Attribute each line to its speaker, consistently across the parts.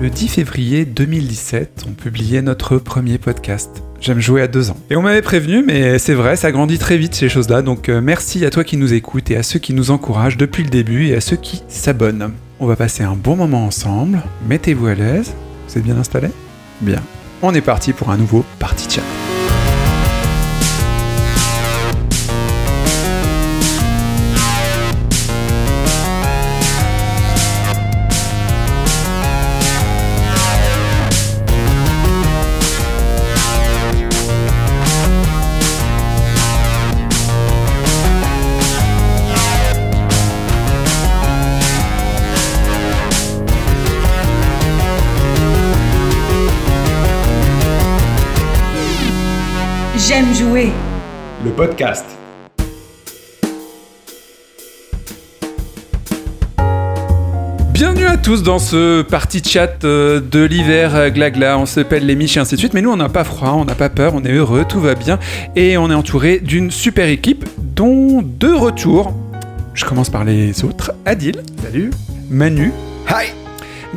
Speaker 1: Le 10 février 2017, on publiait notre premier podcast. J'aime jouer à deux ans. Et on m'avait prévenu, mais c'est vrai, ça grandit très vite ces choses-là, donc euh, merci à toi qui nous écoutes et à ceux qui nous encouragent depuis le début et à ceux qui s'abonnent. On va passer un bon moment ensemble, mettez-vous à l'aise, vous êtes bien installés Bien. On est parti pour un nouveau Party Chat.
Speaker 2: J'aime jouer.
Speaker 3: le podcast.
Speaker 1: Bienvenue à tous dans ce party chat euh, de l'hiver euh, glagla, on s'appelle les miches et ainsi de suite, mais nous on n'a pas froid, on n'a pas peur, on est heureux, tout va bien, et on est entouré d'une super équipe, dont deux retours. Je commence par les autres, Adil, salut, Manu, hi,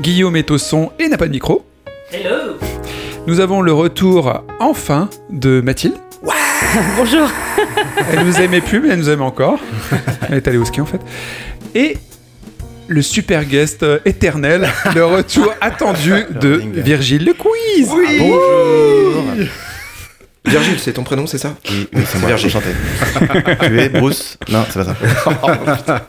Speaker 1: Guillaume est au son et n'a pas de micro.
Speaker 4: Hello
Speaker 1: Nous avons le retour, enfin, de Mathilde.
Speaker 5: Bonjour.
Speaker 1: Elle nous aimait plus, mais elle nous aime encore. Elle est allée au ski en fait. Et le super guest euh, éternel, le retour attendu de
Speaker 6: Learning.
Speaker 1: Virgile le quiz. Ah,
Speaker 6: Bonjour
Speaker 7: Virgile, c'est ton prénom, c'est ça
Speaker 6: Oui, oui, c'est moi,
Speaker 7: Virgile.
Speaker 6: enchanté. tu es Bruce Non, c'est pas ça.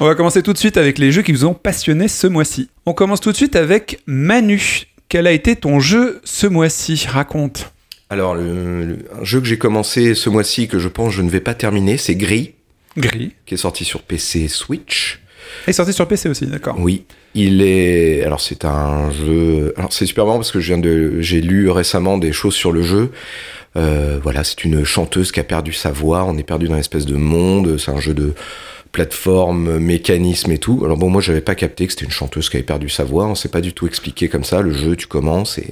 Speaker 1: On va commencer tout de suite avec les jeux qui vous ont passionné ce mois-ci. On commence tout de suite avec Manu. Quel a été ton jeu ce mois-ci Raconte.
Speaker 7: Alors, le- le- un jeu que j'ai commencé ce mois-ci, que je pense que je ne vais pas terminer, c'est Gris,
Speaker 1: Gris.
Speaker 7: qui est sorti sur PC et Switch.
Speaker 1: Et sorti sur PC aussi, d'accord.
Speaker 7: Oui, il est. Alors, c'est un jeu. Alors, c'est super marrant parce que je viens de. J'ai lu récemment des choses sur le jeu. Euh, voilà, c'est une chanteuse qui a perdu sa voix. On est perdu dans une espèce de monde. C'est un jeu de plateforme, mécanisme et tout. Alors bon, moi j'avais pas capté que c'était une chanteuse qui avait perdu sa voix. On s'est pas du tout expliqué comme ça. Le jeu, tu commences et,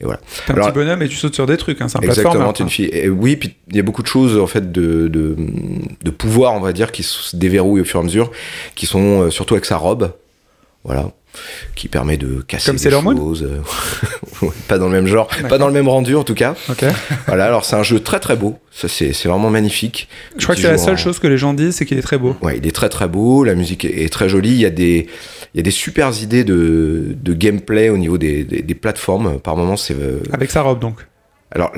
Speaker 7: et voilà.
Speaker 1: T'es un
Speaker 7: Alors-
Speaker 1: petit bonhomme et tu sautes sur des trucs, hein, c'est un
Speaker 7: Exactement,
Speaker 1: plateforme.
Speaker 7: t'es une fille. Et oui, puis il y a beaucoup de choses en fait de, de, de pouvoir, on va dire, qui se déverrouillent au fur et à mesure, qui sont euh, surtout avec sa robe, voilà, qui permet de casser
Speaker 1: Comme
Speaker 7: des
Speaker 1: Sailor Moon
Speaker 7: choses. euh, pas dans le même genre, pas dans le même rendu en tout cas.
Speaker 1: Ok.
Speaker 7: Voilà, alors c'est un jeu très très beau, ça c'est c'est vraiment magnifique.
Speaker 1: Je crois que
Speaker 7: Tu
Speaker 1: c'est la
Speaker 7: joues
Speaker 1: seule
Speaker 7: en-
Speaker 1: chose que les gens disent, c'est qu'il est très beau.
Speaker 7: Ouais, il est très très beau, la musique est est très jolie, il y a des, il y a des super idées de, de gameplay au niveau des, des, des plateformes. Par moments, c'est euh,
Speaker 1: Avec sa robe donc.
Speaker 7: alors,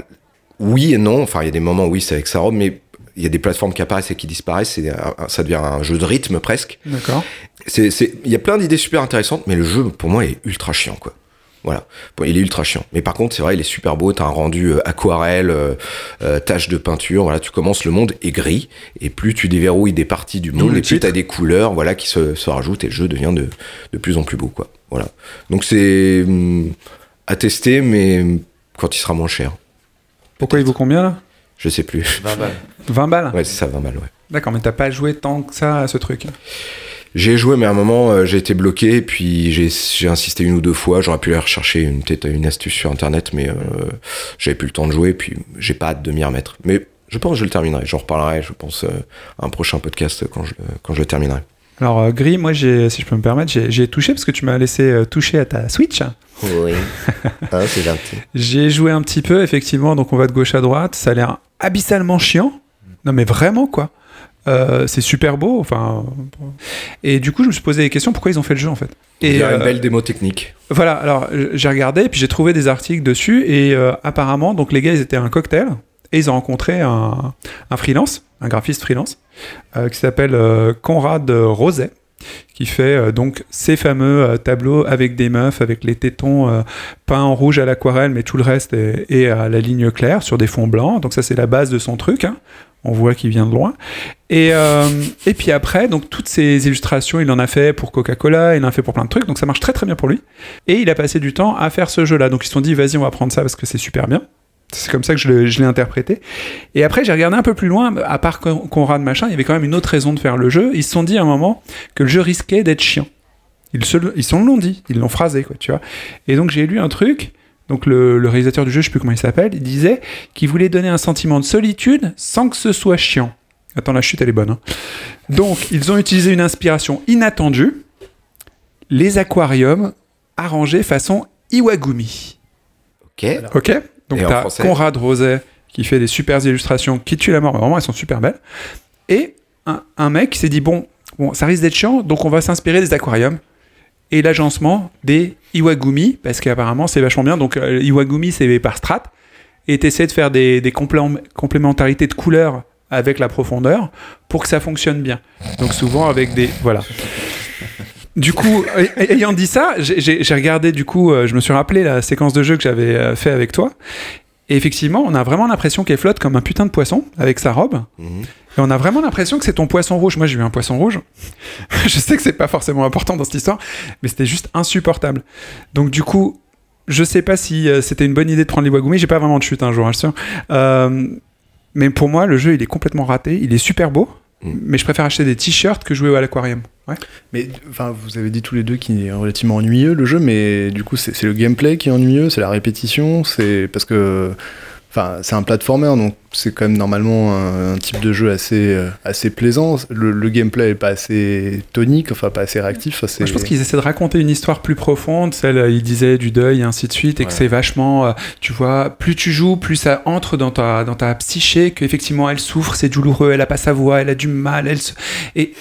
Speaker 7: oui et non. Enfin, il y a des moments, oui, c'est avec sa robe, mais il y a des plateformes qui apparaissent et qui disparaissent. C'est un- ça devient un jeu de rythme presque.
Speaker 1: D'accord.
Speaker 7: C'est, c'est- il y a plein d'idées super intéressantes, mais le jeu, pour moi, est ultra chiant, quoi. Voilà, Bon, il est ultra chiant. Mais par contre, c'est vrai, il est super beau. T'as un rendu euh, aquarelle, euh, euh, tache de peinture. Voilà, tu commences le monde est gris, et plus tu déverrouilles des parties du monde,
Speaker 1: le
Speaker 7: et plus
Speaker 1: titre.
Speaker 7: t'as des couleurs, voilà, qui se, se rajoutent, et le jeu devient de, de plus en plus beau, quoi. Voilà. Donc c'est hum, à tester, mais hum, quand il sera moins cher.
Speaker 1: Pourquoi il vaut combien là
Speaker 7: Je sais plus.
Speaker 6: 20 balles.
Speaker 1: 20 balles
Speaker 7: Ouais, c'est ça, 20 balles, ouais.
Speaker 1: D'accord, mais t'as pas joué tant que ça à ce truc.
Speaker 7: J'ai joué, mais à un moment, euh, j'ai été bloqué, puis j'ai- j'ai insisté une ou deux fois. J'aurais pu aller rechercher une, peut-être une astuce sur Internet, mais euh, j'avais plus le temps de jouer, puis j'ai pas hâte de m'y remettre. Mais je pense que je le terminerai. J'en reparlerai, je pense, euh, à un prochain podcast euh, quand je, le- quand je le terminerai.
Speaker 1: Alors, euh, Gris, moi, j'ai- si je peux me permettre, j'ai j'ai touché parce que tu m'as laissé euh, toucher à ta Switch.
Speaker 6: Oui. Hein, c'est gentil.
Speaker 1: J'ai joué un petit peu, effectivement, donc on va de gauche à droite. Ça a l'air abyssalement chiant. Non, mais vraiment, quoi. Euh, c'est super beau, enfin. Et du coup, je me suis posé des questions pourquoi ils ont fait le jeu en fait.
Speaker 7: Et il y a
Speaker 1: euh,
Speaker 7: une belle démo technique.
Speaker 1: Voilà, alors euh, j'ai regardé, puis j'ai trouvé des articles dessus, et euh, apparemment, donc les gars, ils étaient à un cocktail, et ils ont rencontré un, un freelance, un graphiste freelance, euh, qui s'appelle euh, Conrad Roset, qui fait euh, donc ces fameux euh, tableaux avec des meufs, avec les tétons euh, peints en rouge à l'aquarelle, mais tout le reste est, est à la ligne claire, sur des fonds blancs, donc ça c'est la base de son truc, hein. on voit qu'il vient de loin. Et, euh, et puis après, donc toutes ces illustrations, il en a fait pour Coca-Cola, il en a fait pour plein de trucs, donc ça marche très très bien pour lui. Et il a passé du temps à faire ce jeu-là. Donc ils se sont dit, vas-y, on va prendre ça parce que c'est super bien. C'est comme ça que je l'ai je l'ai interprété. Et après, j'ai regardé un peu plus loin, à part Con- Conrad machin, il y avait quand même une autre raison de faire le jeu. Ils se sont dit à un moment que le jeu risquait d'être chiant. Ils se ils s'en l'ont dit, ils l'ont phrasé, quoi, tu vois. Et donc j'ai lu un truc, donc le, le réalisateur du jeu, je sais plus comment il s'appelle, il disait qu'il voulait donner un sentiment de solitude sans que ce soit chiant. Attends, la chute, elle est bonne. hein. Donc, ils ont utilisé une inspiration inattendue, les aquariums arrangé façon Iwagumi.
Speaker 7: Ok.
Speaker 1: Ok Donc
Speaker 7: Et en
Speaker 1: t'as
Speaker 7: français
Speaker 1: Conrad Roset qui fait des super illustrations qui tuent la mort, mais vraiment elles sont super belles. Et un, un mec qui s'est dit bon, bon, ça risque d'être chiant, donc on va s'inspirer des aquariums et l'agencement des Iwagumi, parce qu'apparemment c'est vachement bien. Donc euh, Iwagumi c'est par strat, et t'essaies de faire des, des complém- complémentarités de couleurs avec la profondeur pour que ça fonctionne bien. Donc souvent avec des... Voilà. Du coup, ay- ay- ayant dit ça, j'ai- j'ai j'ai regardé, du coup, euh, je me suis rappelé la séquence de jeu que j'avais euh, fait avec toi. Et effectivement, on a vraiment l'impression qu'elle flotte comme un putain de poisson avec sa robe.
Speaker 7: Mhm.
Speaker 1: Et on a vraiment l'impression que c'est ton poisson rouge. Moi, j'ai eu un poisson rouge. je sais que c'est pas forcément important dans cette histoire, mais c'était juste insupportable. Donc, du coup, je sais pas si euh, c'était une bonne idée de prendre les Wagumi. J'ai pas vraiment de chute un jour, je suis sûr. Euh, mais pour moi, le jeu, il est complètement raté. Il est super beau,
Speaker 7: Mhm.
Speaker 1: mais je préfère acheter des t-shirts que jouer à l'aquarium. Ouais.
Speaker 3: Mais enfin, vous avez dit tous les deux qu'il est relativement ennuyeux le jeu, mais du coup, c'est c'est le gameplay qui est ennuyeux, c'est la répétition, c'est parce que. Enfin, c'est un platformer, donc c'est quand même normalement un, un type de jeu assez, euh, assez plaisant. Le, le gameplay est pas assez tonique, enfin pas assez réactif. enfin, c'est-
Speaker 1: Moi, je pense qu'ils essaient de raconter une histoire plus profonde, celle, euh, il disait, du deuil et ainsi de suite, et que c'est vachement, euh, tu vois, plus tu joues, plus ça entre dans ta, dans ta psyché, qu'effectivement, elle souffre, c'est douloureux, elle a pas sa voix, elle a du mal, elle se- Et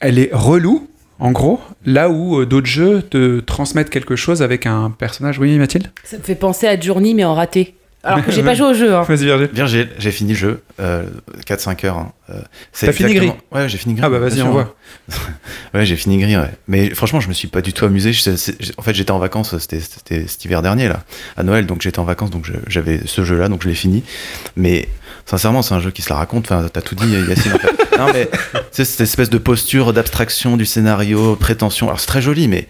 Speaker 1: elle est relou, en gros, là où euh, d'autres jeux te transmettent quelque chose avec un personnage. Oui, Mathilde
Speaker 4: Ça me fait penser à Journey, mais en raté. Alors que j'ai pas joué au jeu. Hein.
Speaker 1: Ah, Vas-y, Virgile.
Speaker 6: Virgile, j'ai fini le jeu, euh, 4-5 heures. hein. Euh, c'est
Speaker 1: T'as fini
Speaker 6: exactement- Ouais, j'ai fini gris.
Speaker 1: Ah bah
Speaker 6: bien
Speaker 1: vas-y,
Speaker 6: sûr.
Speaker 1: on voit.
Speaker 6: Ouais, j'ai fini gris, ouais. Mais franchement, je me suis pas du tout amusé. Je- c'est- c'est- en fait, j'étais en vacances, c'était, c'était cet hiver dernier, là, à Noël, donc j'étais en vacances, donc je- j'avais ce jeu-là, donc je l'ai fini. Mais sincèrement, c'est un jeu qui se la raconte. Enfin, t'as tout dit, Yacine. en fait. non, mais c'est cette espèce de posture d'abstraction du scénario, prétention. Alors, c'est très joli, mais.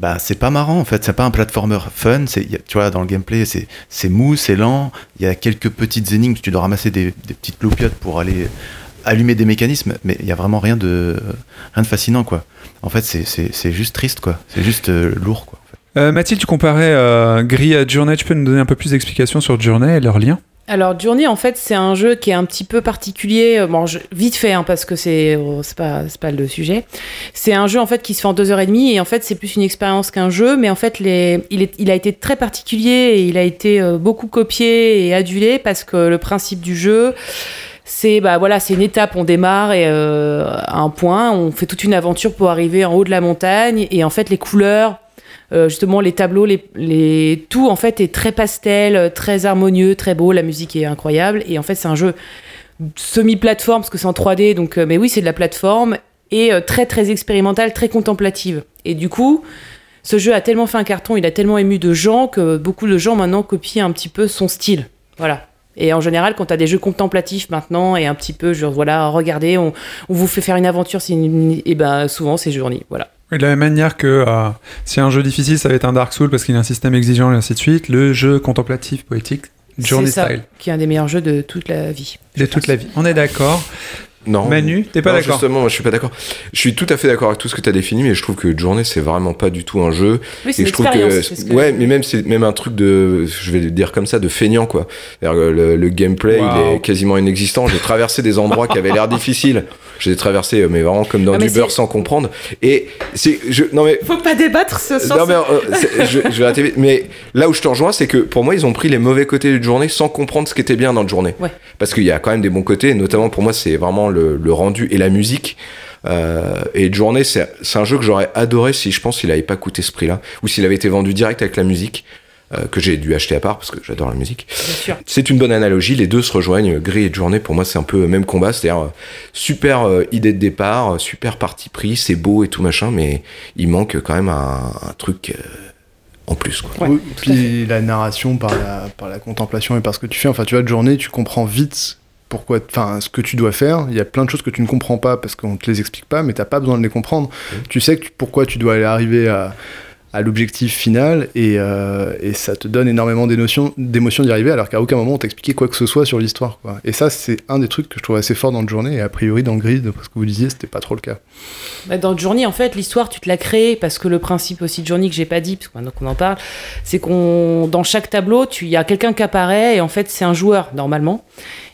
Speaker 6: Bah, c'est pas marrant en fait, c'est pas un platformer fun, c'est, y a- tu vois, dans le gameplay, c'est, c'est mou, c'est lent, il y a quelques petites énigmes, tu dois ramasser des, des petites loupiottes pour aller allumer des mécanismes, mais il y a vraiment rien de, rien de fascinant quoi. En fait, c'est- c'est c'est juste triste, quoi. C'est juste euh, lourd, quoi. en fait.
Speaker 1: Euh, Mathilde, tu comparais euh, Gris à Journey, tu peux nous donner un peu plus d'explications sur Journey et leur lien
Speaker 4: Alors Journey, en fait, c'est un jeu qui est un petit peu particulier. Euh, Bon, je- vite fait, hein, parce que c'est oh, c'est pas c'est pas le sujet. C'est un jeu en fait qui se fait en deux heures et demie, et en fait, c'est plus une expérience qu'un jeu. Mais en fait, les, il est, il a été très particulier et il a été euh, beaucoup copié et adulé parce que le principe du jeu. C'est bah voilà, c'est une étape, on démarre et euh, à un point, on fait toute une aventure pour arriver en haut de la montagne et en fait les couleurs, euh, justement, les tableaux, les, les- tout en fait est très pastel, euh, très harmonieux, très beau. La musique est incroyable. Et en fait, c'est un jeu semi-plateforme parce que c'est en 3D. Donc, euh, mais oui, c'est de la plateforme et euh, très très expérimentale, très contemplative. Et du coup, ce jeu a tellement fait un carton, il a tellement ému de gens que beaucoup de gens maintenant copient un petit peu son style. Voilà. Et en général, quand tu as des jeux contemplatifs maintenant et un petit peu, genre voilà, regardez, on, on vous fait faire une aventure, c'est une- et ben souvent c'est journée. Voilà.
Speaker 1: Et De la même manière que euh, si un jeu difficile, ça va être un Dark Souls parce qu'il a un système exigeant et ainsi de suite, le jeu contemplatif, poétique, Journey
Speaker 4: C'est ça,
Speaker 1: Style,
Speaker 4: qui est un des meilleurs jeux de toute la vie.
Speaker 1: de toute la vie. On est d'accord.
Speaker 7: Non.
Speaker 1: Manu, t'es pas
Speaker 7: Non,
Speaker 1: d'accord
Speaker 7: Justement, moi, je suis pas d'accord. Je suis tout à fait d'accord avec tout ce que t'as défini, mais je trouve que Journée, c'est vraiment pas du tout un jeu.
Speaker 4: Oui, c'est
Speaker 7: Et
Speaker 4: une
Speaker 7: je trouve
Speaker 4: expérience. c'est ce
Speaker 7: que,
Speaker 4: que-
Speaker 7: ouais, mais même c'est même un truc de, je vais le dire comme ça, de feignant quoi. C'est-à-dire que Le, le gameplay,
Speaker 1: Wow.
Speaker 7: il est quasiment inexistant. J'ai traversé des endroits qui avaient l'air difficiles. J'ai traversé, euh, mais vraiment comme dans
Speaker 4: Ah, mais
Speaker 7: du beurre
Speaker 4: c'est-
Speaker 7: sans comprendre. Et c'est, je, non mais
Speaker 4: Faut pas débattre ce
Speaker 7: Non, mais euh, c'est- je, je vais arrêter. Mais là où je te rejoins, c'est que pour moi, ils ont pris les mauvais côtés d'une journée sans comprendre ce qui était bien dans la journée.
Speaker 4: Ouais.
Speaker 7: Parce qu'il y a quand même des bons côtés, et notamment pour moi, c'est vraiment le, le rendu et la musique. Euh, et journée, c'est c'est un jeu que j'aurais adoré si je pense il avait pas coûté ce prix-là, ou s'il avait été vendu direct avec la musique. euh, que j'ai dû acheter à part parce que j'adore la musique.
Speaker 4: Bien sûr.
Speaker 7: C'est une bonne analogie, les deux se rejoignent, gris et journée, pour moi c'est un peu le même combat, c'est-à-dire euh, super euh, idée de départ, euh, super parti pris, c'est beau et tout machin, mais il manque quand même un, un truc euh, en plus. Quoi.
Speaker 4: Ouais,
Speaker 3: Oui,
Speaker 4: tout à
Speaker 3: puis la narration par la, par la contemplation et par ce que tu fais. Enfin, tu vois, de journée, tu comprends vite pourquoi, enfin, ce que tu dois faire. Il y a plein de choses que tu ne comprends pas parce qu'on te les explique pas, mais t'as pas besoin de les comprendre. Tu sais que tu- pourquoi tu dois aller arriver à, à l'objectif final et, euh, et ça te donne énormément d'émotions d'émotions d'y arriver alors qu'à aucun moment on t'expliquait quoi que ce soit sur l'histoire. quoi. Et ça, c'est un des trucs que je trouve assez fort dans le journée et a priori dans le grid, parce que vous disiez, c'était pas trop le cas.
Speaker 4: Bah, dans Journey, en fait, l'histoire, tu te l'as créée parce que le principe aussi de Journey que j'ai pas dit, parce que maintenant qu'on en parle, c'est qu'on dans chaque tableau, tu il y a quelqu'un qui apparaît et en fait c'est un joueur normalement.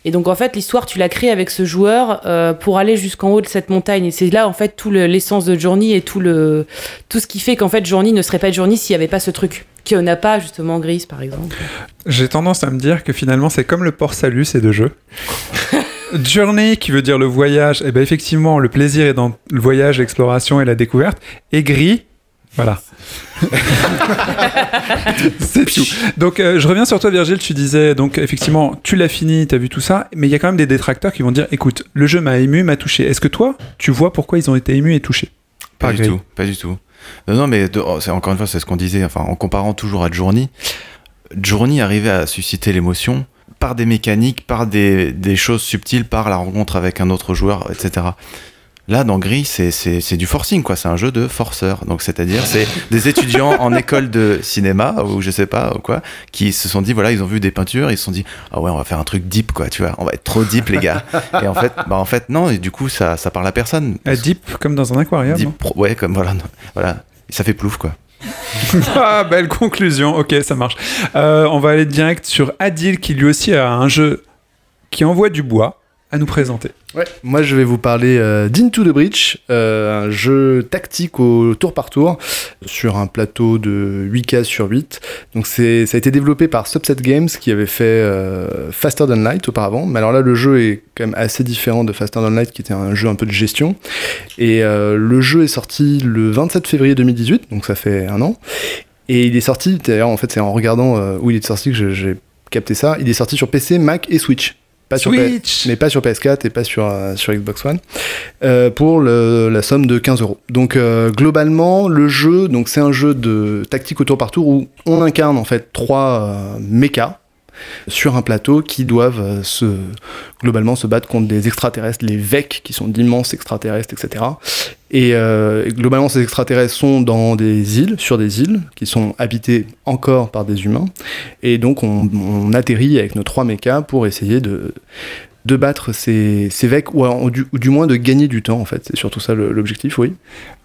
Speaker 4: Et donc en fait, l'histoire, tu la crées avec ce joueur euh, pour aller jusqu'en haut de cette montagne. Et c'est là en fait tout le- l'essence de Journey et tout le tout ce qui fait qu'en fait Journey ne serait pas Journey s'il n'y avait pas ce truc qu'on n'a pas justement Grise par exemple.
Speaker 1: J'ai tendance à me dire que finalement, c'est comme le port salut, ces deux jeux. Journey, qui veut dire le voyage, et ben effectivement, le plaisir est dans le voyage, l'exploration et la découverte. Et gris, voilà. c'est tout. Donc, euh, je reviens sur toi, Virgile. Tu disais, donc, effectivement, tu l'as fini, tu as vu tout ça, mais il y a quand même des détracteurs qui vont dire écoute, le jeu m'a ému, m'a touché. Est-ce que toi, tu vois pourquoi ils ont été émus et touchés
Speaker 6: Pas
Speaker 1: Par
Speaker 6: du
Speaker 1: Grey.
Speaker 6: tout, pas du tout. Non, non, mais de- oh, c'est encore une fois, c'est ce qu'on disait. Enfin, en comparant toujours à Journey, Journey arrivait à susciter l'émotion par des mécaniques, par des, des choses subtiles, par la rencontre avec un autre joueur, etc. Là, dans Gris, c'est- c'est c'est du forcing, quoi. C'est un jeu de forceur. Donc, c'est-à-dire, c'est des étudiants en école de cinéma, ou je sais pas, ou quoi, qui se sont dit, voilà, ils ont vu des peintures, ils se sont dit, ah ouais, on va faire un truc deep, quoi, tu vois. On va être trop deep, les gars. Et en fait, bah, en fait, non, et du coup, ça, ça parle à personne.
Speaker 1: Euh, Deep, comme dans un aquarium.
Speaker 6: Deep
Speaker 1: hein.
Speaker 6: Pro- ouais, comme voilà, non, voilà, ça fait plouf quoi.
Speaker 1: Ah, belle conclusion. Ok, ça marche. Euh, on va aller direct sur Adil, qui lui aussi a un jeu qui envoie du bois à nous présenter.
Speaker 3: Ouais. Moi, je vais vous parler euh, d'Into the Breach, euh, un jeu tactique au tour par tour sur un plateau de 8 cases sur 8. Donc, c'est, ça a été développé par Subset Games qui avait fait euh, Faster Than Light auparavant. Mais alors là, le jeu est quand même assez différent de Faster Than Light qui était un jeu un peu de gestion. Et euh, le jeu est sorti le 27 février 2018, donc ça fait un an. Et il est sorti, d'ailleurs, en fait, c'est en regardant euh, où il est sorti que je- j'ai capté ça. Il est sorti sur PC, Mac et Switch. Pas sur PS-
Speaker 1: Switch
Speaker 3: mais pas sur PS4 et pas sur, euh, sur Xbox One, euh, pour le- la somme de 15 euros. Donc euh, globalement, le jeu, donc c'est un jeu de tactique au tour par tour où on incarne en fait trois euh, mechas sur un plateau qui doivent euh, se, globalement se battre contre des extraterrestres, les VEC qui sont d'immenses extraterrestres, etc. Et euh, globalement, ces extraterrestres sont dans des îles, sur des îles, qui sont habitées encore par des humains. Et donc, on, on atterrit avec nos trois mechas pour essayer de, de battre ces, ces VEC, ou, alors, ou du, ou du moins de gagner du temps, en fait. C'est surtout ça le- l'objectif, oui.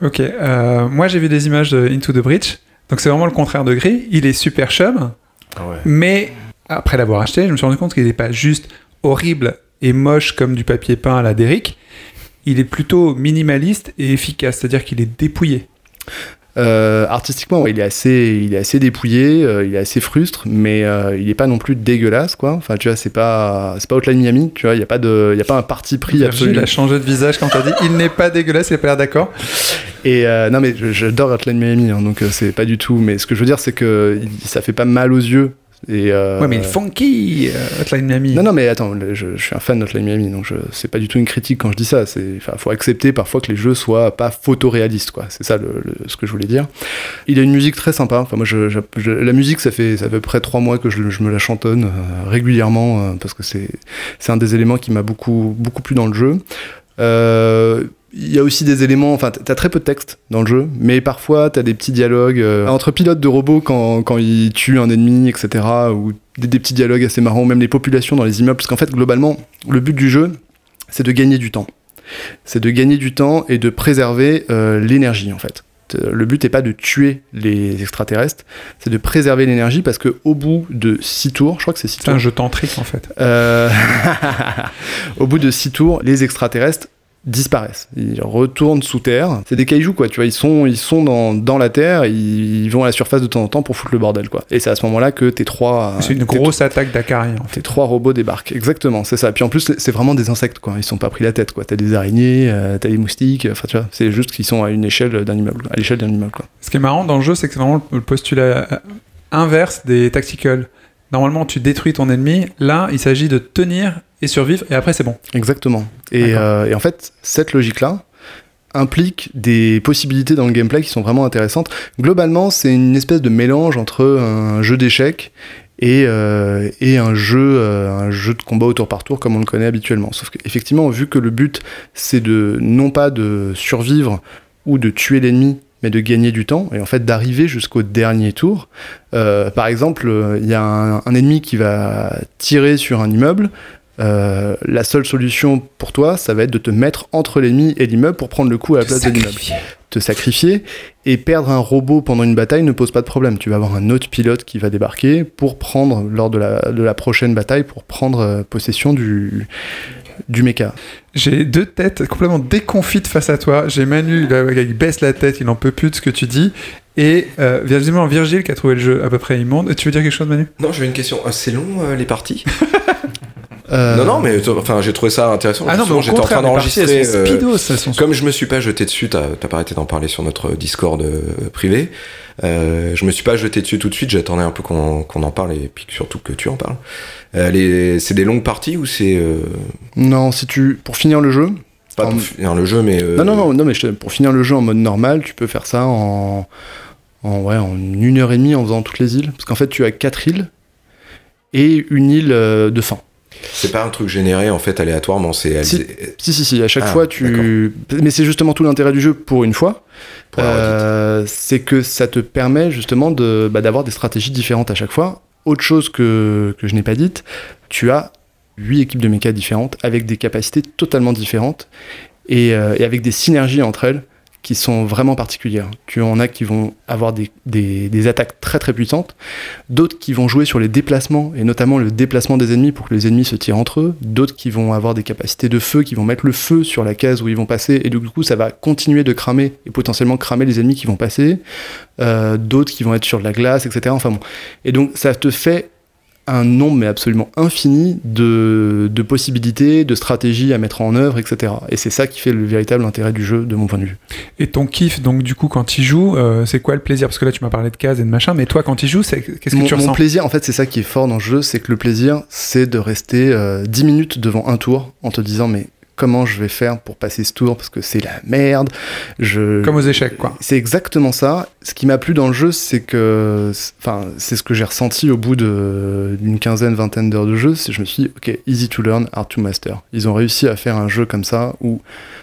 Speaker 1: Ok, euh, moi j'ai vu des images de Into the Breach, donc c'est vraiment le contraire de Gris. Il est super chum,
Speaker 3: Ah
Speaker 1: mais après l'avoir acheté, je me suis rendu compte qu'il n'est pas juste horrible et moche comme du papier peint à la Derrick. Il est plutôt minimaliste et efficace, c'est-à-dire qu'il est dépouillé.
Speaker 3: Euh, artistiquement, ouais, il est assez, il est assez dépouillé, euh, il est assez frustre, mais euh, il est pas non plus dégueulasse, quoi. Enfin, tu vois, c'est pas, c'est pas Outline Miami, tu vois. Il y a pas de, il y a pas un parti pris absolu.
Speaker 1: Il a changé de visage quand t'as dit il n'est pas dégueulasse, il n'a pas l'air d'accord.
Speaker 3: Et euh, non, mais je- j'adore Outline Miami, hein, donc euh, c'est pas du tout. Mais ce que je veux dire, c'est que il- ça fait pas mal aux yeux. Et, euh,
Speaker 1: Ouais, mais il est funky, euh, Hotline Miami.
Speaker 3: Non, non, mais attends, le- je, je suis un fan d'Hotline Miami, donc je- c'est pas du tout une critique quand je dis ça. C'est, enfin, faut accepter parfois que les jeux soient pas photoréalistes, quoi. C'est ça le- le- ce que je voulais dire. Il a une musique très sympa. Enfin, moi, je, je- je- la musique, ça fait, ça fait près de trois mois que je, je me la chantonne euh, régulièrement euh, parce que c'est, c'est un des éléments qui m'a beaucoup, beaucoup plu dans le jeu. Euh, il y a aussi des éléments, enfin, t'as très peu de texte dans le jeu, mais parfois t'as des petits dialogues euh, entre pilotes de robots quand, quand ils tuent un ennemi, etc., ou des, des petits dialogues assez marrants, ou même les populations dans les immeubles, parce qu'en fait, globalement, le but du jeu, c'est de gagner du temps. C'est de gagner du temps et de préserver euh, l'énergie, en fait. Euh, Le but n'est pas de tuer les extraterrestres, c'est de préserver l'énergie parce que au bout de six tours, je crois que c'est six
Speaker 1: C'est
Speaker 3: tours.
Speaker 1: un jeu tantrique en fait.
Speaker 3: Euh, au bout de six tours, les extraterrestres disparaissent. Ils retournent sous terre. C'est des cailloux, quoi. Tu vois, ils sont, ils sont dans, dans la terre, ils, ils vont à la surface de temps en temps pour foutre le bordel, quoi. Et c'est à ce moment-là que tes trois.
Speaker 1: C'est une
Speaker 3: tes-
Speaker 1: grosse attaque d'Akari en fait.
Speaker 3: Tes trois robots débarquent, exactement, c'est ça. Puis en plus, c'est vraiment des insectes, quoi. Ils sont pas pris la tête, quoi. T'as des araignées, euh, t'as des moustiques, enfin, tu vois. C'est juste qu'ils sont à une échelle d'un immeuble, à l'échelle d'un immeuble, quoi.
Speaker 1: Ce qui est marrant dans le jeu, c'est que c'est vraiment le postulat euh, inverse des tacticals. Normalement, tu détruis ton ennemi. Là, il s'agit de tenir et survivre, et après, c'est bon.
Speaker 3: Exactement. Et,
Speaker 1: D'accord.
Speaker 3: euh, et en fait, cette logique-là implique des possibilités dans le gameplay qui sont vraiment intéressantes. Globalement, c'est une espèce de mélange entre un jeu d'échecs et, euh, et un, jeu, euh, un jeu de combat au tour par tour comme on le connaît habituellement. Sauf qu'effectivement, vu que le but, c'est de non pas de survivre ou de tuer l'ennemi, mais de gagner du temps, et en fait d'arriver jusqu'au dernier tour. Euh, par exemple, euh, il y a un- un ennemi qui va tirer sur un immeuble, euh, la seule solution pour toi, ça va être de te mettre entre l'ennemi et l'immeuble pour prendre le coup à la place de l'immeuble. te sacrifier. Et perdre un robot pendant une bataille ne pose pas de problème. Tu vas avoir un autre pilote qui va débarquer pour prendre, lors de la, de la prochaine bataille, pour prendre euh, possession du, du mecha.
Speaker 1: J'ai deux têtes complètement déconfites face à toi. J'ai Manu, là, il baisse la tête, il n'en peut plus de ce que tu dis. Et euh, visiblement Virgile qui a trouvé le jeu à peu près immonde. Tu veux dire quelque chose, Manu
Speaker 7: Non, j'avais une question. Ah, c'est long euh, les parties
Speaker 3: Euh,
Speaker 7: Non, non, mais t- enfin, j'ai trouvé ça intéressant. Justement,
Speaker 1: Ah au
Speaker 7: j'étais en
Speaker 1: contraire,
Speaker 7: train
Speaker 1: les parties,
Speaker 7: d'enregistrer.
Speaker 1: elles sont
Speaker 7: euh,
Speaker 1: speedos, elles sont-
Speaker 7: Comme je me suis pas jeté dessus, t'as t'as pas arrêté d'en parler sur notre Discord euh, privé. Euh, je me suis pas jeté dessus tout de suite. J'attendais un peu qu'on qu'on en parle et puis que- surtout que tu en parles. Euh, les- c'est des longues parties ou c'est euh,
Speaker 3: Non, si tu pour finir le jeu.
Speaker 7: pas
Speaker 3: en-
Speaker 7: pour finir le jeu, mais euh,
Speaker 3: Non, non, non, non, mais je te- pour finir le jeu en mode normal, tu peux faire ça en, en, ouais, en une heure et demie en faisant toutes les îles. Parce qu'en fait, tu as quatre îles et une île euh, de fin.
Speaker 7: c'est pas un truc généré en fait aléatoirement. C'est
Speaker 3: Si.
Speaker 7: c'est-
Speaker 3: Si, si, si, à chaque
Speaker 7: Ah,
Speaker 3: fois, tu. Mais c'est justement tout l'intérêt du jeu pour une fois.
Speaker 7: pour la redite.
Speaker 3: Euh, c'est que ça te permet justement de, bah, d'avoir des stratégies différentes à chaque fois. Autre chose que, que je n'ai pas dite, tu as huit équipes de méca différentes avec des capacités totalement différentes et, euh, et avec des synergies entre elles qui sont vraiment particulières. Tu en as qui vont avoir des, des- des attaques très très puissantes, d'autres qui vont jouer sur les déplacements, et notamment le déplacement des ennemis pour que les ennemis se tirent entre eux, d'autres qui vont avoir des capacités de feu, qui vont mettre le feu sur la case où ils vont passer, et du coup ça va continuer de cramer, et potentiellement cramer les ennemis qui vont passer, Euh, d'autres qui vont être sur de la glace, etc. Enfin bon. Et donc ça te fait un nombre mais absolument infini de, de possibilités, de stratégies à mettre en œuvre, etc. Et c'est ça qui fait le véritable intérêt du jeu de mon point de vue.
Speaker 1: Et ton kiff, donc du coup, quand tu joues, euh, c'est quoi le plaisir Parce que là, tu m'as parlé de cases et de machin, mais toi, quand tu joues, c'est- qu'est-ce que
Speaker 3: mon,
Speaker 1: tu
Speaker 3: mon
Speaker 1: ressens
Speaker 3: plaisir, en fait, c'est ça qui est fort dans le jeu, c'est que le plaisir, c'est de rester euh, 10 minutes devant un tour en te disant mais comment je vais faire pour passer ce tour parce que c'est la merde.
Speaker 6: euh,
Speaker 3: Je
Speaker 1: Comme aux échecs, quoi.
Speaker 3: c'est exactement ça. Ce qui m'a plu dans le jeu, c'est que, c'est- enfin, c'est ce que j'ai ressenti au bout de- d'une quinzaine, vingtaine d'heures de jeu. C'est je me suis dit, ok, easy to learn, hard to master. Ils ont réussi à faire un jeu comme ça où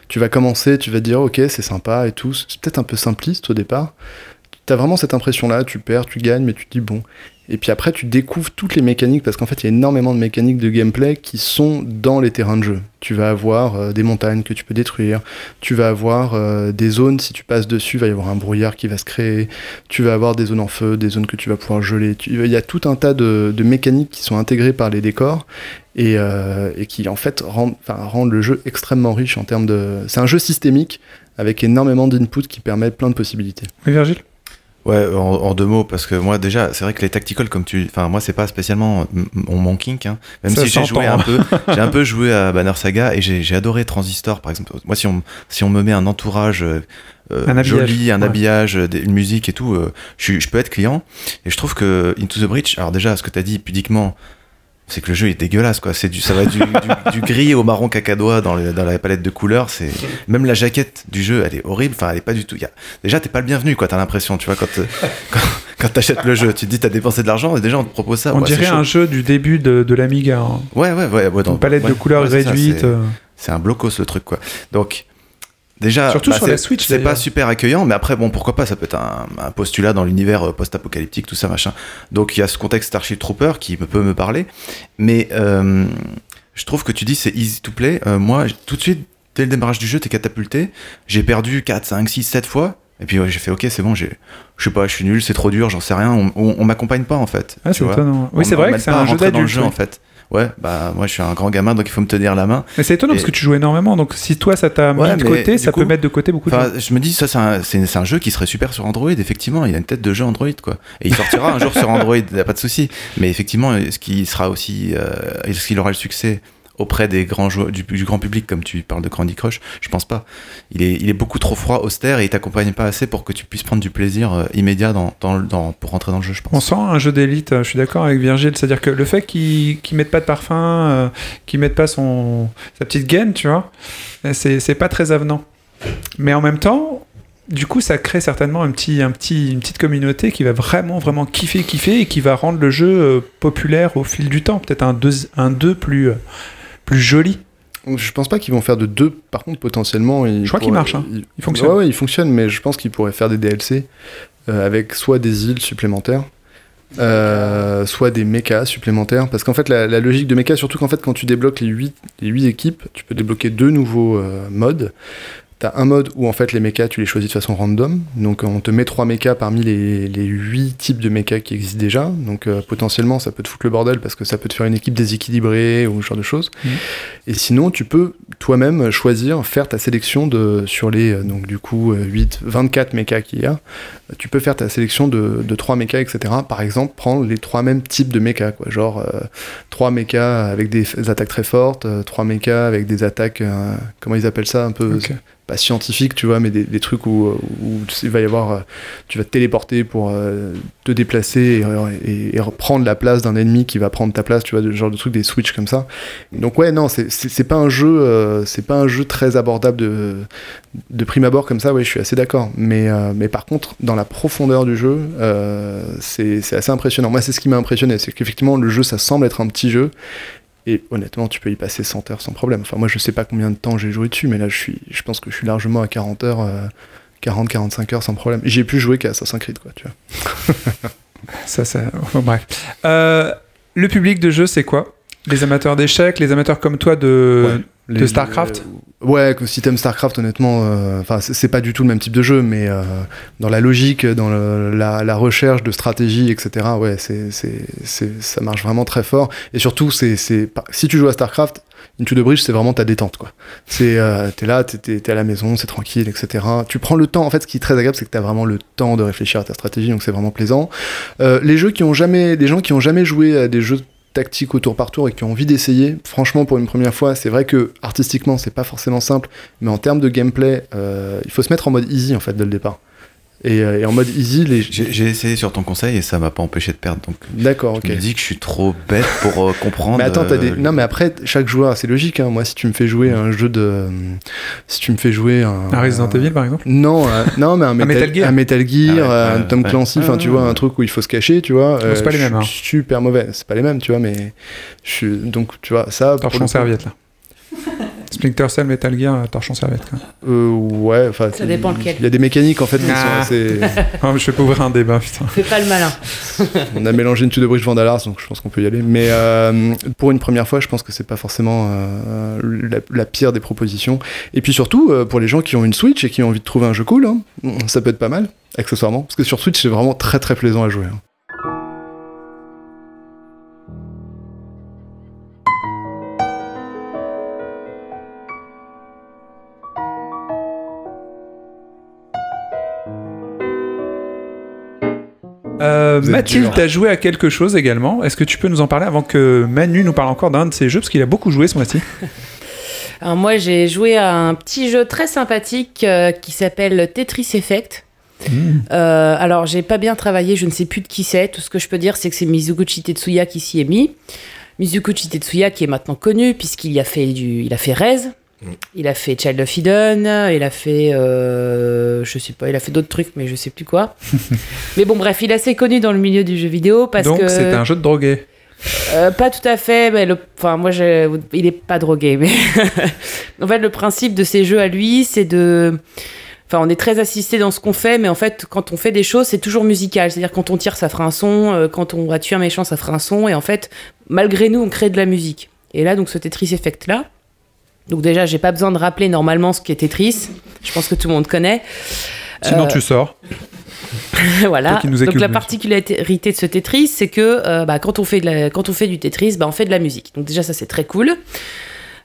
Speaker 3: tu vas commencer, tu vas te dire, ok, c'est sympa et tout. C'est peut-être un peu simpliste au départ. T'as vraiment cette impression-là, tu perds, tu gagnes, mais tu te dis bon. Et puis après, tu découvres toutes les mécaniques parce qu'en fait, il y a énormément de mécaniques de gameplay qui sont dans les terrains de jeu. Tu vas avoir euh, des montagnes que tu peux détruire, tu vas avoir euh, des zones, si tu passes dessus, il va y avoir un brouillard qui va se créer, tu vas avoir des zones en feu, des zones que tu vas pouvoir geler, Tu- il y a tout un tas de, de mécaniques qui sont intégrées par les décors et, euh, et qui en fait rendent, enfin, rendent le jeu extrêmement riche en termes de... C'est un jeu systémique avec énormément d'inputs qui permettent plein de possibilités.
Speaker 1: Oui, Virgile
Speaker 6: Ouais, en, en deux mots, parce que moi déjà, c'est vrai que les tacticals, comme tu, enfin moi c'est pas spécialement m- mon, mon kink, hein. même
Speaker 1: Ça
Speaker 6: si j'ai
Speaker 1: s'entend.
Speaker 6: joué un peu, j'ai un peu joué à Banner Saga et j'ai j'ai adoré Transistor par exemple. Moi si on si on me met un entourage euh, euh,
Speaker 1: Un habillage,
Speaker 6: joli, un
Speaker 1: ouais.
Speaker 6: habillage, euh, des- une musique et tout, euh, je, suis- je peux être client et je trouve que Into the Breach, alors déjà ce que t'as dit pudiquement. C'est que le jeu est dégueulasse, quoi. C'est du, ça va du, du- du gris au marron cacadois dans, le- dans la palette de couleurs. C'est même la jaquette du jeu, elle est horrible. Enfin, elle est pas du tout. il Y a, déjà, t'es pas le bienvenu, quoi. T'as l'impression, tu vois, quand, euh, quand, quand t'achètes le jeu, tu te dis t'as dépensé de l'argent et déjà on te propose ça.
Speaker 1: On
Speaker 6: Ah, Ouais, c'est
Speaker 1: dirait
Speaker 6: chaud.
Speaker 1: un jeu du début de, de l'Amiga. hein.
Speaker 6: Ouais, ouais, ouais. ouais, dans-
Speaker 1: Une palette
Speaker 6: ouais,
Speaker 1: de couleurs
Speaker 6: ouais, c'est ça,
Speaker 1: réduite.
Speaker 6: c'est-
Speaker 1: euh.
Speaker 6: c'est un blocos le truc quoi. Donc déjà bah,
Speaker 1: Surtout sur
Speaker 6: c'est-
Speaker 1: la Switch,
Speaker 6: c'est
Speaker 1: d'ailleurs.
Speaker 6: pas super accueillant mais après bon pourquoi pas ça peut être un, un postulat dans l'univers euh, post-apocalyptique tout ça machin. Donc il y a ce contexte Starship Trooper qui me- peut me parler mais euh, je trouve que tu dis c'est easy to play Euh, moi j- tout de suite dès le démarrage du jeu t'es catapulté, j'ai perdu 4 5 6 7 fois et puis ouais, j'ai fait OK c'est bon j'ai je sais pas je suis nul, c'est trop dur, j'en sais rien, on, on- on m'accompagne pas en fait.
Speaker 1: Ah,
Speaker 6: tu
Speaker 1: c'est
Speaker 6: vois.
Speaker 1: étonnant.
Speaker 6: On-
Speaker 1: Oui, c'est
Speaker 6: on
Speaker 1: vrai que
Speaker 6: m'aide
Speaker 1: c'est
Speaker 6: pas à
Speaker 1: un jeu
Speaker 6: rentrer dans le
Speaker 1: d'adulte.
Speaker 6: jeu
Speaker 1: oui.
Speaker 6: en fait. Ouais, bah moi je suis un grand gamin donc il faut me tenir la main.
Speaker 1: Mais c'est étonnant parce
Speaker 6: Et-
Speaker 1: que tu joues énormément, donc si toi ça t'a
Speaker 6: Ouais,
Speaker 1: mis de
Speaker 6: mais
Speaker 1: côté,
Speaker 6: du
Speaker 1: ça
Speaker 6: coup-
Speaker 1: peut mettre de côté beaucoup de
Speaker 6: Enfin,
Speaker 1: choses.
Speaker 6: je me dis, ça, c'est un, c'est- c'est un jeu qui serait super sur Android, effectivement. Il a une tête de jeu Android, quoi. Et il sortira un jour sur Android, y a pas de souci. Mais effectivement, est-ce qu'il sera aussi, euh, est-ce qu'il aura le succès auprès des grands joueurs, du, du grand public, comme tu parles de Candy Crush Je pense pas. Il est, il est beaucoup trop froid, austère, et il t'accompagne pas assez pour que tu puisses prendre du plaisir euh, immédiat dans, dans, le- dans- pour rentrer dans le jeu, je
Speaker 1: On
Speaker 6: pense.
Speaker 1: sent un jeu d'élite, euh, je suis d'accord avec Virgile, c'est-à-dire que le fait qu'ils ne mettent pas de parfum, euh, qu'ils mettent pas son, sa petite gaine, tu vois, euh, c'est c'est pas très avenant. Mais en même temps, du coup, ça crée certainement un petit, un petit, une petite communauté qui va vraiment, vraiment kiffer, kiffer et qui va rendre le jeu euh, populaire au fil du temps. Peut-être un 2 un deux plus, euh, plus joli.
Speaker 3: Je pense pas qu'ils vont faire de deux, par contre potentiellement... Ils
Speaker 1: Je crois qu'ils
Speaker 3: pourraient-
Speaker 1: marchent, hein.
Speaker 3: ils-
Speaker 1: Il fonctionne.
Speaker 3: Ouais, ouais, il fonctionne, mais je pense qu'il pourrait faire des DLC euh, avec soit des îles supplémentaires, euh, soit des mechas supplémentaires. Parce qu'en fait, la, la logique de mecha, surtout qu'en fait, quand tu débloques les 8, les huit équipes, tu peux débloquer deux nouveaux euh, modes. T'as un mode où en fait les mechas tu les choisis de façon random, donc on te met trois mechas parmi les, les 8 types de mechas qui existent déjà, donc euh, potentiellement ça peut te foutre le bordel parce que ça peut te faire une équipe déséquilibrée ou ce genre de choses.
Speaker 1: Mhm.
Speaker 3: Et sinon tu peux toi-même choisir, faire ta sélection de, sur les euh, donc du coup euh, 8, 24 mechas qu'il y a, tu peux faire ta sélection de, de 3 mechas, etc. Par exemple, prendre les trois mêmes types de mechas, quoi. Genre euh, trois mechas avec des, f- attaques très fortes, euh, trois mechas avec des attaques, euh, comment ils appellent ça un peu
Speaker 1: Ok.
Speaker 3: Pas scientifiques, tu vois, mais des, des trucs où, euh, où il va y avoir. euh, Tu vas te téléporter pour euh, te déplacer et, et- et reprendre la place d'un ennemi qui va prendre ta place, tu vois, le genre de truc, des switches comme ça. Donc, ouais, non, c'est- c'est c'est pas un jeu, euh, c'est pas un jeu très abordable de, de prime abord comme ça, oui, je suis assez d'accord. Mais, euh, mais par contre, dans la profondeur du jeu, euh, c'est c'est assez impressionnant. Moi, c'est ce qui m'a impressionné, c'est qu'effectivement, le jeu, ça semble être un petit jeu. Et honnêtement, tu peux y passer 100 heures sans problème. Enfin, moi, je sais pas combien de temps j'ai joué dessus, mais là, je, suis, je pense que je suis largement à 40 heures, euh, 40, 45 heures sans problème. J'ai pu jouer qu'à Assassin's Creed, quoi, tu vois.
Speaker 1: Ça, ça. enfin, bref. Euh, le public de jeu, c'est quoi Les amateurs d'échecs, les amateurs comme toi de. De StarCraft
Speaker 3: Ouais, que si t'aimes StarCraft, honnêtement, euh, enfin, c'est- c'est pas du tout le même type de jeu, mais euh, dans la logique, dans le- la, la recherche de stratégie, etc., ouais, c'est, c'est, c'est- ça marche vraiment très fort. Et surtout, c'est, c'est, pas- si tu joues à StarCraft, Into the Bridge, c'est vraiment ta détente, quoi. C'est, euh, t'es là, t'es, t'es- t'es à la maison, c'est tranquille, etc. Tu prends le temps, en fait, ce qui est très agréable, c'est que t'as vraiment le temps de réfléchir à ta stratégie, donc c'est vraiment plaisant. Euh, les jeux qui ont jamais, les gens qui ont jamais joué à des jeux tactiques au tour par tour et qui ont envie d'essayer, franchement, pour une première fois, c'est vrai que artistiquement, c'est pas forcément simple, mais en termes de gameplay, euh, il faut se mettre en mode easy, en fait, dès le départ. Et, euh, et en mode easy, les.
Speaker 6: J'ai j'ai essayé sur ton conseil et ça m'a pas empêché de perdre. Donc,
Speaker 3: D'accord, ok.
Speaker 6: je me dis que je suis trop bête pour euh, comprendre.
Speaker 3: Mais attends, t'as des...
Speaker 6: euh,
Speaker 3: non mais après chaque joueur, c'est logique. hein. Moi, si tu me fais jouer un jeu de, si tu me fais jouer un,
Speaker 1: Un Resident Evil, par exemple
Speaker 3: Non, euh, non, mais un Metal,
Speaker 1: Metal Gear.
Speaker 3: un Metal Gear,
Speaker 6: Ah ouais,
Speaker 3: euh, un
Speaker 6: ouais,
Speaker 3: Tom
Speaker 6: ouais.
Speaker 3: Clancy, enfin
Speaker 6: Ah,
Speaker 3: tu vois,
Speaker 6: ouais.
Speaker 3: un truc où il faut se cacher, tu vois. euh,
Speaker 1: c'est pas les
Speaker 3: je
Speaker 1: mêmes,
Speaker 3: suis
Speaker 1: hein.
Speaker 3: Super mauvais, c'est pas les mêmes, tu vois, mais je suis donc tu vois ça. pour le
Speaker 1: Euh, Torchon
Speaker 3: coup,
Speaker 1: serviette, là. Splinter Cell, Metal Gear, euh, torchon serviette. quoi.
Speaker 3: euh, ouais, enfin.
Speaker 4: Ça dépend
Speaker 3: il-
Speaker 4: lequel.
Speaker 3: Il y a des mécaniques en fait qui
Speaker 1: Ah.
Speaker 3: sont assez.
Speaker 1: Ah, mais je vais pas ouvrir un débat, putain.
Speaker 4: Fais pas le malin.
Speaker 3: On a mélangé une tue de bridge Vandalars, donc je pense qu'on peut y aller. Mais euh, pour une première fois, je pense que c'est pas forcément euh, la, la pire des propositions. Et puis surtout, euh, pour les gens qui ont une Switch et qui ont envie de trouver un jeu cool, hein, ça peut être pas mal, accessoirement. Parce que sur Switch, c'est vraiment très très plaisant à jouer. hein.
Speaker 1: Euh,
Speaker 3: Vous êtes
Speaker 1: Mathilde,
Speaker 3: dur.
Speaker 1: t'as joué à quelque chose également. Est-ce que tu peux nous en parler avant que Manu nous parle encore d'un de ses jeux Parce qu'il a beaucoup joué ce mois-ci.
Speaker 4: Alors moi, j'ai joué à un petit jeu très sympathique euh, qui s'appelle Tetris Effect.
Speaker 1: Hmm.
Speaker 4: Euh, alors, j'ai pas bien travaillé, je ne sais plus de qui c'est. Tout ce que je peux dire, c'est que c'est Mizuguchi Tetsuya qui s'y est mis. Mizuguchi Tetsuya qui est maintenant connu puisqu'il a fait du, il a fait Rez,
Speaker 1: Hmm.
Speaker 4: il a fait Child of Eden, il a fait, euh, je sais pas, il a fait d'autres trucs, mais je sais plus quoi. mais bon, bref, il est assez connu dans le milieu du jeu vidéo parce
Speaker 1: Donc,
Speaker 4: que
Speaker 1: c'est un jeu de drogué.
Speaker 4: euh, pas tout à fait, mais le, enfin moi je, il est pas drogué, mais en fait le principe de ces jeux à lui, c'est de, enfin on est très assisté dans ce qu'on fait, mais en fait quand on fait des choses, c'est toujours musical, c'est-à-dire quand on tire ça fera un son, euh, quand on va tuer un méchant ça fera un son, et en fait malgré nous on crée de la musique. Et là donc ce Tetris Effect là, donc déjà j'ai pas besoin de rappeler normalement ce qu'est Tetris, je pense que tout le monde connaît.
Speaker 1: Sinon,
Speaker 4: Euh,
Speaker 1: tu sors. Toi
Speaker 4: voilà.
Speaker 1: qui nous
Speaker 4: Donc
Speaker 1: écoutes,
Speaker 4: la
Speaker 1: nous.
Speaker 4: particularité de ce Tetris, c'est que euh, bah, quand, on fait de la- quand on fait du Tetris, bah, on fait de la musique. Donc déjà ça c'est très cool.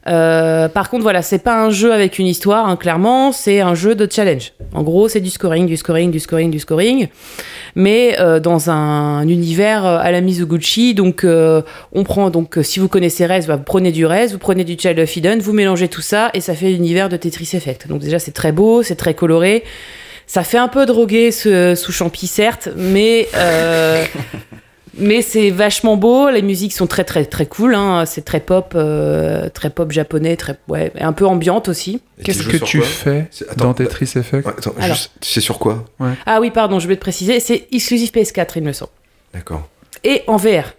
Speaker 4: Euh, par contre, voilà, c'est pas un jeu avec une histoire, hein, clairement, c'est un jeu de challenge. En gros, c'est du scoring, du scoring, du scoring, du scoring, mais euh, dans un univers euh, à la Mizuguchi. Donc, euh, on prend, donc, euh, si vous connaissez Rez, bah, vous prenez du Rez, vous prenez du Child of Eden, vous mélangez tout ça et ça fait l'univers de Tetris Effect. Donc, déjà, c'est très beau, c'est très coloré. Ça fait un peu drogué ce, sous champi, certes, mais. euh, Mais c'est vachement beau, les musiques sont très très très cool, hein. c'est très pop, euh, très pop japonais, très ouais, et un peu ambiante aussi.
Speaker 7: Et
Speaker 1: Qu'est-ce
Speaker 7: joues
Speaker 1: que
Speaker 7: sur
Speaker 1: tu
Speaker 7: quoi
Speaker 1: fais
Speaker 7: C'est- attends, bah,
Speaker 1: dans Tetris Effect
Speaker 7: Ouais, Attends,
Speaker 4: Alors.
Speaker 7: juste, c'est sur quoi
Speaker 4: Ah oui, pardon, je vais te préciser, c'est exclusif PS4 il me semble.
Speaker 7: D'accord.
Speaker 4: Et en VR.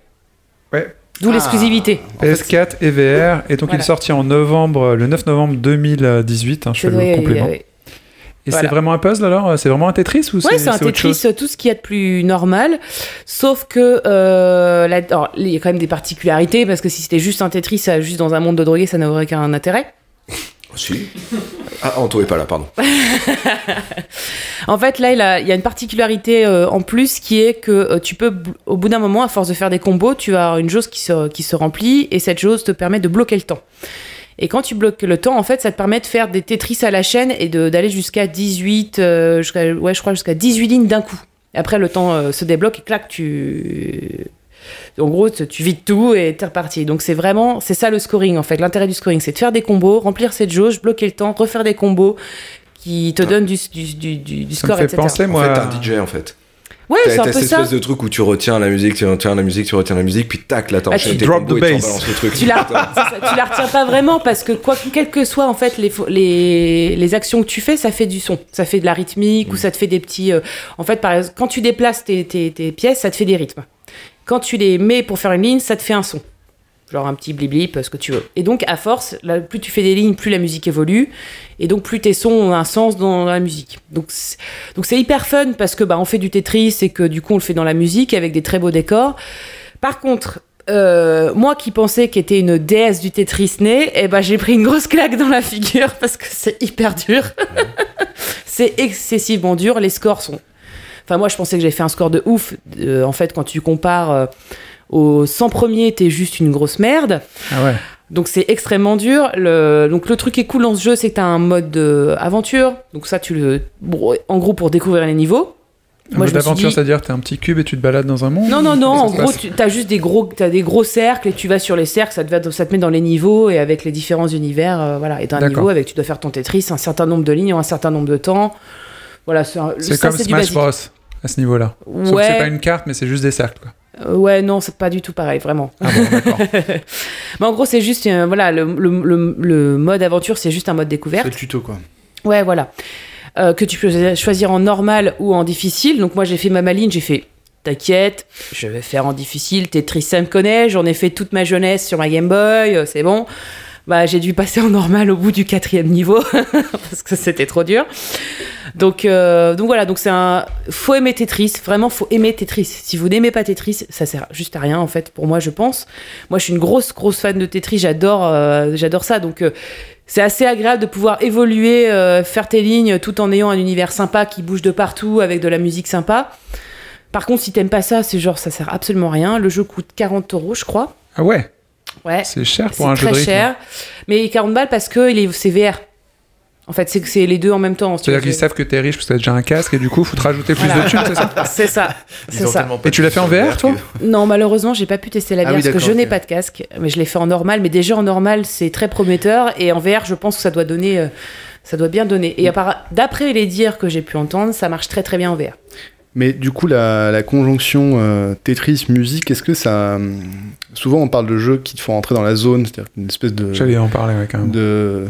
Speaker 1: Ouais.
Speaker 4: D'où l'exclusivité.
Speaker 1: Ah, PS4 et VR. Et donc, il
Speaker 4: Voilà.
Speaker 1: est sorti en novembre, euh, le 9 novembre 2018. hein, je fais
Speaker 4: Ouais,
Speaker 1: le
Speaker 4: ouais,
Speaker 1: complément.
Speaker 4: ouais.
Speaker 1: Et
Speaker 4: Voilà.
Speaker 1: c'est vraiment un puzzle alors euh, C'est vraiment un Tetris ou
Speaker 4: Ouais,
Speaker 1: c'est
Speaker 4: c'est un
Speaker 1: c'est autre
Speaker 4: Tetris,
Speaker 1: chose
Speaker 4: tout ce qu'il y a de plus normal. Sauf que euh, là, alors, il y a quand même des particularités, parce que si c'était juste un Tetris, ça, juste dans un monde de drogués, ça n'aurait qu'un intérêt.
Speaker 3: Oh,
Speaker 7: Si. Ah, Anto est pas là, pardon.
Speaker 4: En fait, là, il, a- il y a une particularité euh, en plus qui est que euh, tu peux, bl- au bout d'un moment, à force de faire des combos, tu as une jauge qui se, qui se remplit et cette jauge te permet de bloquer le temps. Et quand tu bloques le temps, en fait, ça te permet de faire des Tetris à la chaîne et de- d'aller jusqu'à 18, euh, jusqu'à- ouais, je crois jusqu'à 18 lignes d'un coup. Après, le temps euh, se débloque et clac, tu. En gros, tu tu vides tout et t'es reparti. Donc, c'est vraiment, c'est ça le scoring en fait. L'intérêt du scoring, c'est de faire des combos, remplir cette jauge, bloquer le temps, refaire des combos qui te donnent du, du, du, du- du
Speaker 1: Ça
Speaker 4: score,
Speaker 1: me fait
Speaker 4: etc.
Speaker 1: penser,
Speaker 7: En
Speaker 1: moi.
Speaker 7: fait, t'es
Speaker 1: à-
Speaker 7: un DJ en fait.
Speaker 4: Ouais,
Speaker 7: T'as
Speaker 4: c'est
Speaker 7: t'as
Speaker 4: un peu
Speaker 7: cette
Speaker 4: ça.
Speaker 7: espèce de truc où tu retiens la musique, tu retiens la musique, tu retiens la musique, puis tac, là
Speaker 1: Ah, tu
Speaker 7: t'enchaînes tes
Speaker 1: drop
Speaker 7: combos
Speaker 1: the
Speaker 7: et t'en
Speaker 1: bass.
Speaker 7: balances le truc.
Speaker 4: Tu la,
Speaker 7: Putain.
Speaker 4: c'est ça, tu la retiens pas vraiment parce que quoi, quelles que soient en fait les, fo- les, les actions que tu fais, ça fait du son, ça fait de la rythmique ou ça te fait des petits. euh, en fait, par exemple, quand tu déplaces tes, tes, tes pièces, ça te fait des rythmes. Quand tu les mets pour faire une ligne, ça te fait un son. Genre un petit blip ce que tu veux. Et donc, à force, là, plus tu fais des lignes, plus la musique évolue. Et donc, plus tes sons ont un sens dans la musique. Donc, c'est- donc c'est hyper fun parce que bah, on fait du Tetris et que du coup, on le fait dans la musique avec des très beaux décors. Par contre, euh, moi qui pensais qu'était une déesse du Tetris née, eh ben j'ai pris une grosse claque dans la figure parce que c'est hyper dur. c'est excessivement dur. Les scores sont. Enfin, moi je pensais que j'ai fait un score de ouf. Euh, en fait, quand tu compares euh, aux 100 premiers, t'es juste une grosse merde.
Speaker 1: Ah ouais.
Speaker 4: Donc c'est extrêmement dur. Le, donc le truc qui est cool dans ce jeu, c'est que t'as un mode de aventure. Donc ça, tu le. bon, en gros, pour découvrir les niveaux.
Speaker 1: Un
Speaker 4: Moi,
Speaker 1: mode
Speaker 4: je me suis
Speaker 1: d'aventure,
Speaker 4: dit-
Speaker 1: c'est-à-dire t'es un petit cube et tu te balades dans un monde
Speaker 4: Non, non, non.
Speaker 1: Qu'est-ce
Speaker 4: En
Speaker 1: qui se
Speaker 4: gros,
Speaker 1: passe
Speaker 4: tu as juste des gros, t'as des gros cercles et tu vas sur les cercles. Ça te, va- ça te met dans les niveaux et avec les différents univers. euh, voilà. Et t'as un
Speaker 1: D'accord.
Speaker 4: niveau avec, tu dois faire ton Tetris, un certain nombre de lignes en un certain nombre de temps. Voilà, c'est un-
Speaker 1: c'est
Speaker 4: ça,
Speaker 1: comme
Speaker 4: c'est du
Speaker 1: Smash
Speaker 4: basique.
Speaker 1: Bros à ce niveau-là. Sauf que c'est pas
Speaker 4: Ouais,
Speaker 1: une carte, mais c'est juste des cercles. Quoi.
Speaker 4: euh, ouais, non, c'est pas du tout pareil, vraiment.
Speaker 1: Ah bon, d'accord.
Speaker 4: Mais en gros, c'est juste, euh, voilà, le, le- le- le mode aventure, c'est juste un mode
Speaker 3: C'est le
Speaker 4: découverte.
Speaker 3: tuto, quoi.
Speaker 4: Ouais, voilà. Euh, que tu peux choisir en normal ou en difficile. Donc moi j'ai fait ma maline, j'ai fait t'inquiète, je vais faire en difficile, Tetris ça me connaît, j'en ai fait toute ma jeunesse sur ma Game Boy, euh, c'est bon. Bah j'ai dû passer en normal au bout du quatrième niveau parce que c'était trop dur. Donc, euh, donc voilà, donc c'est un faut aimer Tetris, vraiment faut aimer Tetris. Si vous n'aimez pas Tetris, ça sert juste à rien en fait pour moi je pense. Moi je suis une grosse grosse fan de Tetris, j'adore euh, j'adore ça donc euh, c'est assez agréable de pouvoir évoluer, euh, faire tes lignes tout en ayant un univers sympa qui bouge de partout avec de la musique sympa. Par contre, si t'aimes pas ça, c'est genre ça sert absolument à rien. Le jeu coûte 40 euros, je crois.
Speaker 1: ah ouais,
Speaker 4: Ouais,
Speaker 1: c'est cher pour
Speaker 4: c'est
Speaker 1: un jeu de
Speaker 4: très
Speaker 1: rythme.
Speaker 4: cher. Mais 40 balles parce que il est- c'est VR. En fait, c'est que c'est les deux en même temps. hein, si tu
Speaker 1: C'est-à-dire
Speaker 4: veux.
Speaker 1: qu'ils savent que t'es riche parce que t'as déjà un casque et du coup, faut te rajouter plus
Speaker 4: Voilà.
Speaker 1: de thunes, c'est ça
Speaker 4: C'est ça, c'est
Speaker 6: Ils ont
Speaker 4: ça.
Speaker 6: tellement pas
Speaker 1: Et tu l'as fait en
Speaker 6: de-
Speaker 1: VR, toi
Speaker 4: Non, malheureusement, j'ai pas pu tester la
Speaker 3: Ah
Speaker 4: VR
Speaker 3: oui,
Speaker 4: parce que
Speaker 3: d'accord,
Speaker 4: je n'ai
Speaker 3: ok.
Speaker 4: pas de casque, mais je l'ai fait en normal. Mais déjà en normal, c'est très prometteur et en VR, je pense que ça doit donner, euh, ça doit bien donner. Et à part- d'après les dires que j'ai pu entendre, ça marche très très bien en VR.
Speaker 3: Mais du coup, la, la conjonction euh, Tetris-musique, est-ce que ça. hum, Souvent, on parle de jeux qui te font rentrer dans la zone, c'est-à-dire une espèce de.
Speaker 1: J'allais en parler, ouais, quand même.
Speaker 3: de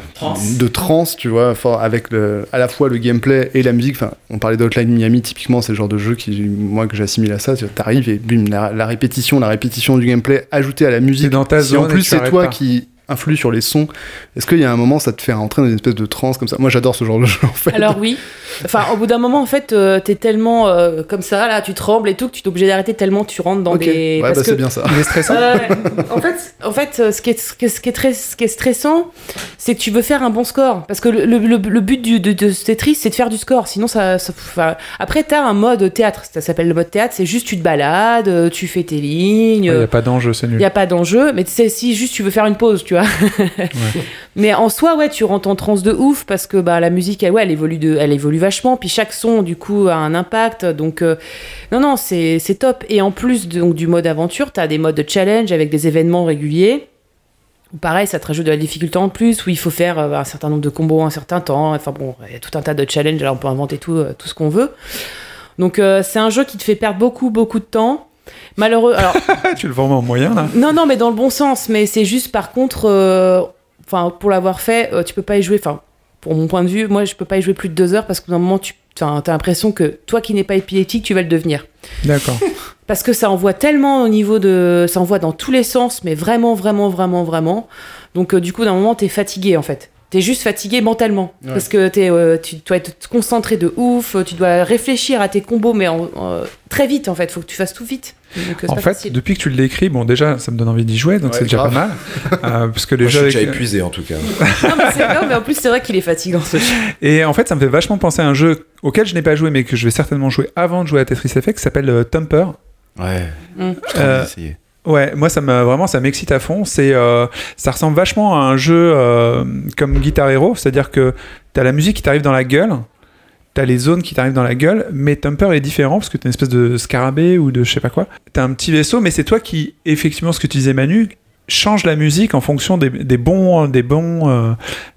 Speaker 3: de trance, tu vois, fort avec le, à la fois le gameplay et la musique. Enfin, on parlait d'Outline Miami, typiquement, c'est le genre de jeu qui, moi, que j'assimile à ça. Tu vois, T'arrives et bim, la, la répétition, la répétition du gameplay ajoutée à la musique.
Speaker 1: T'es dans ta
Speaker 3: Si en
Speaker 1: zone et
Speaker 3: plus
Speaker 1: tu
Speaker 3: c'est
Speaker 1: arrêtes
Speaker 3: toi
Speaker 1: pas.
Speaker 3: qui influe sur les sons, est-ce qu'il y a un moment ça te fait rentrer dans une espèce de transe comme ça Moi, j'adore ce genre de jeu en fait.
Speaker 4: Alors oui. Enfin, au bout d'un moment, en fait, euh, t'es tellement euh, comme ça, là, tu trembles et tout, que tu t'es obligé d'arrêter tellement tu rentres dans
Speaker 3: Ok. Ouais,
Speaker 4: des. parce
Speaker 3: bah,
Speaker 4: que-
Speaker 3: c'est bien ça.
Speaker 1: Il est stressant.
Speaker 4: Ouais, ouais. Euh, en fait, en fait euh, ce, qui est, ce qui est- ce qui est très, ce qui est stressant, c'est que tu veux faire un bon score. Parce que le, le- le- le but du, de, de ce Tetris, c'est de faire du score. Sinon, ça. ça- enfin, après, t'as un mode théâtre. Ça s'appelle le mode théâtre. C'est juste tu te balades, euh, tu fais tes lignes. euh,
Speaker 1: Il n'y a pas d'enjeu, c'est
Speaker 4: Il
Speaker 1: nul.
Speaker 4: n'y a pas d'enjeu, mais tu sais, si juste tu veux faire une pause, tu vois. Mais en soi, ouais, tu rentres en transe de ouf parce que bah, la musique, elle, ouais, elle, évolue de, elle évolue vachement. Puis chaque son, du coup, a un impact. Donc, euh, non, non, c'est c'est top. Et en plus donc, du mode aventure, tu as des modes de challenge avec des événements réguliers. Pareil, ça te rajoute de la difficulté en plus, où il faut faire euh, un certain nombre de combos en un certain temps. Enfin bon, il y a tout un tas de challenges, alors on peut inventer tout, euh, tout ce qu'on veut. Donc euh, c'est un jeu qui te fait perdre beaucoup, beaucoup de temps. Malheureux. Alors,
Speaker 1: Ah, tu le vends en moyen, là
Speaker 4: non, non, mais dans le bon sens. Mais c'est juste, par contre, euh, enfin, pour l'avoir fait, euh, tu peux pas y jouer. Enfin, pour mon point de vue, moi, je peux pas y jouer plus de deux heures parce que d'un moment, tu enfin, t'as l'impression que toi qui n'es pas épileptique, tu vas le devenir.
Speaker 1: D'accord.
Speaker 4: Parce que ça envoie tellement au niveau de. Ça envoie dans tous les sens, mais vraiment, vraiment, vraiment, vraiment. Donc, euh, du coup, d'un moment, t'es fatigué, en fait. T'es juste fatigué mentalement.
Speaker 3: Ouais.
Speaker 4: Parce que t'es, euh, tu dois être concentré de ouf, euh, tu dois réfléchir à tes combos, mais en- en- très vite en fait. Faut que tu fasses tout vite. Donc, euh, c'est
Speaker 1: En
Speaker 4: pas
Speaker 1: fait,
Speaker 4: facile.
Speaker 1: depuis que tu l'écris, bon, déjà, ça me donne envie d'y jouer, donc
Speaker 3: Ouais,
Speaker 1: c'est déjà
Speaker 3: grave.
Speaker 1: pas mal. Euh, parce que les
Speaker 7: Moi, je
Speaker 1: jeux
Speaker 7: suis
Speaker 1: avec-
Speaker 7: déjà épuisé en tout cas.
Speaker 4: Non, mais c'est- non, mais en plus, c'est vrai qu'il est fatigant ce jeu.
Speaker 1: Et en fait, ça me fait vachement penser à un jeu auquel je n'ai pas joué, mais que je vais certainement jouer avant de jouer à Tetris Effect, qui s'appelle euh, Thumper.
Speaker 6: Ouais,
Speaker 4: Mm.
Speaker 6: je t'en
Speaker 1: Euh,
Speaker 6: essayé.
Speaker 1: Ouais, moi ça me vraiment ça m'excite à fond. C'est euh, ça ressemble vachement à un jeu euh, comme Guitar Hero, c'est-à-dire que t'as la musique qui t'arrive dans la gueule, t'as les zones qui t'arrivent dans la gueule, mais Thumper est différent parce que t'es une espèce de scarabée ou de je sais pas quoi. T'as un petit vaisseau, mais c'est toi qui effectivement ce que tu disais Manu change la musique en fonction des, des bons des bons euh, de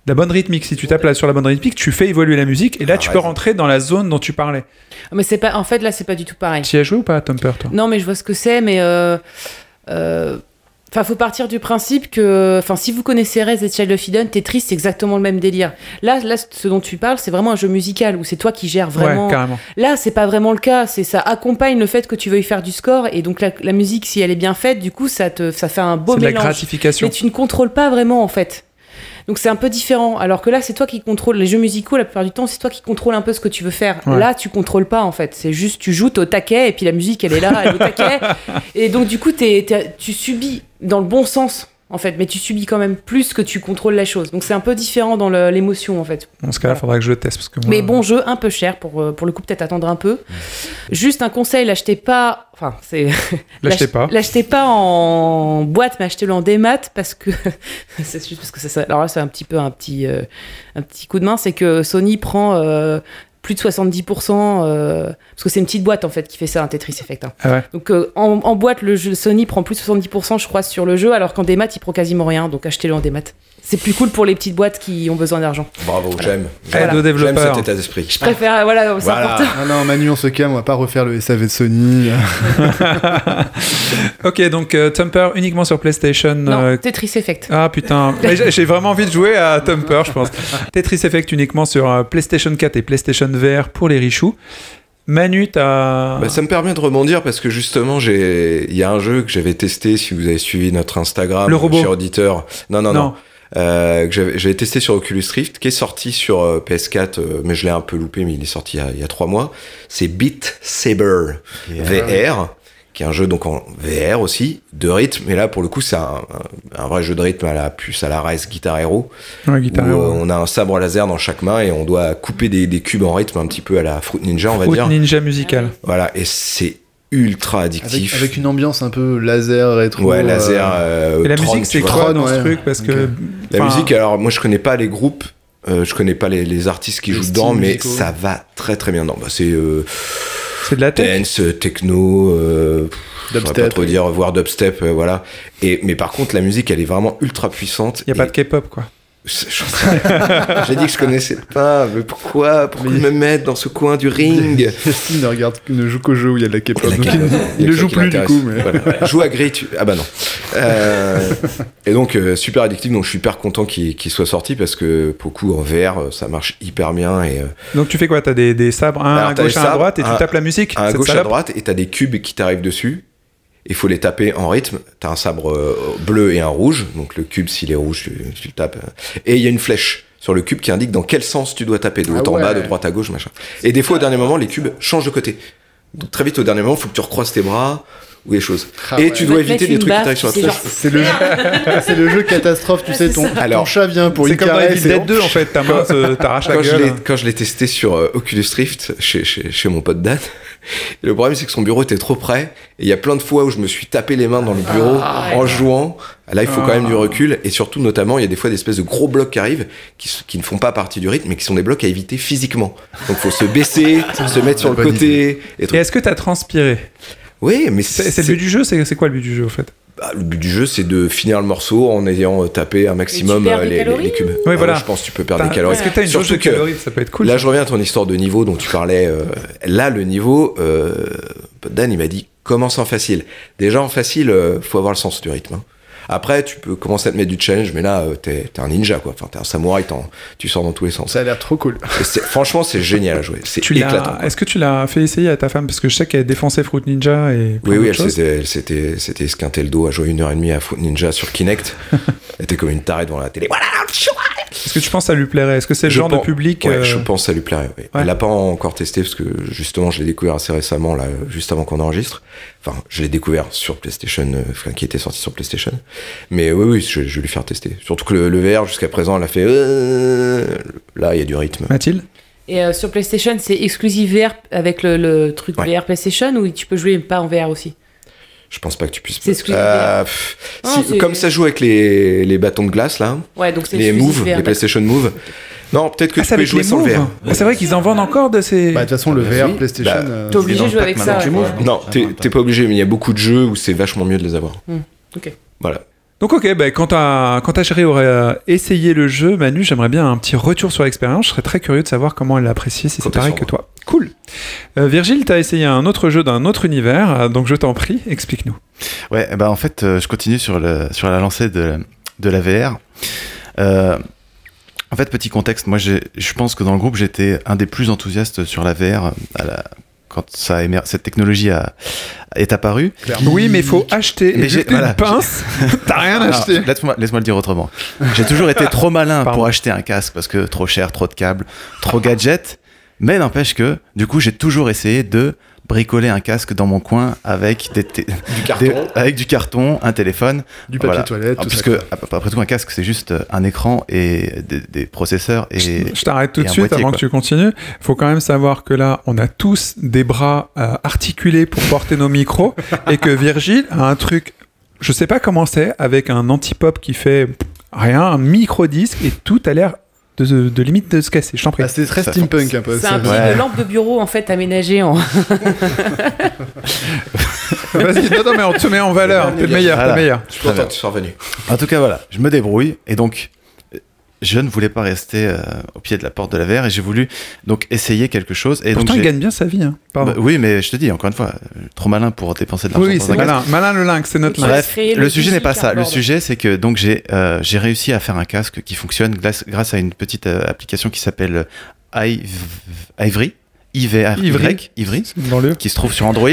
Speaker 1: la bonne rythmique. Si tu tapes là sur la bonne rythmique, tu fais évoluer la musique et là
Speaker 7: Ah,
Speaker 1: tu
Speaker 7: ouais.
Speaker 1: peux rentrer dans la zone dont tu parlais.
Speaker 4: Mais c'est pas. En fait, là, c'est pas du tout pareil.
Speaker 1: Tu y as joué ou pas à Thumper toi
Speaker 4: Non, mais je vois ce que c'est, mais. euh, euh, Enfin, faut partir du principe que, enfin, si vous connaissez Rez et Child of Eden, Tetris, c'est exactement le même délire. Là, là, ce dont tu parles, c'est vraiment un jeu musical où c'est toi qui gères vraiment.
Speaker 1: Ouais, carrément.
Speaker 4: là, c'est pas vraiment le cas. C'est ça accompagne le fait que tu veuilles faire du score et donc la, la musique, si elle est bien faite, du coup, ça te, ça fait un beau
Speaker 1: C'est de la
Speaker 4: mélange.
Speaker 1: gratification.
Speaker 4: Mais tu ne contrôles pas vraiment en fait. Donc c'est un peu différent. Alors que là, c'est toi qui contrôle les jeux musicaux. La plupart du temps, c'est toi qui contrôle un peu ce que tu veux faire.
Speaker 1: Ouais.
Speaker 4: Là, tu contrôles pas en fait. C'est juste tu joues, t'es au taquet et puis la musique, elle est là, elle est au taquet. Et donc du coup, t'es- t'as- tu subis dans le bon sens en fait, mais tu subis quand même plus que tu contrôles la chose. Donc c'est un peu différent dans le- l'émotion en fait.
Speaker 1: Dans ce cas-là,
Speaker 4: Voilà.
Speaker 1: faudrait que je le teste parce que moi,
Speaker 4: Mais bon jeu, un peu cher pour euh, pour le coup, peut-être attendre un peu. Juste un conseil, l'achetez pas. Enfin, c'est
Speaker 1: l'achetez
Speaker 4: L'ach-
Speaker 1: pas.
Speaker 4: L'achetez pas en boîte, mais achetez-le en démat parce que c'est juste parce que ça, ça- alors là c'est un petit peu un petit euh, un petit coup de main, c'est que Sony prend euh, plus de 70%, euh, parce que c'est une petite boîte en fait qui fait ça, un Tetris Effect. hein.
Speaker 1: Ah ouais.
Speaker 4: Donc euh, en, en boîte, le jeu, Sony prend plus de 70% je crois sur le jeu, alors qu'en démat il prend quasiment rien, donc achetez-le en démat. C'est plus cool pour les petites boîtes qui ont besoin d'argent.
Speaker 7: Bravo, j'aime.
Speaker 1: Aide aux
Speaker 7: J'aime
Speaker 1: développeurs.
Speaker 7: cet état d'esprit.
Speaker 4: Je préfère, voilà, c'est
Speaker 7: Voilà.
Speaker 4: important.
Speaker 3: Ah Non, non, Manu, on se calme, on va pas refaire le SAV de Sony.
Speaker 1: Ok, donc euh, Thumper uniquement sur PlayStation.
Speaker 4: Non,
Speaker 1: euh,
Speaker 4: Tetris Effect.
Speaker 1: Ah putain, Mais j'ai j'ai vraiment envie de jouer à Thumper, je pense. Tetris Effect uniquement sur euh, PlayStation 4 et PlayStation VR pour les richoux. Manu, t'as.
Speaker 7: Bah, ça me permet de rebondir parce que justement, j'ai, il y a un jeu que j'avais testé. Si vous avez suivi notre Instagram,
Speaker 1: Le robot.
Speaker 7: cher auditeur. Non, non, non. Euh, que j'avais j'avais testé sur Oculus Rift, qui est sorti sur euh, PS4, euh, mais je l'ai un peu loupé, mais il est sorti il y a, il y a trois mois. C'est Beat Saber VR, qui est un jeu donc en VR aussi de rythme. Mais là, pour le coup, c'est un, un- un vrai jeu de rythme à la puce à la Rise Guitar Hero,
Speaker 1: Ouais,
Speaker 7: où
Speaker 1: Guitar
Speaker 7: euh,
Speaker 1: Hero.
Speaker 7: on a un sabre laser dans chaque main et on doit couper des, des cubes en rythme un petit peu à la Fruit Ninja, on va
Speaker 1: Fruit
Speaker 7: dire. euh,
Speaker 1: Ninja musical.
Speaker 7: Voilà, et c'est ultra addictif.
Speaker 3: Avec, avec une ambiance un peu laser, rétro.
Speaker 7: Ouais, laser.
Speaker 3: euh,
Speaker 7: euh,
Speaker 1: Et la
Speaker 7: Tron,
Speaker 1: musique,
Speaker 7: tu
Speaker 1: c'est
Speaker 7: vois.
Speaker 1: quoi
Speaker 3: Tron,
Speaker 1: dans ce
Speaker 3: ouais.
Speaker 1: truc Parce que.
Speaker 3: Ok.
Speaker 7: La
Speaker 1: enfin,
Speaker 7: musique, alors moi je connais pas les groupes, euh, je connais pas les, les artistes qui
Speaker 3: Les
Speaker 7: jouent
Speaker 3: styles
Speaker 7: dedans, mais
Speaker 3: musicaux.
Speaker 7: ça va très très bien. Non, bah, c'est euh,
Speaker 1: C'est de la tech.
Speaker 7: dance, euh, techno, euh, pff, je saurais pas
Speaker 3: Dubstep,
Speaker 7: trop
Speaker 3: oui.
Speaker 7: dire, voire dubstep, euh, voilà. Et mais par contre, la musique, elle est vraiment ultra puissante.
Speaker 1: Il n'y a pas de
Speaker 7: et-
Speaker 1: K-pop, quoi.
Speaker 7: C'est- j'en sais rien. J'ai dit que je connaissais pas, mais pourquoi, pourquoi me mettre dans ce coin du ring
Speaker 3: Christine ne regarde, ne joue qu'au jeu où il y a de la K-pop.
Speaker 7: Il y en a
Speaker 3: donc
Speaker 7: qui-
Speaker 3: il-
Speaker 7: il y
Speaker 3: il
Speaker 7: a
Speaker 3: le
Speaker 7: que ça
Speaker 3: joue
Speaker 7: qui
Speaker 3: plus du
Speaker 7: l'intéresse.
Speaker 3: coup. Mais...
Speaker 7: Voilà. Joue à Grey, tu... Ah bah non. Euh, Et donc, euh, super addictif, donc je suis hyper content qu'il qu'il soit sorti parce que pour le coup, en VR, euh, ça marche hyper bien et euh,
Speaker 1: Donc tu fais quoi T'as des, des sabres, un
Speaker 7: Alors,
Speaker 1: à
Speaker 7: t'as
Speaker 1: gauche,
Speaker 7: les
Speaker 1: un à
Speaker 7: sabres,
Speaker 1: droite, et tu
Speaker 7: un-
Speaker 1: tapes la musique.
Speaker 7: à
Speaker 1: cette
Speaker 7: gauche, à
Speaker 1: salope
Speaker 7: droite, et t'as des cubes qui t'arrivent dessus. Il faut les taper en rythme. T'as un sabre euh, bleu et un rouge. Donc le cube, s'il est rouge, tu, tu le tapes. Et il y a une flèche sur le cube qui indique dans quel sens tu dois taper, de haut
Speaker 3: Ah
Speaker 7: en bas, de
Speaker 3: ouais.
Speaker 7: droite à gauche, machin. Et des fois, au dernier moment, les cubes changent de côté. Donc, très vite, au dernier moment, faut que tu recroises tes bras ou des choses.
Speaker 3: Ah
Speaker 7: et
Speaker 3: ouais.
Speaker 7: tu
Speaker 4: Je
Speaker 7: dois
Speaker 4: vais te
Speaker 7: éviter
Speaker 4: mettre
Speaker 7: des
Speaker 4: une
Speaker 7: trucs qui
Speaker 4: baffe,
Speaker 7: t'arrivent sur la
Speaker 4: c'est
Speaker 7: flèche.
Speaker 4: genre-
Speaker 3: C'est le, jeu- c'est le jeu catastrophe, tu sais, ton, ton
Speaker 7: Alors,
Speaker 3: chat vient pour
Speaker 1: C'est
Speaker 3: une
Speaker 1: comme dans
Speaker 3: caresse.
Speaker 1: Evil
Speaker 3: et
Speaker 1: Dead
Speaker 3: on-
Speaker 1: 2, en fait. Ta main se- t'arraches la
Speaker 7: quand je l'ai-
Speaker 1: gueule.
Speaker 7: quand je l'ai testé sur euh, Oculus Rift chez, chez, chez mon pote Dan, le problème c'est que son bureau était trop près et il y a plein de fois où je me suis tapé les mains dans le bureau
Speaker 1: Ah,
Speaker 7: en jouant. Là, il faut quand même du recul et surtout notamment il y a des fois des espèces de gros blocs qui arrivent qui, s- qui ne font pas partie du rythme mais qui sont des blocs à éviter physiquement. Donc faut se baisser, se mettre sur le
Speaker 3: Bonne
Speaker 7: côté et
Speaker 1: Et
Speaker 7: tout.
Speaker 1: est-ce que t'as transpiré
Speaker 7: Oui, mais
Speaker 1: C'est c'est le but du jeu C'est c'est quoi le but du jeu, au fait
Speaker 7: bah, le but du jeu, c'est de finir le morceau en ayant euh, tapé un maximum
Speaker 4: perds
Speaker 7: euh,
Speaker 4: des
Speaker 7: les, les-
Speaker 4: calories
Speaker 7: les cubes.
Speaker 1: Oui,
Speaker 7: Ah
Speaker 1: voilà.
Speaker 7: je pense que tu peux perdre
Speaker 1: T'as-
Speaker 7: des calories.
Speaker 1: Bah, Est-ce que t'as une
Speaker 7: Surtout
Speaker 1: jauge de
Speaker 7: que-
Speaker 1: calories Ça peut être cool.
Speaker 7: Là, je reviens à ton histoire de niveau dont tu parlais. euh, là, le niveau, euh, Dan, il m'a dit commence en facile. Déjà en facile, euh, faut avoir le sens du rythme. hein. Après, tu peux commencer à te mettre du challenge, mais là, euh, t'es t'es un ninja, quoi. Enfin, t'es un samouraï, t'en- tu sors dans tous les sens.
Speaker 3: Ça a l'air trop cool.
Speaker 7: Et c'est- Franchement, c'est génial à jouer. C'est
Speaker 1: Tu l'as-
Speaker 7: éclatant. quoi.
Speaker 1: Est-ce que tu l'as fait essayer à ta femme Parce que je sais qu'elle défonçait Fruit Ninja et. plein
Speaker 7: Oui, oui,
Speaker 1: d'autres
Speaker 7: elle
Speaker 1: choses.
Speaker 7: s'était, elle s'était, s'était esquintée le dos à jouer une heure et demie à Foot Ninja sur Kinect. elle était comme une tarée devant la télé. Voilà, chou-
Speaker 1: Est-ce que tu penses que ça lui plairait Est-ce que c'est le
Speaker 7: Je
Speaker 1: genre
Speaker 7: pense-
Speaker 1: de public
Speaker 7: ouais,
Speaker 1: euh,
Speaker 7: Je pense que ça lui plairait. oui. Elle l'a pas encore testé parce que justement, je l'ai découvert assez récemment, là, juste avant qu'on enregistre. Enfin, je l'ai découvert sur PlayStation, euh, enfin, qui était sorti sur PlayStation. Mais oui, oui, je, je vais lui faire tester. Surtout que le, le VR, jusqu'à présent, elle a fait. euh, Là, il y a du rythme.
Speaker 1: Mathilde
Speaker 4: Et euh, sur PlayStation, c'est exclusif VR avec le, le truc
Speaker 7: Ouais.
Speaker 4: VR PlayStation ou tu peux jouer pas en VR aussi
Speaker 7: Je pense pas que tu puisses.
Speaker 4: C'est exclusif.
Speaker 7: Ah, pff,
Speaker 4: Non,
Speaker 7: si-
Speaker 4: c'est-
Speaker 7: comme ça joue avec les, les bâtons de glace, là.
Speaker 4: Ouais, donc c'est
Speaker 7: les
Speaker 4: exclusif
Speaker 7: moves,
Speaker 4: VR.
Speaker 7: les PlayStation Move. Non, peut-être que
Speaker 1: Ah,
Speaker 7: tu
Speaker 1: c'est
Speaker 7: peux y
Speaker 1: avec
Speaker 7: jouer
Speaker 1: les
Speaker 7: sans le
Speaker 1: moves.
Speaker 7: VR.
Speaker 1: Ah, c'est vrai qu'ils en vendent encore de ces.
Speaker 3: Bah, de toute façon, le
Speaker 6: Bah,
Speaker 3: VR,
Speaker 6: oui.
Speaker 3: PlayStation.
Speaker 7: Bah,
Speaker 3: euh,
Speaker 4: T'es obligé de jouer avec ça.
Speaker 6: Pac-Man,
Speaker 4: ouais.
Speaker 6: tu vois.
Speaker 7: Non, t'es t'es pas obligé, mais il y a beaucoup de jeux où c'est vachement mieux de les avoir.
Speaker 4: ok.
Speaker 7: Voilà.
Speaker 1: Donc ok, ben quand, ta, quand ta chérie aurait euh, essayé le jeu, Manu, j'aimerais bien un petit retour sur l'expérience. Je serais très curieux de savoir comment elle l'a apprécié, si c'est
Speaker 7: Comptez
Speaker 1: pareil
Speaker 7: sur
Speaker 1: que
Speaker 7: moi.
Speaker 1: toi. Cool. Euh, Virgile, t'as essayé un autre jeu d'un autre univers, euh, donc je t'en prie, explique-nous.
Speaker 6: Ouais, bah en fait, euh, je continue sur, le, sur la lancée de, de la VR. Euh, en fait, petit contexte, moi j'ai- je pense que dans le groupe, j'étais un des plus enthousiastes sur la VR à la- quand ça a émer- cette technologie a, est apparue.
Speaker 3: clairement.
Speaker 1: Oui, mais faut acheter
Speaker 6: Mais Eh ben, j'ai-
Speaker 1: une
Speaker 6: voilà.
Speaker 1: pince. T'as rien
Speaker 6: Alors,
Speaker 1: acheté.
Speaker 6: Laisse-moi laisse-moi le dire autrement. J'ai toujours été trop malin
Speaker 1: Pardon.
Speaker 6: pour acheter un casque parce que trop cher, trop de câbles, trop gadgets. Mais n'empêche que, du coup, j'ai toujours essayé de bricoler un casque dans mon coin avec, des té-
Speaker 7: Du
Speaker 6: des- avec du carton, un téléphone.
Speaker 3: Du papier
Speaker 6: Voilà.
Speaker 3: toilette,
Speaker 6: Ah,
Speaker 3: tout
Speaker 6: parce
Speaker 3: ça.
Speaker 6: que, ap- après tout, un casque, c'est juste euh, un écran et des, des processeurs et.
Speaker 1: Je t'arrête tout
Speaker 6: et
Speaker 1: de
Speaker 6: un
Speaker 1: suite
Speaker 6: boîtier,
Speaker 1: avant
Speaker 6: quoi.
Speaker 1: que tu continues. Faut quand même savoir que là, on a tous des bras euh, articulés pour porter nos micros et que Virgile a un truc, je sais pas comment c'est, avec un anti-pop qui fait rien, un micro-disque et tout a l'air de, de, de limite de se casser. Je t'en prie.
Speaker 3: Ah, c'est très
Speaker 6: Ça-
Speaker 3: steampunk un peu.
Speaker 4: C'est un
Speaker 3: ça.
Speaker 4: peu
Speaker 6: Ouais.
Speaker 4: une lampe de bureau en fait aménagée en.
Speaker 1: Vas-y, non, non, mais on te met en valeur. T'es le meilleur, t'es
Speaker 6: Voilà.
Speaker 1: le meilleur.
Speaker 7: Je suis content que tu sois revenu.
Speaker 6: En tout cas, voilà, je me débrouille et donc euh, je ne voulais pas rester euh, au pied de la porte de la verre et j'ai voulu donc essayer quelque chose. Et
Speaker 1: Pourtant,
Speaker 6: donc,
Speaker 1: il
Speaker 6: j'ai-
Speaker 1: gagne bien sa vie. Hein. Pardon.
Speaker 6: Bah, oui, mais je te dis encore une fois, euh, trop malin pour dépenser de l'argent.
Speaker 1: oui, oui,
Speaker 6: dans
Speaker 1: c'est
Speaker 6: un casque.
Speaker 1: malin. Malin le lynx, c'est notre
Speaker 4: Ouais.
Speaker 1: lynx.
Speaker 6: Bref,
Speaker 4: Créer
Speaker 6: le
Speaker 4: le
Speaker 6: sujet n'est pas
Speaker 4: physique
Speaker 6: ça. Le
Speaker 4: cardboard.
Speaker 6: sujet, c'est que donc j'ai euh, j'ai réussi à faire un casque qui fonctionne grâce, grâce à une petite euh, application qui s'appelle euh, Iv- Ivory, IVR,
Speaker 1: Ivry.
Speaker 6: Ivory,
Speaker 1: Dans le.
Speaker 6: qui se trouve sur Android.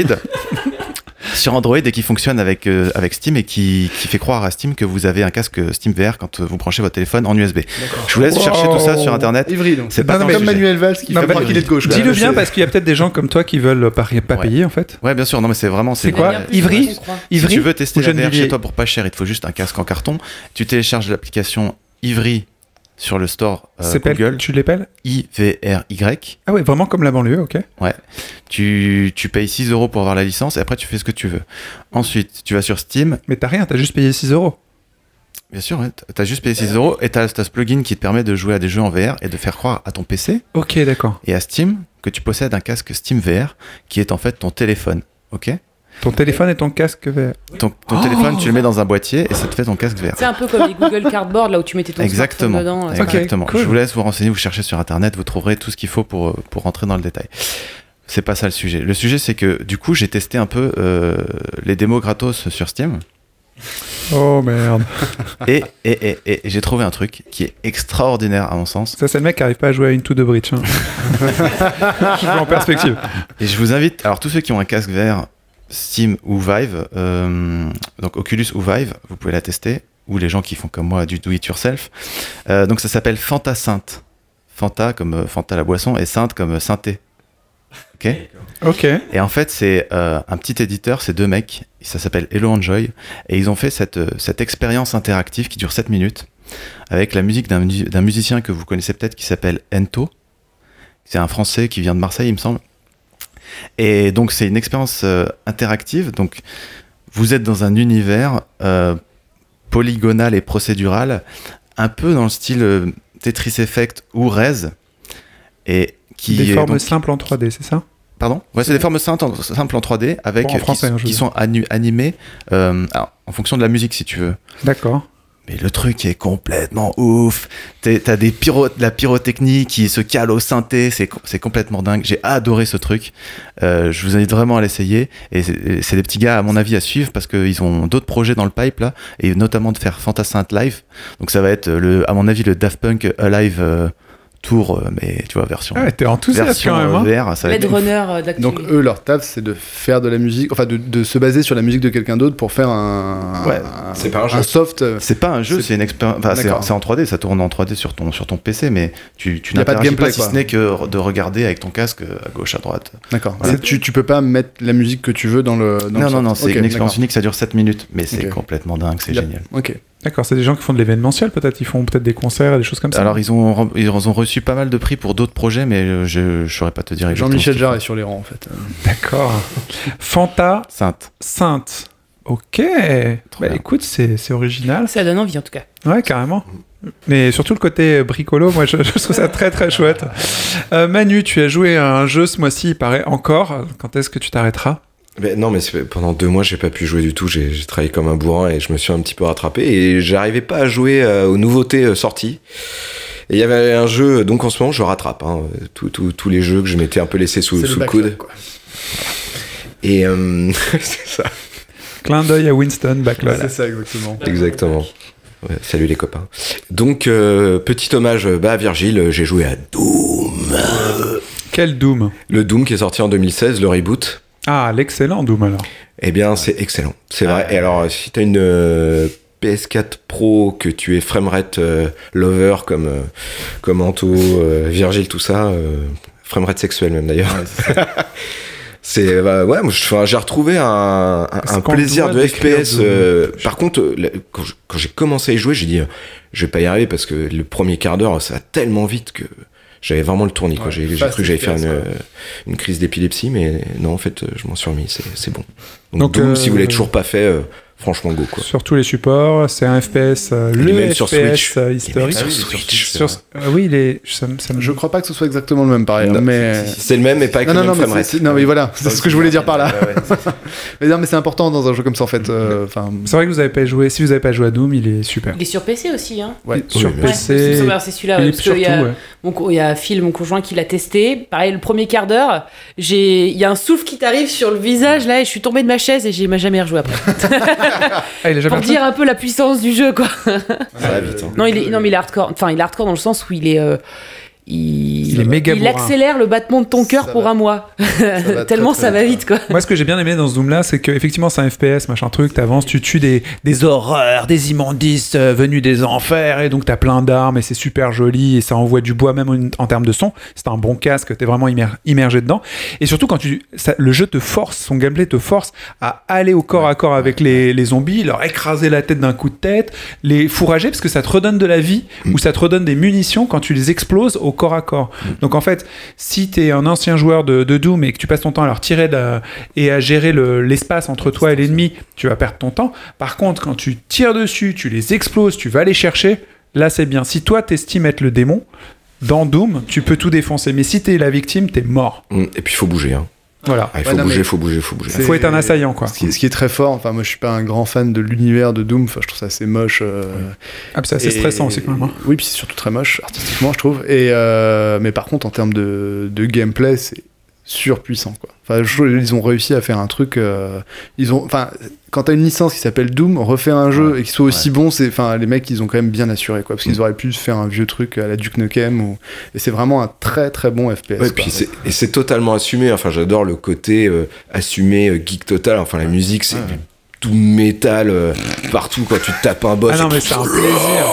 Speaker 6: sur Android et qui fonctionne avec, euh, avec Steam et qui, qui fait croire à Steam que vous avez un casque Steam VR quand euh, vous branchez votre téléphone en USB. Je vous laisse chercher tout ça sur Internet.
Speaker 3: Ivry, donc.
Speaker 6: C'est
Speaker 1: Non,
Speaker 6: pas
Speaker 1: non,
Speaker 6: tant
Speaker 1: mais
Speaker 6: le
Speaker 3: Comme
Speaker 6: sujet.
Speaker 3: Manuel Valls qui
Speaker 1: Non,
Speaker 3: fait
Speaker 1: mais-
Speaker 3: croire qu'il est de gauche.
Speaker 1: bah, Dis-le
Speaker 3: Ouais,
Speaker 1: bien
Speaker 3: c'est-
Speaker 1: parce qu'il y a peut-être des gens comme toi qui veulent pas, pas
Speaker 6: Ouais.
Speaker 1: payer en fait.
Speaker 6: Ouais, bien sûr. Non, mais c'est vraiment.
Speaker 1: C'est quoi
Speaker 4: Manière plus
Speaker 1: Ivry
Speaker 4: qu'on croit.
Speaker 1: Ivry
Speaker 6: si tu veux tester
Speaker 1: ou
Speaker 6: la VR
Speaker 1: Gennevilliers
Speaker 6: chez toi pour pas cher, il te faut juste un casque en carton. Tu télécharges l'application Ivry sur le store euh,
Speaker 1: S'appelle-
Speaker 6: Google,
Speaker 1: Tu l'appelles
Speaker 6: IVRY.
Speaker 1: Ah oui, vraiment comme la banlieue, ok.
Speaker 6: Tu, tu payes 6 euros pour avoir la licence et après tu fais ce que tu veux. Ensuite, tu vas sur Steam.
Speaker 1: Mais t'as rien, t'as juste payé 6 euros.
Speaker 6: Bien sûr, ouais, t- t'as juste payé 6 euros et t'as t'as ce plugin qui te permet de jouer à des jeux en VR et de faire croire à ton PC
Speaker 1: Ok, d'accord.
Speaker 6: et à Steam que tu possèdes un casque Steam VR qui est en fait ton téléphone. Ok
Speaker 1: Ton téléphone et ton casque vert.
Speaker 6: Ton, ton téléphone, tu le mets
Speaker 4: Oh.
Speaker 6: dans un boîtier et ça te fait ton casque VR.
Speaker 4: C'est un peu comme les Google Cardboard là où tu mettais ton
Speaker 6: Exactement.
Speaker 4: smartphone dedans. euh, là.
Speaker 1: Ok,
Speaker 6: Exactement.
Speaker 1: cool.
Speaker 6: Je vous laisse vous renseigner, vous cherchez sur internet, vous trouverez tout ce qu'il faut pour, euh, pour rentrer dans le détail. C'est pas ça le sujet. Le sujet, c'est que du coup, j'ai testé un peu euh, les démos gratos sur Steam
Speaker 1: Oh merde.
Speaker 6: et, et, et, et, et j'ai trouvé un truc qui est extraordinaire à mon sens.
Speaker 1: Ça, c'est le mec qui arrive pas à jouer à Into the Bridge. hein. Je vois en perspective.
Speaker 6: Et je vous invite, alors tous ceux qui ont un casque vert, Steam ou Vive, euh, donc Oculus ou Vive, vous pouvez la tester, ou les gens qui font comme moi du do it yourself. Euh, donc ça s'appelle Fanta Sainte. Fanta comme euh, Fanta la boisson et Sainte comme euh, synthé. Ok
Speaker 1: Ok.
Speaker 6: Et en fait, c'est euh, un petit éditeur, c'est deux mecs, ça s'appelle Hello Enjoy, et ils ont fait cette, euh, cette expérience interactive qui dure 7 minutes, avec la musique d'un mu- d'un musicien que vous connaissez peut-être qui s'appelle Ento. C'est un Français qui vient de Marseille, il me semble. Et donc, c'est une expérience euh, interactive, donc vous êtes dans un univers euh, polygonal et procédural, un peu dans le style euh, Tetris Effect ou Rez, et qui
Speaker 1: Des
Speaker 6: est
Speaker 1: formes
Speaker 6: donc-
Speaker 1: simples en 3D, c'est ça
Speaker 6: Pardon Ouais, c'est des formes simples en, simples en 3D avec
Speaker 1: Bon, en français,
Speaker 6: qui,
Speaker 1: hein, je veux
Speaker 6: qui
Speaker 1: dire.
Speaker 6: sont anu- animées euh, alors, en fonction de la musique si tu veux.
Speaker 1: D'accord.
Speaker 6: Mais le truc est complètement ouf. T'es- T'as des pyro, de la pyrotechnie qui se cale au synthé. C'est co- c'est complètement dingue. J'ai adoré ce truc. Euh, je vous invite vraiment à l'essayer. Et c'est et c'est des petits gars, à mon avis, à suivre parce qu'ils ont d'autres projets dans le pipe là, et notamment de faire Fantasint Live. Donc ça va être le, à mon avis, le Daft Punk Alive euh, Tour, euh, mais tu vois version.
Speaker 1: Ah, t'es enthousiaste
Speaker 6: version
Speaker 1: quand même.
Speaker 6: euh,
Speaker 1: hein.
Speaker 6: VR, ça va
Speaker 4: Blade
Speaker 6: être ouf.
Speaker 4: Runner euh, de l'actu.
Speaker 3: Donc eux, leur taf, c'est de faire de la musique, enfin de, de se baser sur la musique de quelqu'un d'autre pour faire un,
Speaker 6: Ouais,
Speaker 3: un-
Speaker 7: c'est pas un jeu.
Speaker 3: soft. euh,
Speaker 6: C'est pas un jeu,
Speaker 3: C'est-
Speaker 6: c'est une expérience. enfin, c'est
Speaker 3: D'accord.
Speaker 6: c'est en 3D, ça tourne en 3D sur ton, sur ton PC, mais tu, tu
Speaker 3: Y a pas de
Speaker 6: n'interagis pas,
Speaker 3: gameplay,
Speaker 6: si
Speaker 3: quoi.
Speaker 6: ce n'est que de regarder avec ton casque euh, à gauche, à droite.
Speaker 3: D'accord.
Speaker 6: Voilà.
Speaker 3: C'est- Tu, tu peux pas mettre la musique que tu veux dans le. dans le
Speaker 6: non,
Speaker 3: soft.
Speaker 6: non, non, c'est
Speaker 3: Ok,
Speaker 6: une expérience
Speaker 3: d'accord.
Speaker 6: unique, ça dure 7 minutes, mais c'est
Speaker 3: Ok.
Speaker 6: complètement dingue, c'est
Speaker 3: Yep.
Speaker 6: génial.
Speaker 3: Ok.
Speaker 1: D'accord, c'est des gens qui font de l'événementiel peut-être. Ils font peut-être des concerts, des choses comme ça.
Speaker 6: Alors, ils ont, re- ils ont reçu pas mal de prix pour d'autres projets, mais euh, je, je saurais pas te dire. exactement
Speaker 3: Jean-Michel
Speaker 6: ce qu'ils font.
Speaker 3: Jarre est sur les rangs en fait.
Speaker 1: D'accord. Fanta
Speaker 6: Sainte.
Speaker 1: Sainte. Ok. Bah,
Speaker 6: bien.
Speaker 1: écoute, c'est c'est original.
Speaker 4: Ça donne envie en tout cas.
Speaker 1: Ouais, carrément. Mais surtout le côté euh, bricolo, moi je, je trouve ça très très chouette. Euh, Manu, tu as joué à un jeu ce mois-ci, il paraît encore. Quand est-ce que tu t'arrêteras
Speaker 7: Mais non, mais c'est- pendant deux mois, j'ai pas pu jouer du tout. J'ai j'ai travaillé comme un bourrin et je me suis un petit peu rattrapé. Et j'arrivais pas à jouer euh, aux nouveautés euh, sorties. Et il y avait un jeu, donc en ce moment, je rattrape hein, tous- tous- tous les jeux que je m'étais un peu laissé sous,
Speaker 3: C'est
Speaker 7: sous
Speaker 3: le
Speaker 7: le
Speaker 3: backlog,
Speaker 7: coude.
Speaker 3: quoi.
Speaker 7: Et euh, c'est ça,
Speaker 1: Clin d'œil à Winston Backlot.
Speaker 3: C'est ça exactement.
Speaker 7: exactement. Ouais, salut les copains. Donc, euh, petit hommage bah, à Virgile, euh, j'ai joué à Doom.
Speaker 1: Quel Doom
Speaker 7: Le Doom qui est sorti en 2016, le reboot.
Speaker 1: Ah, l'excellent Doom alors.
Speaker 7: Eh bien, c'est excellent, c'est
Speaker 3: Ah.
Speaker 7: vrai. Et alors, si t'as une euh, PS4 Pro, que tu es framerate euh, lover comme, euh, comme Anto, euh, Virgile, tout ça, euh, framerate sexuel même d'ailleurs. c'est bah, ouais, moi, je- enfin, j'ai retrouvé un, un-
Speaker 1: Est-ce
Speaker 7: un
Speaker 1: qu'on
Speaker 7: plaisir
Speaker 1: doit
Speaker 7: de
Speaker 1: décrire
Speaker 7: FPS.
Speaker 1: Doom
Speaker 7: euh, par contre, euh, la- quand je- quand j'ai commencé à y jouer, j'ai dit, euh, je vais pas y arriver parce que le premier quart d'heure, ça va tellement vite que j'avais vraiment le tournis. quoi.
Speaker 3: Ouais,
Speaker 7: j'ai j'ai
Speaker 3: fast
Speaker 7: cru que j'allais faire
Speaker 3: FPS,
Speaker 7: une,
Speaker 3: quoi.
Speaker 7: euh, une crise d'épilepsie, mais non, en fait, euh, je m'en suis remis. C'est c'est bon. Donc,
Speaker 1: Donc,
Speaker 7: Doom,
Speaker 1: euh,
Speaker 7: si vous l'avez toujours pas fait, euh, franchement, go quoi.
Speaker 1: Sur tous les supports, c'est un FPS, euh,
Speaker 7: Il est
Speaker 1: le
Speaker 7: même
Speaker 1: FPS
Speaker 7: sur Switch.
Speaker 1: euh,
Speaker 7: Il est même
Speaker 1: historique.
Speaker 7: sur
Speaker 6: Ah oui, il est sur
Speaker 7: Switch.
Speaker 1: Sur- euh, oui, il est- ça, me- ça me
Speaker 3: Je crois pas que ce soit exactement le même pareil,
Speaker 7: Non,
Speaker 3: mais.
Speaker 7: C'est le même, mais pas avec
Speaker 3: Euh, Non,
Speaker 7: le
Speaker 3: non,
Speaker 7: même
Speaker 3: non, mais
Speaker 7: framerate.
Speaker 3: c'est- c'est- non, mais voilà, c'est ce que je voulais dire par là.
Speaker 6: Ouais, ouais, c'est ça.
Speaker 3: Mais non, mais c'est important dans un jeu comme ça en fait. euh, Enfin,
Speaker 1: C'est vrai que vous avez pas joué. Si vous n'avez pas joué à Doom, il est super.
Speaker 4: Il est sur PC aussi, hein.
Speaker 3: ouais.
Speaker 1: Sur
Speaker 7: Oui, oui.
Speaker 1: PC.
Speaker 4: Ouais, c'est celui-là.
Speaker 1: il est
Speaker 4: parce qu'il
Speaker 1: surtout.
Speaker 4: y a-
Speaker 1: ouais.
Speaker 4: Mon co- il y a Phil, mon conjoint, qui l'a testé. Pareil, le premier quart d'heure, j'ai, il y a un souffle qui t'arrive sur le visage là, et je suis tombée de ma chaise et j'ai m'a jamais rejoué après.
Speaker 1: Ah, il est jamais
Speaker 4: Pour dire un peu la puissance du jeu, quoi.
Speaker 7: Ça va vite. hein.
Speaker 4: Non, il est, non, mais il est hardcore. Enfin, il est hardcore dans le sens où il est, euh, il,
Speaker 1: Il est méga
Speaker 4: il
Speaker 1: bourrin.
Speaker 4: accélère le battement de ton cœur
Speaker 3: Ça
Speaker 4: pour
Speaker 3: va.
Speaker 4: un mois.
Speaker 3: va
Speaker 4: Tellement
Speaker 3: très,
Speaker 4: ça
Speaker 3: très
Speaker 4: va
Speaker 3: vite,
Speaker 4: vite, quoi.
Speaker 1: Moi, ce que j'ai bien aimé dans ce Doom-là, c'est qu'effectivement, c'est un FPS, machin truc, t'avances, tu tues des, des horreurs, des immondices euh, venus des enfers, et donc t'as plein d'armes, et c'est super joli, et ça envoie du bois, même en, en termes de son. C'est un bon casque, t'es vraiment immer- immergé dedans. Et surtout, quand tu, ça- le jeu te force, son gameplay te force à aller au corps à corps avec les, les zombies, leur écraser la tête d'un coup de tête, les fourrager, parce que ça te redonne de la vie, ou ça te redonne des munitions quand tu les exploses au corps à corps. Donc en fait, si t'es un ancien joueur de, de Doom et que tu passes ton temps à leur tirer de la- et à gérer le- l'espace entre toi et l'ennemi, tu vas perdre ton temps. Par contre, quand tu tires dessus, tu les exploses, tu vas les chercher, là c'est bien. Si toi t'estimes être le démon, dans Doom, tu peux tout défoncer. Mais si t'es la victime, t'es mort.
Speaker 7: Mm, Et puis, il faut bouger. Hein.
Speaker 1: Voilà.
Speaker 7: Ah, il
Speaker 3: Ouais,
Speaker 7: faut
Speaker 3: non,
Speaker 7: bouger,
Speaker 3: mais-
Speaker 7: faut bouger, faut bouger.
Speaker 3: C'est-
Speaker 1: Faut être un assaillant, quoi.
Speaker 3: Ce qui, ce qui est très fort, enfin moi je suis pas un grand fan de l'univers de Doom, enfin je trouve ça assez moche. euh,
Speaker 1: Ah, c'est assez
Speaker 3: Et-
Speaker 1: stressant aussi quand même. hein.
Speaker 3: Oui, puis c'est surtout très moche artistiquement, je trouve. Et euh, mais par contre, en termes de, de gameplay, c'est surpuissant. Quoi. Enfin, je trouve ils ont réussi à faire un truc. euh, ils ont, enfin, quand t'as une licence qui s'appelle Doom, refaire un jeu
Speaker 6: Ouais,
Speaker 3: et qu'il soit aussi
Speaker 6: ouais. Mm.
Speaker 3: bon, c'est, enfin, les mecs, ils ont quand même bien assuré, quoi, parce qu'ils auraient pu faire un vieux truc à la Duke Nukem. Ou... Et c'est vraiment un très très bon FPS.
Speaker 7: Ouais,
Speaker 3: quoi.
Speaker 7: puis c'est- et c'est totalement assumé. Enfin, j'adore le côté euh, assumé, euh, geek total. Enfin, la musique, c'est du tout métal euh, partout quand tu tapes un boss.
Speaker 1: Ah non,
Speaker 7: c'est-
Speaker 1: mais c'est un plaisir.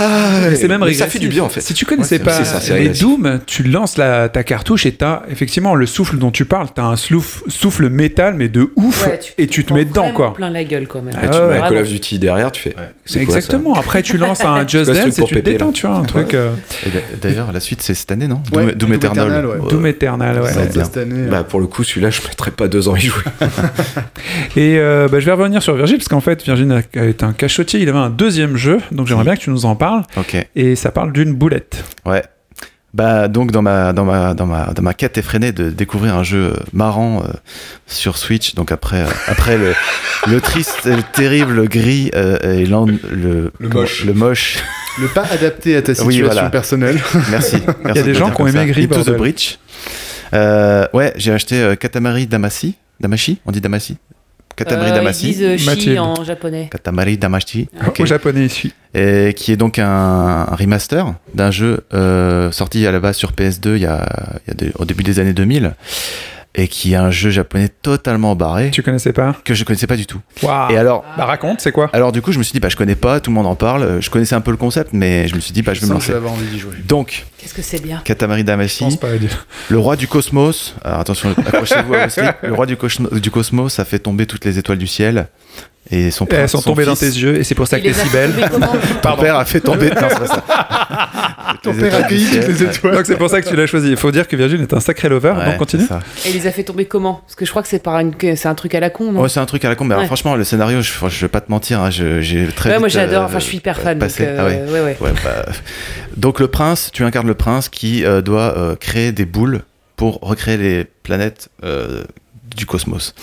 Speaker 7: Ah,
Speaker 1: Mais c'est même
Speaker 7: mais Ça
Speaker 1: régressif.
Speaker 7: fait du bien en fait.
Speaker 1: Si tu connaissais
Speaker 6: Ouais, c'est-
Speaker 1: pas
Speaker 7: c'est ça, c'est
Speaker 1: les
Speaker 7: régressif.
Speaker 1: Doom, tu lances la, ta cartouche et t'as effectivement le souffle dont tu parles. T'as un souffle, souffle métal, mais de ouf,
Speaker 4: Ouais,
Speaker 1: et tu te
Speaker 4: prends
Speaker 1: mets dedans,
Speaker 4: vraiment
Speaker 1: quoi.
Speaker 4: plein la gueule, quand même.
Speaker 1: Ah
Speaker 7: Et tu
Speaker 1: ouais,
Speaker 7: mets un
Speaker 4: vraiment.
Speaker 7: Call of Duty derrière, tu fais.
Speaker 6: Ouais.
Speaker 7: c'est quoi, ça
Speaker 1: Exactement. Après, tu lances un Just
Speaker 7: quoi ce truc
Speaker 1: Dance et
Speaker 7: pour
Speaker 1: tu te
Speaker 7: pépé, là
Speaker 1: détends, tu vois, un truc euh,
Speaker 6: Et d'a- D'ailleurs, la suite, c'est cette année, non
Speaker 3: Ouais,
Speaker 6: Doom, Doom
Speaker 3: Doom
Speaker 6: Eternal. Euh,
Speaker 3: Eternal, ouais.
Speaker 1: Doom Eternal, Ah, ouais.
Speaker 3: Ça,
Speaker 6: Ouais, bien.
Speaker 3: cette année, euh,
Speaker 7: Bah, pour le coup, celui-là, je mettrais pas deux ans à y jouer.
Speaker 1: Et euh, bah, je vais revenir sur Virgile, parce qu'en fait, Virgile a- est un cachotier. Il avait un deuxième jeu, donc j'aimerais bien que tu nous en parles.
Speaker 6: Ok.
Speaker 1: Et ça parle d'une boulette.
Speaker 6: Ouais. Bah donc dans ma dans ma dans ma dans ma quête effrénée de découvrir un jeu euh, marrant euh, sur Switch donc après euh, après le, le triste le terrible gris euh, et l'en- le
Speaker 7: Le moche.
Speaker 6: le moche
Speaker 3: Le euh, pas adapté à ta situation
Speaker 6: Oui, voilà.
Speaker 3: personnelle.
Speaker 6: merci il
Speaker 1: des gens qui ont aimé Gris,
Speaker 6: Into the
Speaker 1: bordel.
Speaker 6: Breach Euh, ouais j'ai acheté euh, Katamari Damacy Damashi on dit Damacy Katamari
Speaker 4: Euh,
Speaker 6: Damacy
Speaker 4: Ils disent Ah. euh,
Speaker 1: Mathilde.
Speaker 4: chi en japonais.
Speaker 6: Katamari Damashi ok.
Speaker 1: Au japonais ici.
Speaker 6: et qui est donc un, un remaster d'un jeu euh, sorti à la base sur PS2 il y a, il y a des- au début des années 2000 et qui est un jeu japonais totalement barré
Speaker 1: Tu connaissais pas
Speaker 6: que je connaissais pas du tout.
Speaker 1: Waouh.
Speaker 6: Et alors,
Speaker 1: Bah raconte, c'est quoi
Speaker 6: alors du coup, je me suis dit bah je connais pas, tout le monde en parle, euh, je connaissais un peu le concept mais je me suis dit bah je vais me
Speaker 3: Sans
Speaker 6: lancer.
Speaker 3: avoir envie d'y jouer.
Speaker 6: Donc,
Speaker 4: Qu'est-ce que c'est bien
Speaker 6: Katamari
Speaker 1: Je pense
Speaker 6: Damacy,
Speaker 1: pas à dire.
Speaker 6: le roi du cosmos. Alors, attention, accrochez-vous à vos slips. Le roi du, cosmo- du cosmos a fait tomber toutes les étoiles du ciel et son
Speaker 1: Et
Speaker 6: prince-
Speaker 1: Elles sont
Speaker 6: Bah, son
Speaker 1: tombées dans tes
Speaker 6: fils-
Speaker 1: yeux et c'est pour ça que
Speaker 4: Il
Speaker 1: t'es
Speaker 4: les a
Speaker 1: si belle.
Speaker 4: trouvés comment
Speaker 6: Ton père a fait tomber. non, c'est pas ça.
Speaker 3: Ton
Speaker 6: Les
Speaker 3: père a
Speaker 6: étoiles du
Speaker 3: cueilli
Speaker 6: ciel.
Speaker 3: toutes les étoiles. Euh,
Speaker 1: Donc c'est pour ça que tu l'as choisi. Il faut dire que Virgile est un sacré lover,
Speaker 6: Ouais,
Speaker 1: Ah, donc continue.
Speaker 6: c'est ça.
Speaker 4: Et il les a fait tomber comment Parce que je crois que c'est par une... que c'est un truc à la con, non
Speaker 6: Ouais, Oh, c'est un truc à la con, mais alors
Speaker 4: Ouais.
Speaker 6: franchement, le scénario, je, je vais pas te mentir, hein, je- j'ai très.
Speaker 4: Ouais, moi
Speaker 6: vite,
Speaker 4: j'adore,
Speaker 6: euh,
Speaker 4: enfin je suis hyper fan.
Speaker 6: passé.
Speaker 4: donc, euh,
Speaker 6: Ah ouais.
Speaker 4: ouais, ouais.
Speaker 6: Ouais, bah, Donc le prince, tu incarnes le prince qui euh, doit euh, créer des boules pour recréer les planètes euh, du cosmos.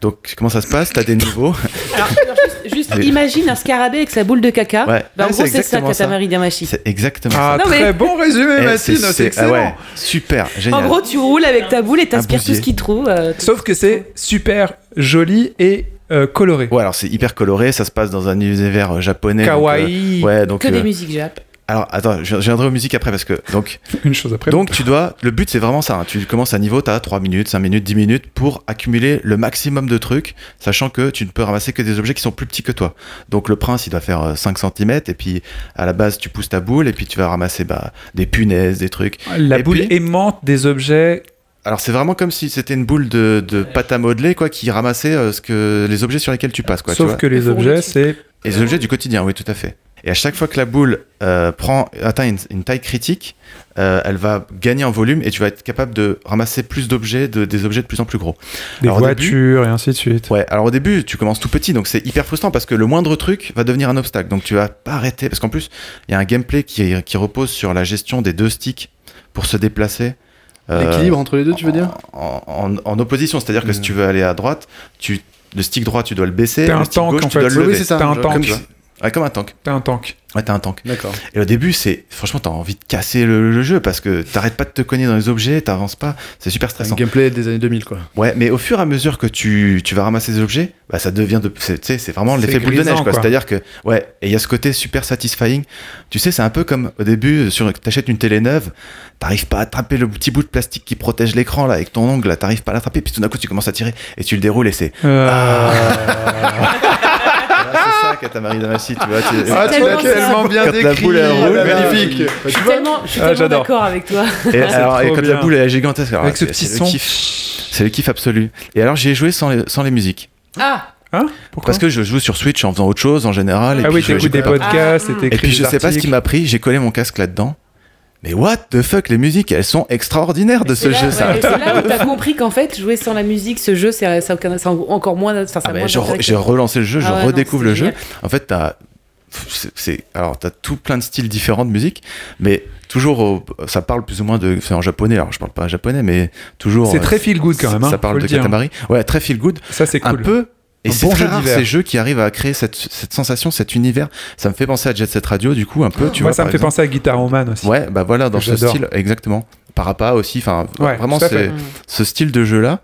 Speaker 6: Donc comment ça se passe T'as des niveaux.
Speaker 4: Alors, alors, juste, juste
Speaker 6: Mais-
Speaker 4: imagine un scarabée avec sa boule de caca.
Speaker 6: Ouais.
Speaker 4: Bah, en
Speaker 6: Ouais,
Speaker 4: gros,
Speaker 6: c'est
Speaker 4: c'est ça,
Speaker 6: exactement ça.
Speaker 4: Katamari Damashi.
Speaker 6: C'est exactement
Speaker 1: Ah,
Speaker 6: ça.
Speaker 4: Non, mais-
Speaker 1: très bon résumé,
Speaker 6: Eh,
Speaker 1: Mathilde, c'est
Speaker 6: ah
Speaker 1: excellent.
Speaker 6: ouais, super, génial.
Speaker 4: En gros, tu roules avec ta boule et t'aspires tout
Speaker 6: bousier.
Speaker 4: ce qu'il trouve. euh, tout-
Speaker 1: Sauf que c'est super joli et euh, coloré.
Speaker 6: Ouais, alors c'est hyper coloré, ça se passe dans un univers euh, japonais. donc, euh,
Speaker 1: Kawaii.
Speaker 6: ouais, donc.
Speaker 4: que
Speaker 6: euh,
Speaker 4: des musiques jap.
Speaker 6: alors attends, je je viendrai aux musiques après parce que donc
Speaker 1: Une chose après.
Speaker 6: Donc tu dois, le but c'est vraiment ça, hein. tu commences à un niveau, tu as 3 minutes, 5 minutes, 10 minutes pour accumuler le maximum de trucs, sachant que tu ne peux ramasser que des objets qui sont plus petits que toi. Donc le prince il doit faire euh, 5 cm et puis à la base tu pousses ta boule et puis tu vas ramasser bah, des punaises, des trucs.
Speaker 1: la
Speaker 6: et
Speaker 1: boule
Speaker 6: puis-
Speaker 1: aimante des objets.
Speaker 6: Alors c'est vraiment comme si c'était une boule de, de pâte à modeler quoi, qui ramassait euh, ce que, les objets sur lesquels tu passes. Quoi, tu
Speaker 1: sauf
Speaker 6: vois.
Speaker 1: que
Speaker 4: Il
Speaker 1: les
Speaker 4: faut
Speaker 1: objets,
Speaker 4: rouler
Speaker 1: c'est.
Speaker 6: Et les objets du quotidien, oui, tout à fait. Et à chaque fois que la boule euh, prend, atteint une, une taille critique, euh, elle va gagner en volume et tu vas être capable de ramasser plus d'objets, de- des objets de plus en plus gros.
Speaker 1: Des
Speaker 6: Alors, au début-
Speaker 1: voitures et ainsi de suite.
Speaker 6: Ouais, alors au début, tu commences tout petit, donc c'est hyper frustrant parce que le moindre truc va devenir un obstacle. Donc tu vas pas arrêter, parce qu'en plus, il y a un gameplay qui, qui repose sur la gestion des deux sticks pour se déplacer. euh,
Speaker 3: L'équilibre entre les deux, tu veux dire
Speaker 6: en, en- en opposition, c'est-à-dire que si
Speaker 3: Mm.
Speaker 6: tu veux aller à droite, tu, le stick droit, tu dois le baisser,
Speaker 1: T'es
Speaker 6: le
Speaker 1: un
Speaker 6: stick
Speaker 1: tank,
Speaker 6: gauche,
Speaker 1: en
Speaker 6: tu
Speaker 1: fait.
Speaker 6: dois le
Speaker 3: Oui,
Speaker 6: lever.
Speaker 3: oui, c'est ça.
Speaker 1: T'as un
Speaker 3: je-
Speaker 1: tank.
Speaker 6: Comme
Speaker 3: comme-
Speaker 6: si- ouais, comme un tank.
Speaker 1: T'es un tank.
Speaker 6: Ouais, t'as un tank.
Speaker 3: D'accord.
Speaker 6: Et au début, c'est franchement, t'as envie de casser le, le jeu parce que t'arrêtes pas de te cogner dans les objets, t'avances pas, c'est super
Speaker 3: Un
Speaker 6: stressant.
Speaker 3: gameplay des années 2000, quoi.
Speaker 6: Ouais, mais au fur et à mesure que tu, tu vas ramasser des objets, bah ça devient de, c'est- tu sais, c'est vraiment
Speaker 1: C'est
Speaker 6: l'effet boule de neige,
Speaker 1: grisant,
Speaker 6: quoi.
Speaker 1: quoi.
Speaker 6: C'est-à-dire que, ouais, et il y a ce côté super satisfying. Tu sais, c'est un peu comme au début, sur, t'achètes une télé neuve, t'arrives pas à attraper le petit bout de plastique qui protège l'écran là avec ton ongle, là, t'arrives pas à l'attraper, puis tout d'un coup tu commences à tirer et tu le déroules et c'est.
Speaker 1: Euh,
Speaker 6: Ah, c'est ça, Katamari Damacy, tu vois. tu-
Speaker 4: Ah, tu l'as tellement
Speaker 6: Quand euh, la boule, elle roule,
Speaker 3: magnifique.
Speaker 4: Je suis tellement, je
Speaker 6: Ah,
Speaker 4: suis tellement
Speaker 1: j'adore.
Speaker 4: d'accord avec toi.
Speaker 6: Et, alors,
Speaker 1: Ah, trop
Speaker 6: et quand
Speaker 1: bien.
Speaker 6: la boule elle est gigantesque, alors,
Speaker 1: Avec ce
Speaker 6: c'est-
Speaker 1: petit
Speaker 6: c'est le
Speaker 1: son.
Speaker 6: kiff. C'est le kiff absolu. Et alors j'y ai joué sans les, sans les musiques.
Speaker 4: Ah,
Speaker 1: Hein Pourquoi
Speaker 6: parce que je joue sur Switch en faisant autre chose en général. et
Speaker 1: Ah
Speaker 6: puis
Speaker 1: oui,
Speaker 6: je-
Speaker 1: t'écoutes
Speaker 6: j'ai
Speaker 1: des
Speaker 6: pas-
Speaker 1: podcasts
Speaker 4: Ah,
Speaker 1: et t'écris
Speaker 6: Et puis je
Speaker 1: des
Speaker 6: sais pas ce qui
Speaker 1: articles.
Speaker 6: m'a pris, j'ai collé mon casque là-dedans. Mais what the fuck, les musiques, elles sont extraordinaires de
Speaker 4: c'est
Speaker 6: ce
Speaker 4: là,
Speaker 6: jeu. ça.
Speaker 4: ouais, c'est là où t'as compris qu'en fait, jouer sans la musique, ce jeu, c'est ça a aucun- ça a encore moins. Enfin, ça
Speaker 6: Ah
Speaker 4: a
Speaker 6: bah,
Speaker 4: moins
Speaker 6: je re-
Speaker 4: d'intérêt que-
Speaker 6: j'ai relancé le jeu, je
Speaker 4: Ah ouais, non,
Speaker 6: redécouvre
Speaker 4: c'est
Speaker 6: le jeu.
Speaker 4: génial.
Speaker 6: En fait, t'as c'est- c'est alors t'as tout plein de styles différents de musique, mais toujours au- ça parle plus ou moins de c'est en japonais. Alors je parle pas japonais, mais toujours
Speaker 1: C'est
Speaker 6: euh,
Speaker 1: très feel good quand même. hein,
Speaker 6: Ça
Speaker 1: faut
Speaker 6: parle
Speaker 1: le
Speaker 6: de
Speaker 1: dire.
Speaker 6: Katamari. Ouais, très feel good.
Speaker 1: Ça, c'est
Speaker 6: un
Speaker 1: cool.
Speaker 6: peu. Et
Speaker 1: Un
Speaker 6: c'est
Speaker 1: bon
Speaker 6: très
Speaker 1: jeu
Speaker 6: rare
Speaker 1: d'hiver.
Speaker 6: ces jeux qui arrivent à créer cette, cette sensation, cet univers. Ça me fait penser à Jet Set Radio, du coup, un peu. tu
Speaker 1: Moi,
Speaker 6: vois,
Speaker 1: ça me
Speaker 6: par
Speaker 1: fait
Speaker 6: exemple.
Speaker 1: penser à Guitar Roman aussi.
Speaker 6: Ouais, bah voilà, dans
Speaker 1: Que
Speaker 6: ce
Speaker 1: j'adore.
Speaker 6: style, exactement. Parappa aussi, enfin,
Speaker 1: Ouais,
Speaker 6: vraiment,
Speaker 1: tout à fait.
Speaker 6: c'est ce style de jeu-là.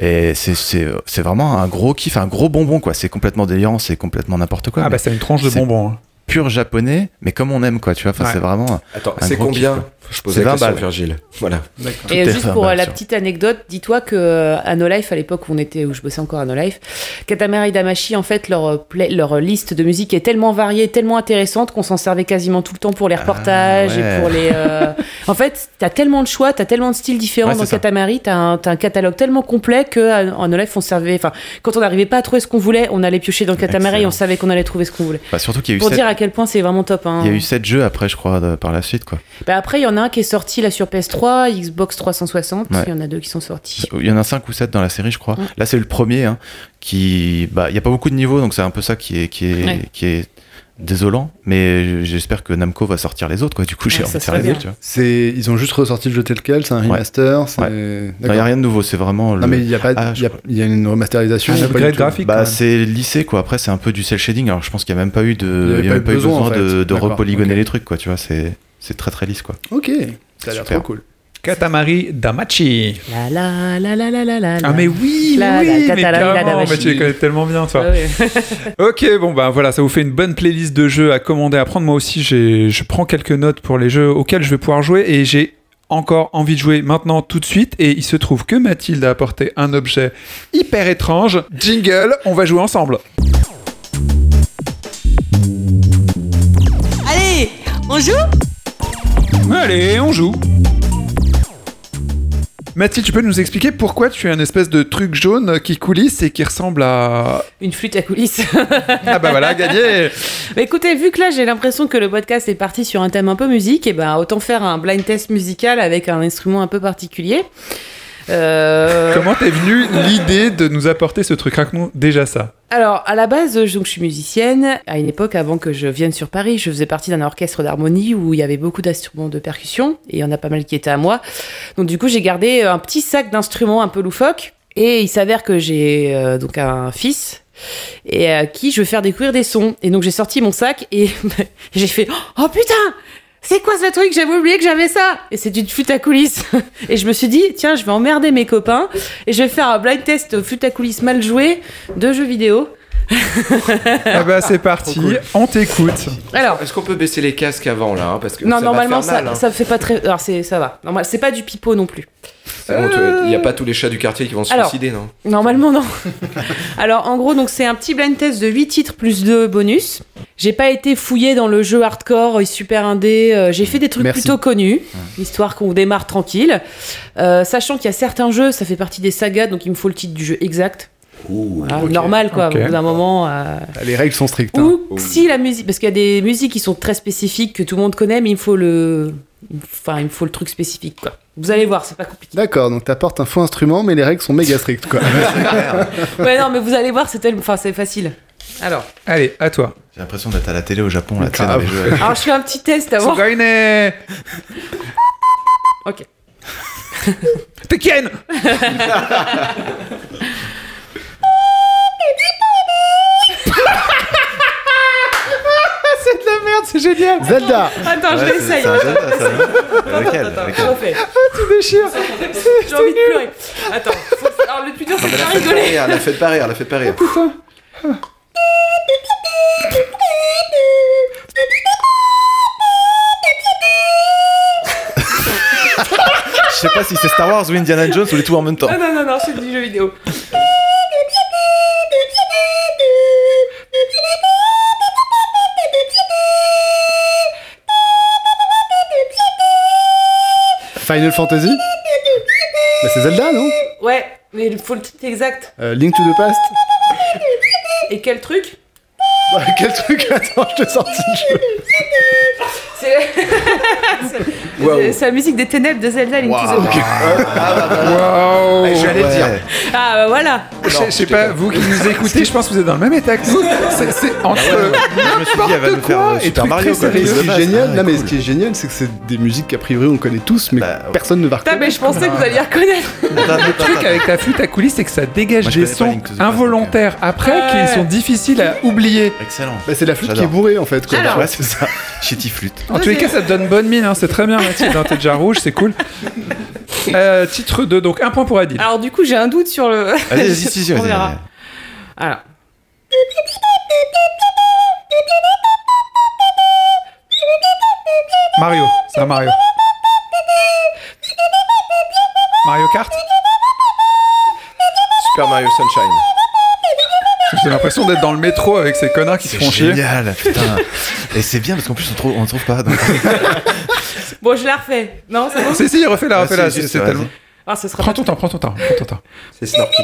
Speaker 6: Et c'est- c'est c'est vraiment un gros kiff, un gros bonbon, quoi. C'est complètement délirant, c'est complètement n'importe quoi.
Speaker 1: Ah, bah,
Speaker 6: mais
Speaker 1: c'est une tranche de
Speaker 6: c'est-
Speaker 1: bonbon. hein.
Speaker 6: pur japonais, mais comme on aime, quoi, tu vois. Enfin,
Speaker 1: Ouais.
Speaker 6: c'est vraiment.
Speaker 7: Attends,
Speaker 6: Un
Speaker 7: c'est
Speaker 6: gros
Speaker 7: combien
Speaker 6: kiff,
Speaker 7: Je posais
Speaker 6: C'est
Speaker 7: la
Speaker 6: 20
Speaker 7: question à
Speaker 6: balles.
Speaker 7: Virgile. Voilà.
Speaker 4: Et
Speaker 6: Tout est
Speaker 4: juste
Speaker 6: fait,
Speaker 4: pour
Speaker 6: bien
Speaker 4: euh, la
Speaker 6: sûr.
Speaker 4: petite anecdote, dis-toi que euh, à No Life, à l'époque où on était, où je bossais encore à No Life, Katamari Damashi, en fait, leur, euh, play- leur euh, liste de musique est tellement variée, tellement intéressante qu'on s'en servait quasiment tout le temps pour les reportages
Speaker 6: Ah, ouais.
Speaker 4: et pour les. euh, en fait, t'as tellement de choix, t'as tellement de styles différents
Speaker 6: Ouais, c'est
Speaker 4: dans
Speaker 6: ça.
Speaker 4: Katamari, t'as un, t'as un catalogue tellement complet que à- en No Life, on servait. Enfin, quand on n'arrivait pas à trouver ce qu'on voulait, on allait piocher dans Katamari,
Speaker 6: Excellent.
Speaker 4: on savait qu'on allait trouver ce qu'on voulait.
Speaker 6: Enfin, surtout qu'il y a eu
Speaker 4: Pour
Speaker 6: sept-
Speaker 4: dire à quel point c'est vraiment top. Hein.
Speaker 6: il y a eu sept jeux après, je crois, de- par la suite, quoi.
Speaker 4: Bah après, il y en a un qui est sorti là sur PS3, Xbox 360. Il
Speaker 6: Ouais.
Speaker 4: y en a deux qui sont sortis.
Speaker 6: Il y en a 5 ou 7 dans la série, je crois.
Speaker 4: Mm.
Speaker 6: Là, c'est le premier hein, qui. bah, Il n'y a pas beaucoup de niveaux, donc c'est un peu ça qui est, qui est,
Speaker 4: Ouais.
Speaker 6: qui est désolant, mais j'espère que Namco va sortir les autres, quoi. Du coup, j'ai
Speaker 4: Ouais,
Speaker 6: envie
Speaker 4: ça
Speaker 6: de faire
Speaker 4: serait
Speaker 6: les
Speaker 4: bien.
Speaker 6: autres, tu vois.
Speaker 3: C'est, ils ont juste ressorti le jeu tel quel, c'est un remaster. c'est-
Speaker 6: Ouais. Il
Speaker 3: D'accord.
Speaker 6: n'y a rien de nouveau, c'est vraiment. le-
Speaker 3: Non, mais il y a pas,
Speaker 6: Ah,
Speaker 3: il
Speaker 6: je
Speaker 3: y a,
Speaker 6: crois.
Speaker 3: il y a une remasterisation.
Speaker 1: Un
Speaker 3: il y a pas
Speaker 1: Ah, upgrade
Speaker 3: du tout.
Speaker 1: graphique. quand
Speaker 6: Bah,
Speaker 1: même.
Speaker 6: c'est lissé, quoi. Après, c'est un peu du cel shading. Alors, je pense qu'il n'y a même pas eu
Speaker 3: Il y
Speaker 6: de.
Speaker 3: avait
Speaker 6: il y
Speaker 3: pas
Speaker 6: a
Speaker 3: eu
Speaker 6: même pas eu
Speaker 3: besoin,
Speaker 6: besoin,
Speaker 3: en fait.
Speaker 6: de, de
Speaker 3: D'accord,
Speaker 6: repolygoner
Speaker 3: ok.
Speaker 6: les trucs, quoi. Tu vois, c'est c'est très très lisse, quoi.
Speaker 3: Ok, ça a l'air
Speaker 6: Super.
Speaker 3: trop cool.
Speaker 1: Katamari Damachi.
Speaker 4: La la la la la la la.
Speaker 1: Ah mais oui,
Speaker 4: La-
Speaker 1: mais
Speaker 4: la
Speaker 1: oui, mais
Speaker 4: Katamari
Speaker 1: carrément,
Speaker 4: Damacy.
Speaker 1: mais tu les connais tellement bien toi.
Speaker 4: Ah ouais.
Speaker 1: Ok, bon ben voilà, ça vous fait une bonne playlist de jeux à commander, à prendre. Moi aussi, j'ai- je prends quelques notes pour les jeux auxquels je vais pouvoir jouer et j'ai encore envie de jouer maintenant tout de suite. Et il se trouve que Mathilde a apporté un objet hyper étrange. Jingle, on va jouer ensemble.
Speaker 2: Allez, on joue
Speaker 1: Allez, on joue. Mathilde, tu peux nous expliquer pourquoi tu as une espèce de truc jaune qui coulisse et qui ressemble à...
Speaker 4: Une flûte à coulisses.
Speaker 1: Ah bah voilà, gagné
Speaker 4: Bah écoutez, vu que là j'ai l'impression que le podcast est parti sur un thème un peu musique, et ben autant faire un blind test musical avec un instrument un peu particulier. Euh,
Speaker 1: Comment t'es venue l'idée de nous apporter ce truc Raconte-nous déjà ça.
Speaker 4: Alors à la base, je, donc, je suis musicienne. À une époque, avant que je vienne sur Paris, je faisais partie d'un orchestre d'harmonie où il y avait beaucoup d'instruments de percussion et il y en a pas mal qui étaient à moi. Donc du coup, j'ai gardé euh, un petit sac d'instruments un peu loufoque et il s'avère que j'ai euh, donc un fils et à qui je veux faire découvrir des sons. Et donc j'ai sorti mon sac et j'ai fait oh putain c'est quoi ce truc J'avais oublié que j'avais ça Et c'est une flûte à coulisses. Et je me suis dit, tiens, je vais emmerder mes copains et je vais faire un blind test flûte à coulisses mal joué de jeux vidéo.
Speaker 1: Ah bah c'est parti, on t'écoute.
Speaker 4: Alors,
Speaker 7: Ah, Est-ce qu'on peut baisser les casques avant là hein, parce que
Speaker 4: non,
Speaker 7: ça
Speaker 4: normalement,
Speaker 7: va faire
Speaker 4: ça,
Speaker 7: mal, hein.
Speaker 4: ça fait pas très. Alors, c'est, ça va. Normal, c'est pas du pipeau non plus.
Speaker 7: C'est bon, tu- Il n'y
Speaker 3: Euh,
Speaker 7: a pas tous les chats du quartier qui vont se
Speaker 4: Alors.
Speaker 7: suicider, non
Speaker 4: Normalement, non. Alors, en gros, donc c'est un petit blind test de 8 titres plus 2 bonus. J'ai pas été fouillée dans le jeu hardcore, euh, super indé. euh, J'ai fait des trucs
Speaker 3: Merci.
Speaker 4: plutôt connus, histoire qu'on démarre tranquille. Euh, sachant qu'il y a certains jeux, ça fait partie des sagas, donc il me faut le titre du jeu exact. Voilà,
Speaker 3: ok,
Speaker 4: Normal, quoi.
Speaker 1: ok.
Speaker 4: Au bout d'un moment. euh,
Speaker 3: Les règles sont strictes. hein.
Speaker 4: Ou
Speaker 6: oh
Speaker 4: si la musique, parce qu'il y a des musiques qui sont très spécifiques que tout le monde connaît, mais il faut le, enfin il me faut le truc spécifique quoi. Vous allez voir, c'est pas compliqué.
Speaker 3: D'accord, donc t'apportes un faux instrument, mais les règles sont méga strictes, quoi.
Speaker 4: ouais non, mais vous allez voir, c'est tellement, enfin c'est facile. Alors,
Speaker 1: Allez, à toi.
Speaker 6: J'ai l'impression d'être à la télé au Japon, là, tu sais, dans
Speaker 3: Grave.
Speaker 6: les jeux.
Speaker 4: alors je fais un petit test avant.
Speaker 1: Tsugaine
Speaker 4: Ok.
Speaker 1: Tekken C'est de la merde, c'est génial
Speaker 3: Zelda
Speaker 4: Attends, Ah, je
Speaker 6: Ouais, c'est-
Speaker 4: l'essaye.
Speaker 6: c'est un jeu, ça, ça, non Lequel
Speaker 4: Attends,
Speaker 6: Lequel
Speaker 4: je refais.
Speaker 1: Tu déchires
Speaker 4: J'ai envie de pleurer. Attends. faut- Alors le plus dur c'est de pas rigoler.
Speaker 7: Elle a fait de parir, elle a fait de parir.
Speaker 6: Je sais pas si c'est Star Wars ou Indiana Jones ou les tout en même temps.
Speaker 4: Non non non non, c'est du jeu vidéo.
Speaker 3: Final Fantasy Bah, C'est Zelda, non
Speaker 4: Ouais, mais il faut le titre exact.
Speaker 3: Euh, Link to the Past
Speaker 4: Et quel truc
Speaker 3: Bah, Quel truc Attends, je t'ai sorti le jeu.
Speaker 4: C'est c'est- c'est la musique des ténèbres de Zelda Link to the Past.
Speaker 1: Waouh
Speaker 7: Je vais
Speaker 6: Ouais.
Speaker 7: dire.
Speaker 4: Ah bah voilà.
Speaker 1: Je sais- je sais pas, vous qui nous écoutez, je pense que vous êtes dans le même état que nous. C'est- C'est
Speaker 6: Ah
Speaker 1: entre
Speaker 6: Je me suis dit, elle va nous faire
Speaker 1: quoi
Speaker 6: euh,
Speaker 1: et
Speaker 6: Super
Speaker 1: truc
Speaker 6: Mario,
Speaker 1: très
Speaker 6: quoi.
Speaker 1: sérieux.
Speaker 3: Et ce qui est génial,
Speaker 6: Ah,
Speaker 3: non, mais
Speaker 6: cool.
Speaker 3: ce qui est génial, c'est que c'est des musiques qu'a priori on connaît tous, mais
Speaker 6: Bah, ouais.
Speaker 3: personne ne va
Speaker 4: Putain, mais
Speaker 3: reconnaître.
Speaker 4: je pensais que vous alliez reconnaître.
Speaker 6: Attends, attends,
Speaker 1: Le truc
Speaker 6: attends.
Speaker 1: avec la flûte à coulisses, c'est que ça dégage
Speaker 6: Moi, je
Speaker 1: des
Speaker 6: connais pas
Speaker 1: sons
Speaker 6: Link to the Past,
Speaker 1: involontaires après
Speaker 4: Ah ouais.
Speaker 1: qui sont difficiles à oublier.
Speaker 6: Excellent.
Speaker 3: Bah, c'est la flûte qui est
Speaker 6: J'adore.
Speaker 3: bourrée en fait. Quoi.
Speaker 6: Ouais, c'est ça. Shitty flûte.
Speaker 1: En tous les cas, ça te donne bonne mine, hein, c'est très bien Mathilde, hein, t'es déjà rouge, c'est cool. Euh, titre 2, donc un point pour Adil.
Speaker 4: Alors du coup, j'ai un doute sur le.
Speaker 6: Allez, vas-y, si, si,
Speaker 4: On
Speaker 6: vas-y,
Speaker 4: verra.
Speaker 6: vas-y.
Speaker 4: Alors.
Speaker 1: Mario, c'est un Mario. Mario Kart
Speaker 7: Super Mario Sunshine.
Speaker 1: J'ai l'impression d'être dans le métro avec ces connards qui se
Speaker 6: C'est
Speaker 1: font chier.
Speaker 6: génial, putain. Et c'est bien parce qu'en plus on trouve, on trouve pas. donc-
Speaker 4: Bon, je la refais. Non, c'est bon.
Speaker 1: Si, si, refais-la,
Speaker 6: Ah,
Speaker 1: refais-la.
Speaker 6: si,
Speaker 1: c'est-
Speaker 6: si,
Speaker 1: c'est
Speaker 6: vas-y.
Speaker 1: tellement-
Speaker 4: Ah, ce sera
Speaker 1: Prends
Speaker 4: pas.
Speaker 1: ton temps, prends ton temps, prends ton temps.
Speaker 7: C'est Snorky.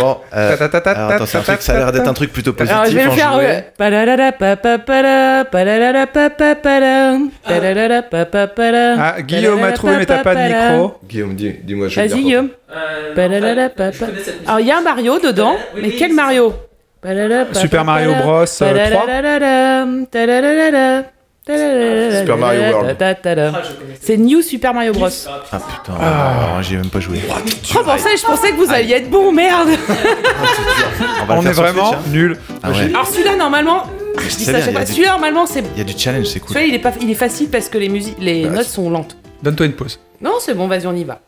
Speaker 6: Bon, euh,
Speaker 1: Ta, ta, ta, ta,
Speaker 6: Euh, alors, attends, dans un truc, ça a l'air d'être un truc plutôt positif.
Speaker 4: Alors je vais le
Speaker 6: en
Speaker 4: faire.
Speaker 6: jouet.
Speaker 4: euh, palalala, papapala, palalala, papapala, palalala, papapala.
Speaker 1: Ah, Guillaume a trouvé, mais t'as pas de micro.
Speaker 7: Guillaume, dis- dis-moi, je vais
Speaker 4: Vas-y
Speaker 7: dire
Speaker 4: Guillaume.
Speaker 5: Euh, non,
Speaker 4: Palalala,
Speaker 5: en fait, je
Speaker 4: papa.
Speaker 5: connais cette musique.
Speaker 4: Alors il y a un Mario dedans,
Speaker 5: Oui,
Speaker 4: mais
Speaker 5: oui,
Speaker 4: quel
Speaker 5: c'est-
Speaker 4: Mario Palalala,
Speaker 1: Super
Speaker 4: papapala,
Speaker 1: Mario Bros. euh, 3.
Speaker 4: talalala, talalala, talalala,
Speaker 7: Super Mario World.
Speaker 4: tatatala.
Speaker 5: Ah, je connais cette
Speaker 4: C'est New Super Mario Bros.
Speaker 5: musique. Ah,
Speaker 6: Ah
Speaker 5: putain.
Speaker 6: putain, alors, j'ai même pas joué.
Speaker 4: Oh, pour ça, je pensais que vous alliez être bon, merde
Speaker 6: On, va le
Speaker 1: On est
Speaker 6: faire sur Switch,
Speaker 1: vraiment
Speaker 6: hein.
Speaker 1: nul.
Speaker 6: Ah ouais.
Speaker 4: Alors celui-là, normalement, je dis
Speaker 6: sais
Speaker 4: ça à
Speaker 6: bien,
Speaker 4: chaque
Speaker 6: il y a
Speaker 4: fois.
Speaker 6: des-
Speaker 4: Celui-là, normalement, c'est.
Speaker 6: Il y a du challenge, c'est cool. Bah,
Speaker 4: Celui-là, il est, pas... il est facile parce que les, musiques, les notes sont lentes.
Speaker 1: Donne-toi une pause.
Speaker 4: Non, c'est bon, vas-y, on y va.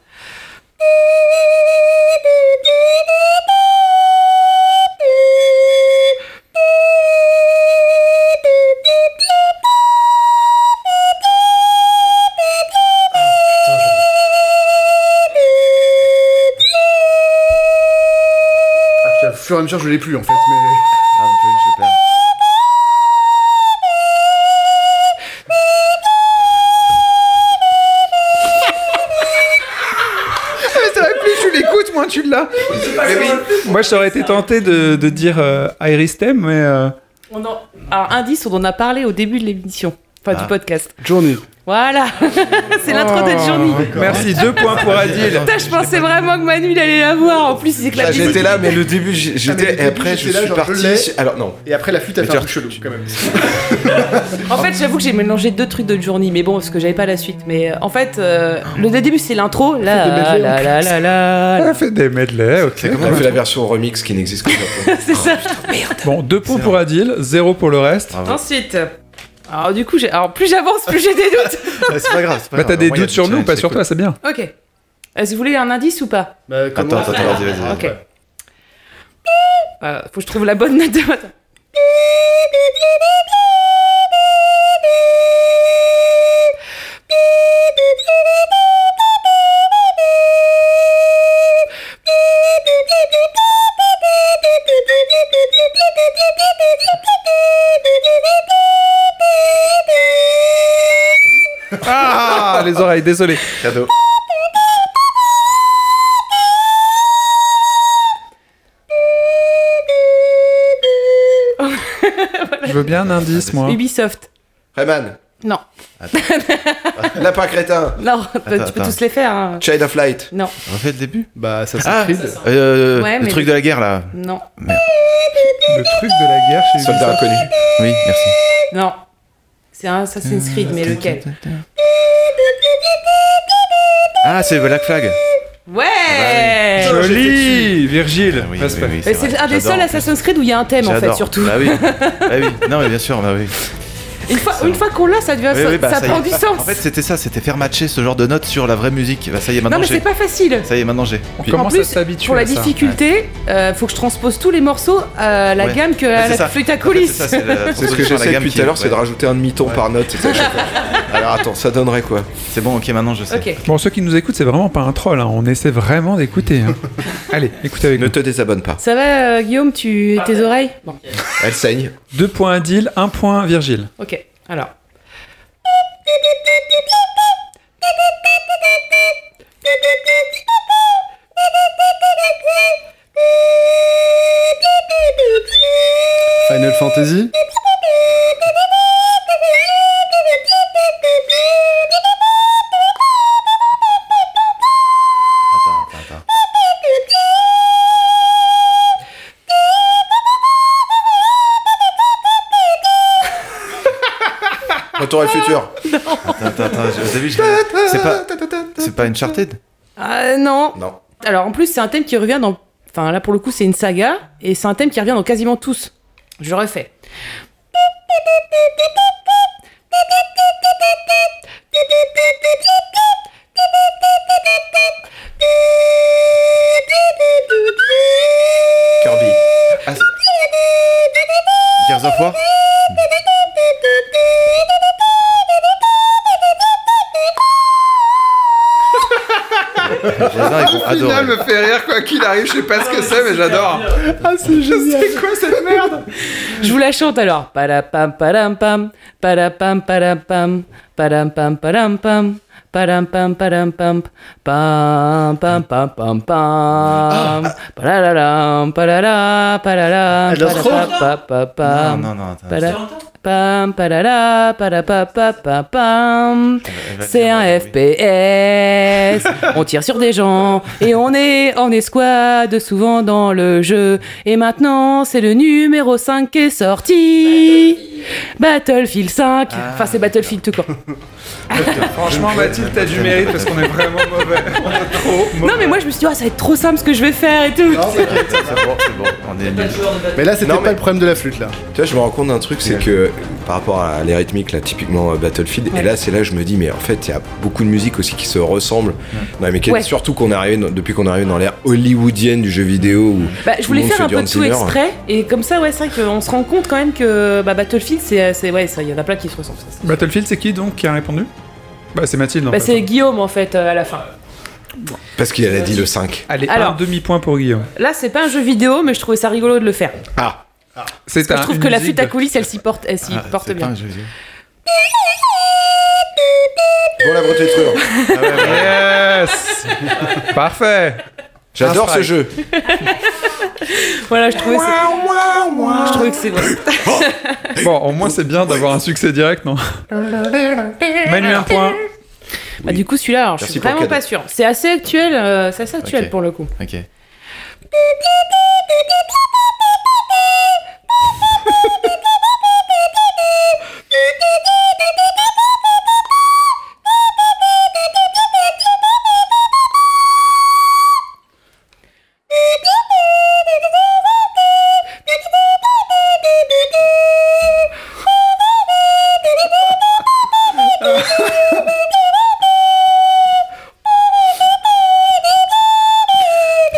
Speaker 3: Au fur et à mesure, je l'ai plus en fait. Mais...
Speaker 6: Ah, un peu, je perds.
Speaker 1: plus tu l'écoutes, moins tu l'as. Moi, j'aurais été tenté de, de dire euh, Iris Thème, mais. euh,
Speaker 4: On en... Alors, indice, on en a parlé au début de l'émission. Enfin,
Speaker 6: Ah. Oh.
Speaker 4: du podcast.
Speaker 3: Journey.
Speaker 4: Voilà C'est l'intro de
Speaker 1: Oh.
Speaker 4: Johnny.
Speaker 1: Merci, deux points pour Adil.
Speaker 4: Putain, je pensais vraiment que Manu il allait la voir. En plus,
Speaker 6: Bah,
Speaker 4: c'est que la
Speaker 7: Là,
Speaker 4: musique-
Speaker 7: Ah, j'étais là, mais le début, j'ai-
Speaker 3: Ah, mais le
Speaker 7: j'étais.
Speaker 3: début,
Speaker 7: Et après, je
Speaker 3: j'étais là,
Speaker 7: suis
Speaker 3: genre, je
Speaker 7: parti.
Speaker 3: l'ai.
Speaker 7: sur- Alors, non.
Speaker 3: Et après, la flûte a
Speaker 6: Mais
Speaker 3: fait un
Speaker 6: tu-
Speaker 3: truc chelou quand même.
Speaker 4: En fait, j'avoue que j'ai mélangé deux trucs de Johnny, mais bon, parce que j'avais pas la suite. Mais euh, en fait, euh, le début, c'est l'intro. Là, là,
Speaker 3: des
Speaker 4: là, là, là, là.
Speaker 1: On fait des medley, ok.
Speaker 7: On a fait la version remix qui n'existe que sur-
Speaker 4: C'est ça.
Speaker 1: Bon, deux points pour Adil, zéro pour le reste.
Speaker 6: Bravo.
Speaker 4: Ensuite. Alors du coup, j'ai- alors plus j'avance, plus j'ai des doutes.
Speaker 6: Ouais, C'est pas grave. c'est pas
Speaker 1: Bah,
Speaker 6: grave.
Speaker 1: t'as des
Speaker 6: Au moins, il y a
Speaker 1: doutes
Speaker 6: du
Speaker 1: sur nous,
Speaker 6: challenge,
Speaker 1: pas
Speaker 6: c'est
Speaker 1: sur
Speaker 6: cool.
Speaker 1: toi, c'est bien.
Speaker 4: Ok. Est-ce que vous voulez un indice ou pas
Speaker 3: Bah,
Speaker 6: Attends, attends, vas-y, vas-y. vas-y.
Speaker 4: Ok. Euh, faut que je trouve la bonne note de votre.
Speaker 1: Ah, les oreilles, désolé.
Speaker 6: Cadeau.
Speaker 1: Je veux bien un indice, moi.
Speaker 4: Ubisoft.
Speaker 7: Rayman,
Speaker 4: Non.
Speaker 7: Lapin Crétin,
Speaker 4: Non, bah, tu peux
Speaker 6: attends.
Speaker 4: tous les faire. hein.
Speaker 7: Child of Light.
Speaker 4: Non.
Speaker 6: On fait le début
Speaker 3: Bah, ça
Speaker 6: Ah,
Speaker 3: s'écrit.
Speaker 6: euh,
Speaker 4: Ouais,
Speaker 6: Le
Speaker 4: mais-
Speaker 6: truc de la guerre là.
Speaker 4: Non.
Speaker 1: Le truc de la guerre chez
Speaker 7: Soldat inconnu.
Speaker 6: Oui, merci.
Speaker 4: Non. C'est un
Speaker 6: Euh,
Speaker 4: Assassin's Creed, mais lequel
Speaker 6: Ah, c'est Black Flag.
Speaker 4: Ouais
Speaker 1: Joli Virgile,
Speaker 6: Ah oui,
Speaker 1: respect.
Speaker 6: oui, oui,
Speaker 4: Mais
Speaker 6: vrai.
Speaker 4: C'est un des
Speaker 6: Ah J'adore.
Speaker 4: seuls Assassin's Creed où il y a un thème en fait,
Speaker 6: J'adore.
Speaker 4: surtout.
Speaker 6: Bah oui. bah oui. Non, mais bien sûr, bah oui.
Speaker 4: Une fois, une fois qu'on l'a, ça, devient,
Speaker 6: Oui,
Speaker 4: ça,
Speaker 6: oui, bah,
Speaker 4: ça
Speaker 6: ça y
Speaker 4: prend
Speaker 6: est.
Speaker 4: du sens.
Speaker 6: En fait, c'était ça, c'était faire matcher ce genre de notes sur la vraie musique. Bah, ça y est,
Speaker 4: non,
Speaker 6: maintenant
Speaker 4: mais c'est
Speaker 6: j'ai.
Speaker 4: pas facile.
Speaker 6: Ça y est, maintenant j'ai.
Speaker 1: On
Speaker 6: Puis-
Speaker 1: commence
Speaker 4: en
Speaker 1: à
Speaker 4: plus,
Speaker 1: s'habituer
Speaker 4: Pour la
Speaker 1: à ça.
Speaker 4: difficulté, euh, faut que je transpose tous les morceaux à la
Speaker 6: Ouais.
Speaker 4: gamme que
Speaker 6: Bah,
Speaker 4: à
Speaker 6: c'est
Speaker 4: la
Speaker 6: ça.
Speaker 4: flûte à
Speaker 6: En fait, C'est
Speaker 4: coulisses.
Speaker 6: ça, c'est la
Speaker 7: C'est ce que
Speaker 6: proposition à la
Speaker 7: j'essaie
Speaker 6: gamme
Speaker 7: depuis
Speaker 6: qui-
Speaker 7: tout à l'heure, c'est de
Speaker 6: ouais.
Speaker 7: rajouter un demi-ton par note. c'est ça, à chaque fois. Alors attends, ça donnerait quoi
Speaker 6: C'est bon, ok, maintenant je sais.
Speaker 4: ok.
Speaker 1: Bon, ceux qui nous écoutent, c'est vraiment pas un troll, hein. on essaie vraiment d'écouter. hein. Allez, écoutez avec
Speaker 7: Ne
Speaker 1: nous.
Speaker 7: te désabonne pas.
Speaker 4: Ça va, euh, Guillaume, tu tes oreilles Bon,
Speaker 7: Elle saigne.
Speaker 1: Deux points à Deal, un point à Virgile.
Speaker 4: ok. Alors.
Speaker 3: Final Fantasy.
Speaker 6: Attends, attends, attends.
Speaker 7: Retour à le futur.
Speaker 6: Attends, attends, attends, je- vous avez vu, je- C'est pas. C'est pas Uncharted
Speaker 4: Ah non.
Speaker 7: Non.
Speaker 4: Alors en plus, c'est un thème qui revient dans. Enfin, là pour le coup, c'est une saga et c'est un thème qui revient dans quasiment tous. Je refais.
Speaker 7: Kirby.
Speaker 6: Ah, c'est- Gears of War Les gens, ils vont adorer.
Speaker 1: fait rire, quoi qu'il arrive, je sais pas ce que c'est, mais j'adore. Ah, c'est génial. C'est quoi cette merde
Speaker 4: merde Je vous la chante alors. Padapam, padam, pam. Padapam, padam, pam. Padam, pam, padam, pam. Padam, pam, padam, pam. Pam, pam, pam, pam, pam. Padalalam, padala, padala,
Speaker 3: Elle a trop-
Speaker 4: padapa, pa,
Speaker 6: Non,
Speaker 4: pam.
Speaker 6: non, non, attends.
Speaker 4: Pada- Pam, padala, padapa, pa, pa, pam.
Speaker 6: Elle va
Speaker 4: C'est
Speaker 6: dire, euh,
Speaker 4: un
Speaker 6: oui.
Speaker 4: FPS. on tire sur des gens et on est en escouade souvent dans le jeu. Et maintenant, c'est le numéro 5 qui est sorti. Battlefield 5.
Speaker 6: Ah,
Speaker 4: enfin, c'est Battlefield tout court.
Speaker 1: Franchement, Mathilde, t'as du mérite parce qu'on est vraiment mauvais. On est trop mauvais.
Speaker 4: Non, mais moi, je me suis dit, Ah, ça va être trop simple ce que je vais faire et tout.
Speaker 6: C'est bon, c'est bon. On est nuls.
Speaker 3: Mais là, c'était
Speaker 7: Non, mais-
Speaker 3: pas le problème de la flûte, là.
Speaker 7: Tu vois, je me rends compte d'un truc, c'est
Speaker 6: Ouais.
Speaker 7: que par rapport à les rythmiques, là, typiquement euh, Battlefield,
Speaker 4: Ouais.
Speaker 7: et là, c'est là que je me dis, mais en fait, il y a beaucoup de musique aussi qui se ressemblent dans les mécaniques,
Speaker 4: Ouais.
Speaker 7: surtout qu'on est arrivé, dans- depuis qu'on est arrivé dans l'ère hollywoodienne du jeu vidéo. Où
Speaker 4: Bah, je
Speaker 7: tout le
Speaker 4: voulais
Speaker 7: monde
Speaker 4: faire
Speaker 7: fait
Speaker 4: un
Speaker 7: du
Speaker 4: peu de
Speaker 7: Hans
Speaker 4: tout
Speaker 7: Zimmer.
Speaker 4: exprès. Et comme ça, ouais, c'est vrai qu'on se rend compte quand même que bah, Battlefield, c'est. c'est- Ouais, ça, il y en a plein qui se ressemblent. ça, c'est-
Speaker 1: Battlefield, c'est qui donc qui a répondu Bah, c'est Mathilde. en
Speaker 4: Bah,
Speaker 1: fait.
Speaker 4: c'est Guillaume en fait euh, à la fin.
Speaker 7: Parce qu'il a dit le 5.
Speaker 1: Allez,
Speaker 4: Alors.
Speaker 1: un demi-point pour Guillaume.
Speaker 4: Là, c'est pas un jeu vidéo, mais je trouvais ça rigolo de le faire.
Speaker 7: Ah
Speaker 1: C'est
Speaker 4: Parce que
Speaker 1: un-
Speaker 4: je trouve
Speaker 1: une
Speaker 4: que la
Speaker 1: musique
Speaker 4: flûte à coulisses, elle s'y porte, elle s'y
Speaker 6: Ah,
Speaker 4: porte
Speaker 6: c'est pas
Speaker 4: bien.
Speaker 6: un jeu vidéo.
Speaker 7: Bon, la bretétrure
Speaker 1: Yes Parfait
Speaker 7: J'adore
Speaker 1: Un
Speaker 7: ce
Speaker 1: strike.
Speaker 7: jeu
Speaker 4: Voilà, je trouvais, ça- je trouvais que c'est vrai. Bah,
Speaker 1: Bon, au moins, c'est bien d'avoir un succès direct, non Manu, un point.
Speaker 4: Bah, du coup, celui-là, alors, je
Speaker 7: Merci
Speaker 4: suis
Speaker 7: pour le
Speaker 4: vraiment pas
Speaker 7: cadeau.
Speaker 4: sûre. C'est assez actuel, euh, c'est assez actuel
Speaker 6: Ok.
Speaker 4: pour le coup.
Speaker 6: Ok.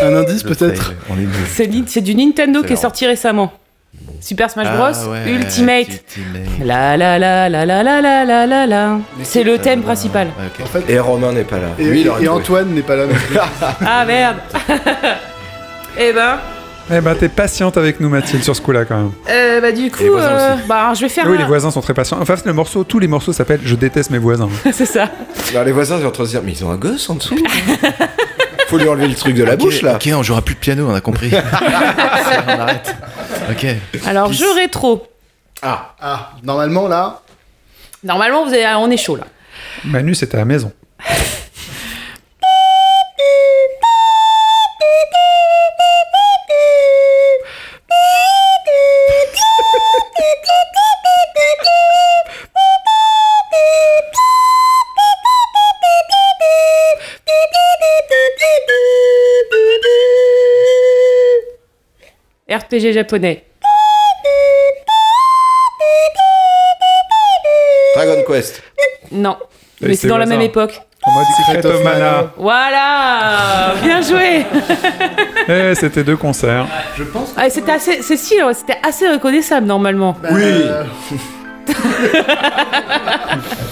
Speaker 3: Un indice,
Speaker 6: Je
Speaker 3: peut-être
Speaker 6: sais, On est nuls.
Speaker 4: C'est ni- c'est du Nintendo qui est
Speaker 6: Excellent.
Speaker 4: sorti récemment. Super Smash Bros.
Speaker 6: Ah ouais,
Speaker 4: Ultimate.
Speaker 6: Ultimate.
Speaker 4: La la la la la la la la la la. C'est le thème
Speaker 6: Ah,
Speaker 4: principal.
Speaker 6: ouais, ok.
Speaker 3: En fait,
Speaker 7: Et Romain n'est pas là.
Speaker 3: et,
Speaker 7: Lui, il
Speaker 3: et
Speaker 7: aurait trouvé.
Speaker 3: Antoine n'est pas là. non plus.
Speaker 4: Ah merde. Eh ben,
Speaker 1: Eh ben, t'es patiente avec nous, Mathilde, sur ce coup-là, quand même.
Speaker 4: euh, bah du coup,
Speaker 6: les voisins
Speaker 4: euh, bah alors, je vais faire.
Speaker 1: Oui,
Speaker 4: un-
Speaker 1: les voisins sont très patients. Enfin, c'est le morceau, tous les morceaux s'appellent Je déteste mes voisins.
Speaker 4: c'est ça.
Speaker 7: Alors, les voisins sont en train de se dire, mais ils ont un gosse en dessous quoi. Faut lui enlever le truc de la
Speaker 6: Ok,
Speaker 7: bouche, là
Speaker 6: Ok, on jouera plus de piano, on a compris. Ça, on arrête. Ok.
Speaker 4: Alors, je rétro.
Speaker 3: Ah, ah, normalement, là,
Speaker 4: Normalement, vous avez... on est chaud là.
Speaker 1: Manu, c'était à la maison.
Speaker 4: RPG japonais.
Speaker 7: Dragon Quest
Speaker 4: Non.
Speaker 1: Et
Speaker 4: Mais
Speaker 1: c'est
Speaker 4: c'est dans la
Speaker 1: voisin.
Speaker 4: même époque.
Speaker 1: En mode Secret of Mana.
Speaker 4: Voilà Bien joué
Speaker 1: Eh, c'était deux concerts.
Speaker 4: Ah, C'était assez, c'est si, ouais, c'était assez reconnaissable normalement.
Speaker 7: Oui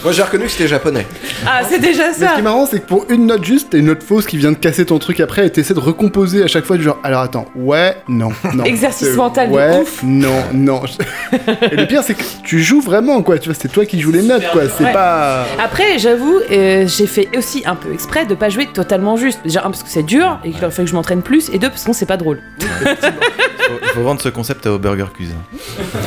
Speaker 7: Moi, j'ai reconnu que c'était japonais.
Speaker 4: Ah, c'est déjà
Speaker 3: Mais ce
Speaker 4: ça
Speaker 3: qui est marrant, c'est que pour une note juste, t'as une note fausse qui vient de casser ton truc après et t'essaies de recomposer à chaque fois du genre alors attends, ouais, non, non.
Speaker 4: Exercice
Speaker 3: Euh,
Speaker 4: mental de
Speaker 3: ouais,
Speaker 4: ouf.
Speaker 3: Non, non. et le pire, c'est que tu joues vraiment quoi, tu vois, c'est toi qui joues les notes quoi, c'est
Speaker 4: Ouais.
Speaker 3: pas.
Speaker 4: Après, j'avoue, euh, j'ai fait aussi un peu exprès de pas jouer totalement juste. Déjà, un, parce que c'est dur et qu'il aurait fallu que je m'entraîne plus, et deux, parce que sinon, c'est pas drôle.
Speaker 6: Faut, faut vendre ce concept au Burger Cuisine.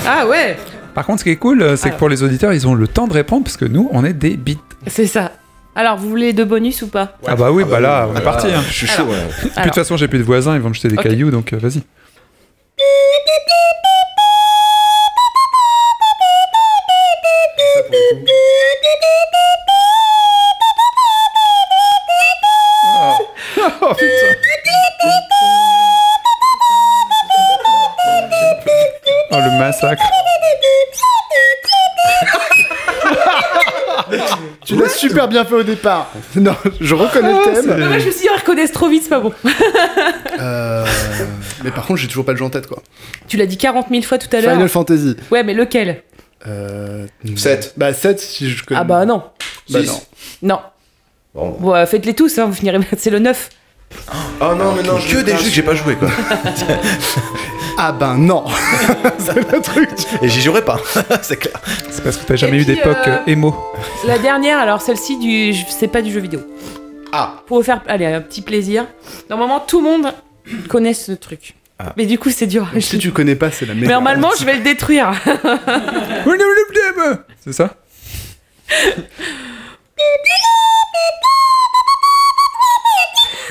Speaker 4: Ah ouais
Speaker 1: Par contre, ce qui est cool, euh, c'est
Speaker 4: Alors.
Speaker 1: que pour les auditeurs, ils ont le temps de répondre parce que nous, on est des bites.
Speaker 4: C'est ça. Alors, vous voulez deux bonus ou pas
Speaker 1: Ah bah oui, bah, là, on est
Speaker 7: Voilà.
Speaker 1: parti. hein.
Speaker 7: Je suis chaud, ouais.
Speaker 1: Puis, De toute façon, j'ai plus de voisins, ils vont me jeter des
Speaker 4: Ok.
Speaker 1: cailloux, donc euh, vas-y. Oh, putain. Oh, le massacre.
Speaker 3: Tu l'as super bien fait au départ. Ah, Non, je reconnais le thème.
Speaker 4: Non, mais Ah, je me suis dit, ils reconnaissent trop vite, c'est pas bon.
Speaker 3: Euh, mais par contre, j'ai toujours pas le jeu en tête quoi.
Speaker 4: Tu l'as dit 40 000 fois tout à l'heure.
Speaker 3: Final Fantasy.
Speaker 4: Ouais, mais lequel
Speaker 3: Euh,
Speaker 7: Sept.
Speaker 3: Bah 7 si je connais.
Speaker 4: Ah bah non.
Speaker 3: Bah
Speaker 7: Six.
Speaker 3: non.
Speaker 4: Non.
Speaker 7: Bon.
Speaker 4: Bon, euh, faites-les tous, hein, vous finirez. C'est le 9.
Speaker 7: Oh non, mais non,
Speaker 6: que des jeux que j'ai pas joué quoi.
Speaker 3: Ah ben non C'est le truc. tu-
Speaker 6: Et j'y jouerai pas, c'est clair.
Speaker 1: C'est parce que t'as jamais
Speaker 4: Et
Speaker 1: eu
Speaker 4: puis,
Speaker 1: d'époque
Speaker 4: euh,
Speaker 1: euh, émo.
Speaker 4: La dernière, alors celle-ci, du... je- c'est pas du jeu vidéo.
Speaker 7: Ah.
Speaker 4: Pour vous faire allez, un petit plaisir. Normalement, tout le monde connaît ce truc.
Speaker 6: Ah.
Speaker 4: Mais du coup, c'est dur.
Speaker 3: Si tu connais pas, c'est la meilleure.
Speaker 4: Mais normalement, je vais le détruire.
Speaker 1: C'est ça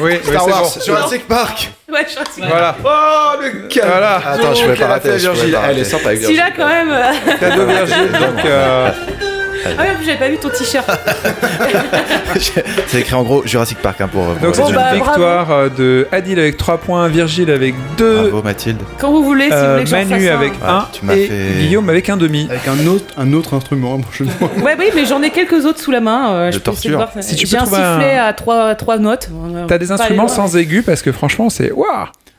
Speaker 1: Oui, oui,
Speaker 7: Star
Speaker 1: c'est
Speaker 7: Wars
Speaker 1: bon.
Speaker 7: sur Jurassic Park.
Speaker 4: ouais, je crois que c'est-
Speaker 1: Voilà.
Speaker 7: Oh le calme.
Speaker 1: Voilà.
Speaker 7: Attends, je pouvais pas rater. je pouvais pas rater. Elle est sympa avec
Speaker 4: Celui-là, quand même. euh,
Speaker 1: Cadeau Virgile, donc euh,
Speaker 4: Ah oui, en plus, j'avais pas vu ton t-shirt.
Speaker 6: c'est écrit en gros Jurassic Park hein, pour. pour
Speaker 1: donc
Speaker 6: les
Speaker 1: c'est
Speaker 4: bah,
Speaker 1: une
Speaker 4: bravo.
Speaker 6: jeunes.
Speaker 1: victoire euh, de Adil avec 3 points, Virgile avec 2,
Speaker 6: Bravo Mathilde.
Speaker 4: Quand vous voulez, si vous voulez que j'en fasse
Speaker 1: Manu
Speaker 4: un.
Speaker 1: Euh, avec
Speaker 6: Ouais,
Speaker 1: 1
Speaker 6: tu m'as
Speaker 1: et
Speaker 6: fait-
Speaker 1: Guillaume avec 1,5.
Speaker 3: Avec un autre, un autre instrument, hein, prochainement.
Speaker 4: Ouais, oui, mais j'en ai quelques autres sous la main. euh,
Speaker 6: De
Speaker 4: je peux essayer de voir
Speaker 6: torture.
Speaker 4: ça.
Speaker 1: Si tu peux
Speaker 4: J'ai un
Speaker 1: trouver un-
Speaker 4: sifflet à trois, trois notes. Euh,
Speaker 1: T'as des
Speaker 4: pas
Speaker 1: instruments
Speaker 4: les loin.
Speaker 1: sans aigu parce que franchement c'est waouh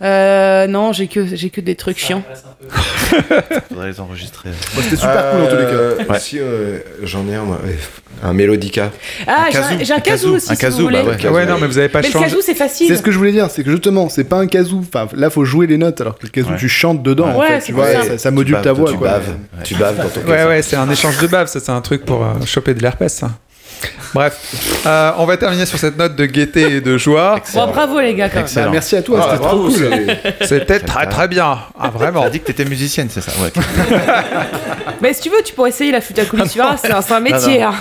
Speaker 4: Euh, non, j'ai que, j'ai que des trucs chiants.
Speaker 6: Faudrait les enregistrer.
Speaker 3: Bon, C'était super cool en tous les cas.
Speaker 7: tous les cas.
Speaker 6: Ouais.
Speaker 7: Si euh, j'en ai un, moi. euh, Un Mélodica.
Speaker 4: Ah, j'ai
Speaker 6: kazoo,
Speaker 4: un- j'ai
Speaker 6: un
Speaker 4: un casou
Speaker 6: kazoo,
Speaker 4: aussi,
Speaker 6: un
Speaker 4: si
Speaker 6: kazoo,
Speaker 4: vous voulez.
Speaker 6: bah ouais.
Speaker 1: Ah ouais non mais vous avez pas
Speaker 4: Mais le
Speaker 1: changé.
Speaker 4: casou, c'est facile.
Speaker 3: C'est ce que je voulais dire, c'est que justement, c'est pas un kazoo. Enfin, là, faut jouer les notes, alors que le kazoo,
Speaker 6: Ouais.
Speaker 3: tu chantes dedans.
Speaker 4: Ouais,
Speaker 3: en fait,
Speaker 4: c'est
Speaker 3: tu vois,
Speaker 4: pour
Speaker 3: et
Speaker 4: ça.
Speaker 3: ça, ça module
Speaker 6: baves,
Speaker 3: ta
Speaker 6: toi,
Speaker 3: voix.
Speaker 7: Tu
Speaker 3: quoi. Bah,
Speaker 7: baves.
Speaker 6: Ouais.
Speaker 7: Tu baves dans ton
Speaker 1: Ouais
Speaker 7: casque.
Speaker 1: ouais c'est un échange de bave, ça c'est un truc pour euh, choper de l'herpès. ça. Bref, Euh, on va terminer sur cette note de gaieté et de joie.
Speaker 4: Bon, bravo les gars, quand même.
Speaker 3: Bah,
Speaker 6: Excellent.
Speaker 3: merci à toi,
Speaker 7: Ah,
Speaker 3: c'était trop
Speaker 7: bravo,
Speaker 3: cool.
Speaker 7: c'est-
Speaker 1: C'était très très bien, ah vraiment.
Speaker 6: T'as dit que t'étais musicienne, c'est ça Ouais.
Speaker 4: Mais si tu veux, tu pourrais essayer la flûte à coulis, tu verras, c'est un, c'est un métier. hein.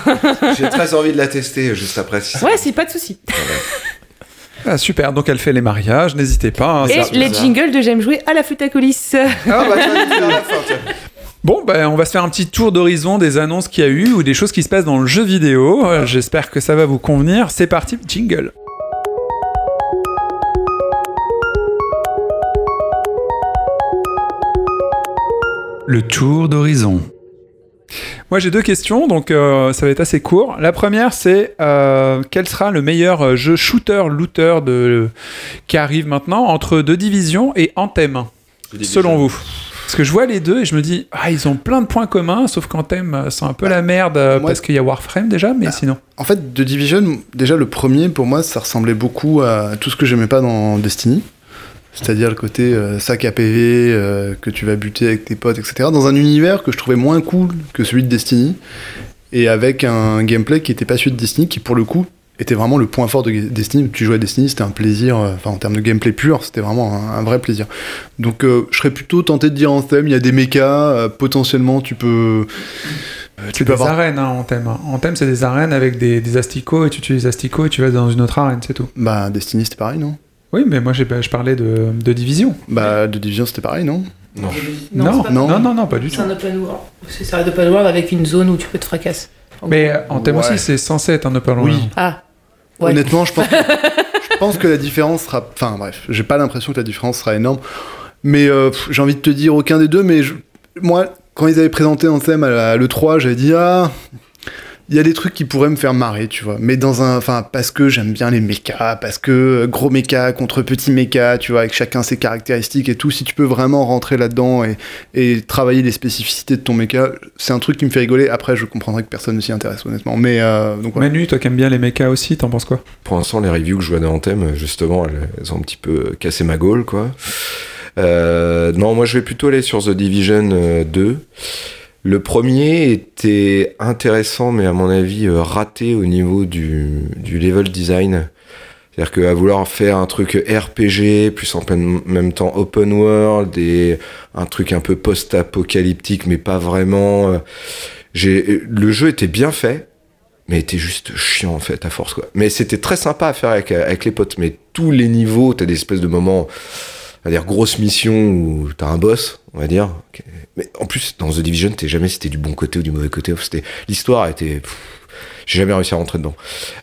Speaker 7: J'ai très envie de la tester juste après. si ça-
Speaker 4: Ouais, c'est pas de souci.
Speaker 1: Ah, super, donc elle fait les mariages, n'hésitez pas. hein,
Speaker 4: Et
Speaker 1: ça-
Speaker 4: les jingles de J'aime jouer à la flûte à coulis.
Speaker 7: Ah, bah, tu vas nous faire la fin, tiens.
Speaker 1: Bon, ben, on va se faire un petit tour d'horizon des annonces qu'il y a eu ou des choses qui se passent dans le jeu vidéo. Euh, J'espère que ça va vous convenir. C'est parti, jingle. Le tour d'horizon. Moi j'ai deux questions, donc euh, ça va être assez court. La première c'est euh, quel sera le meilleur euh, jeu shooter-looter de... qui arrive maintenant entre deux divisions et Anthem selon vous Parce que je vois les deux et je me dis, ah, ils ont plein de points communs, sauf qu'en thème, c'est un peu la merde euh,
Speaker 3: moi-
Speaker 1: parce qu'il y a Warframe déjà, mais sinon.
Speaker 3: En fait, The Division, déjà le premier, pour moi, ça ressemblait beaucoup à tout ce que j'aimais pas dans Destiny. C'est-à-dire le côté euh, sac à PV euh, que tu vas buter avec tes potes, etc. Dans un univers que je trouvais moins cool que celui de Destiny. Et avec un gameplay qui était pas celui de Destiny, qui pour le coup était vraiment le point fort de Ga- Destiny. Tu jouais à Destiny, c'était un plaisir, euh, enfin en termes de gameplay pur, c'était vraiment un, un vrai plaisir. Donc euh, je serais plutôt tenté de dire en thème, il y a des mechas, euh, potentiellement tu peux...
Speaker 1: C'est des arènes hein, en thème. En thème, c'est des arènes avec des, des asticots et tu tues les asticots et tu vas dans une autre arène, c'est tout.
Speaker 3: Bah Destiny c'était pareil, non
Speaker 1: Oui, mais moi j'ai- je parlais de, de division.
Speaker 3: Bah, de Division, c'était pareil, non
Speaker 1: Non,
Speaker 3: pas-
Speaker 1: non, non,
Speaker 3: non.
Speaker 1: non, pas du tout.
Speaker 4: open world. C'est un open world avec une zone où tu peux te fracasser.
Speaker 1: Mais euh, en thème
Speaker 3: Ouais.
Speaker 1: aussi, c'est censé être un open world.
Speaker 3: Oui.
Speaker 4: Ah, Ouais.
Speaker 3: Honnêtement, je pense, que, je pense que la différence sera. Enfin, bref, j'ai pas l'impression que la différence sera énorme. Mais euh, pff, j'ai envie de te dire aucun des deux, mais je- moi, quand ils avaient présenté en thème à la- l'E3, j'avais dit Ah, il y a des trucs qui pourraient me faire marrer, tu vois. Mais dans un. Enfin, parce que j'aime bien les mechas, parce que euh, gros méca contre petit méca, tu vois, avec chacun ses caractéristiques et tout. Si tu peux vraiment rentrer là-dedans et, et travailler les spécificités de ton méca, c'est un truc qui me fait rigoler. Après, je comprendrais que personne ne s'y intéresse, honnêtement. Mais euh, donc, voilà.
Speaker 1: Manu, toi qui aimes bien les mechas aussi, t'en penses quoi
Speaker 7: Pour l'instant, les reviews que je vois d'Anthem, justement, elles, elles ont un petit peu euh, cassé ma gaule, quoi. Euh, non, moi, je vais plutôt aller sur The Division euh, 2. Le premier était intéressant, mais à mon avis euh, raté au niveau du, du level design. C'est-à-dire qu'à vouloir faire un truc RPG, plus en plein- même temps open world, et un truc un peu post-apocalyptique, mais pas vraiment. euh, j'ai- Le jeu était bien fait, mais était juste chiant en fait à force quoi. Mais c'était très sympa à faire avec, avec les potes, mais tous les niveaux, t'as des espèces de moments, à dire grosses missions où t'as un boss, on va dire. Ok. Mais en plus dans The Division, t'es jamais c'était du bon côté ou du mauvais côté. C'était l'histoire était. pff, J'ai jamais réussi à rentrer dedans.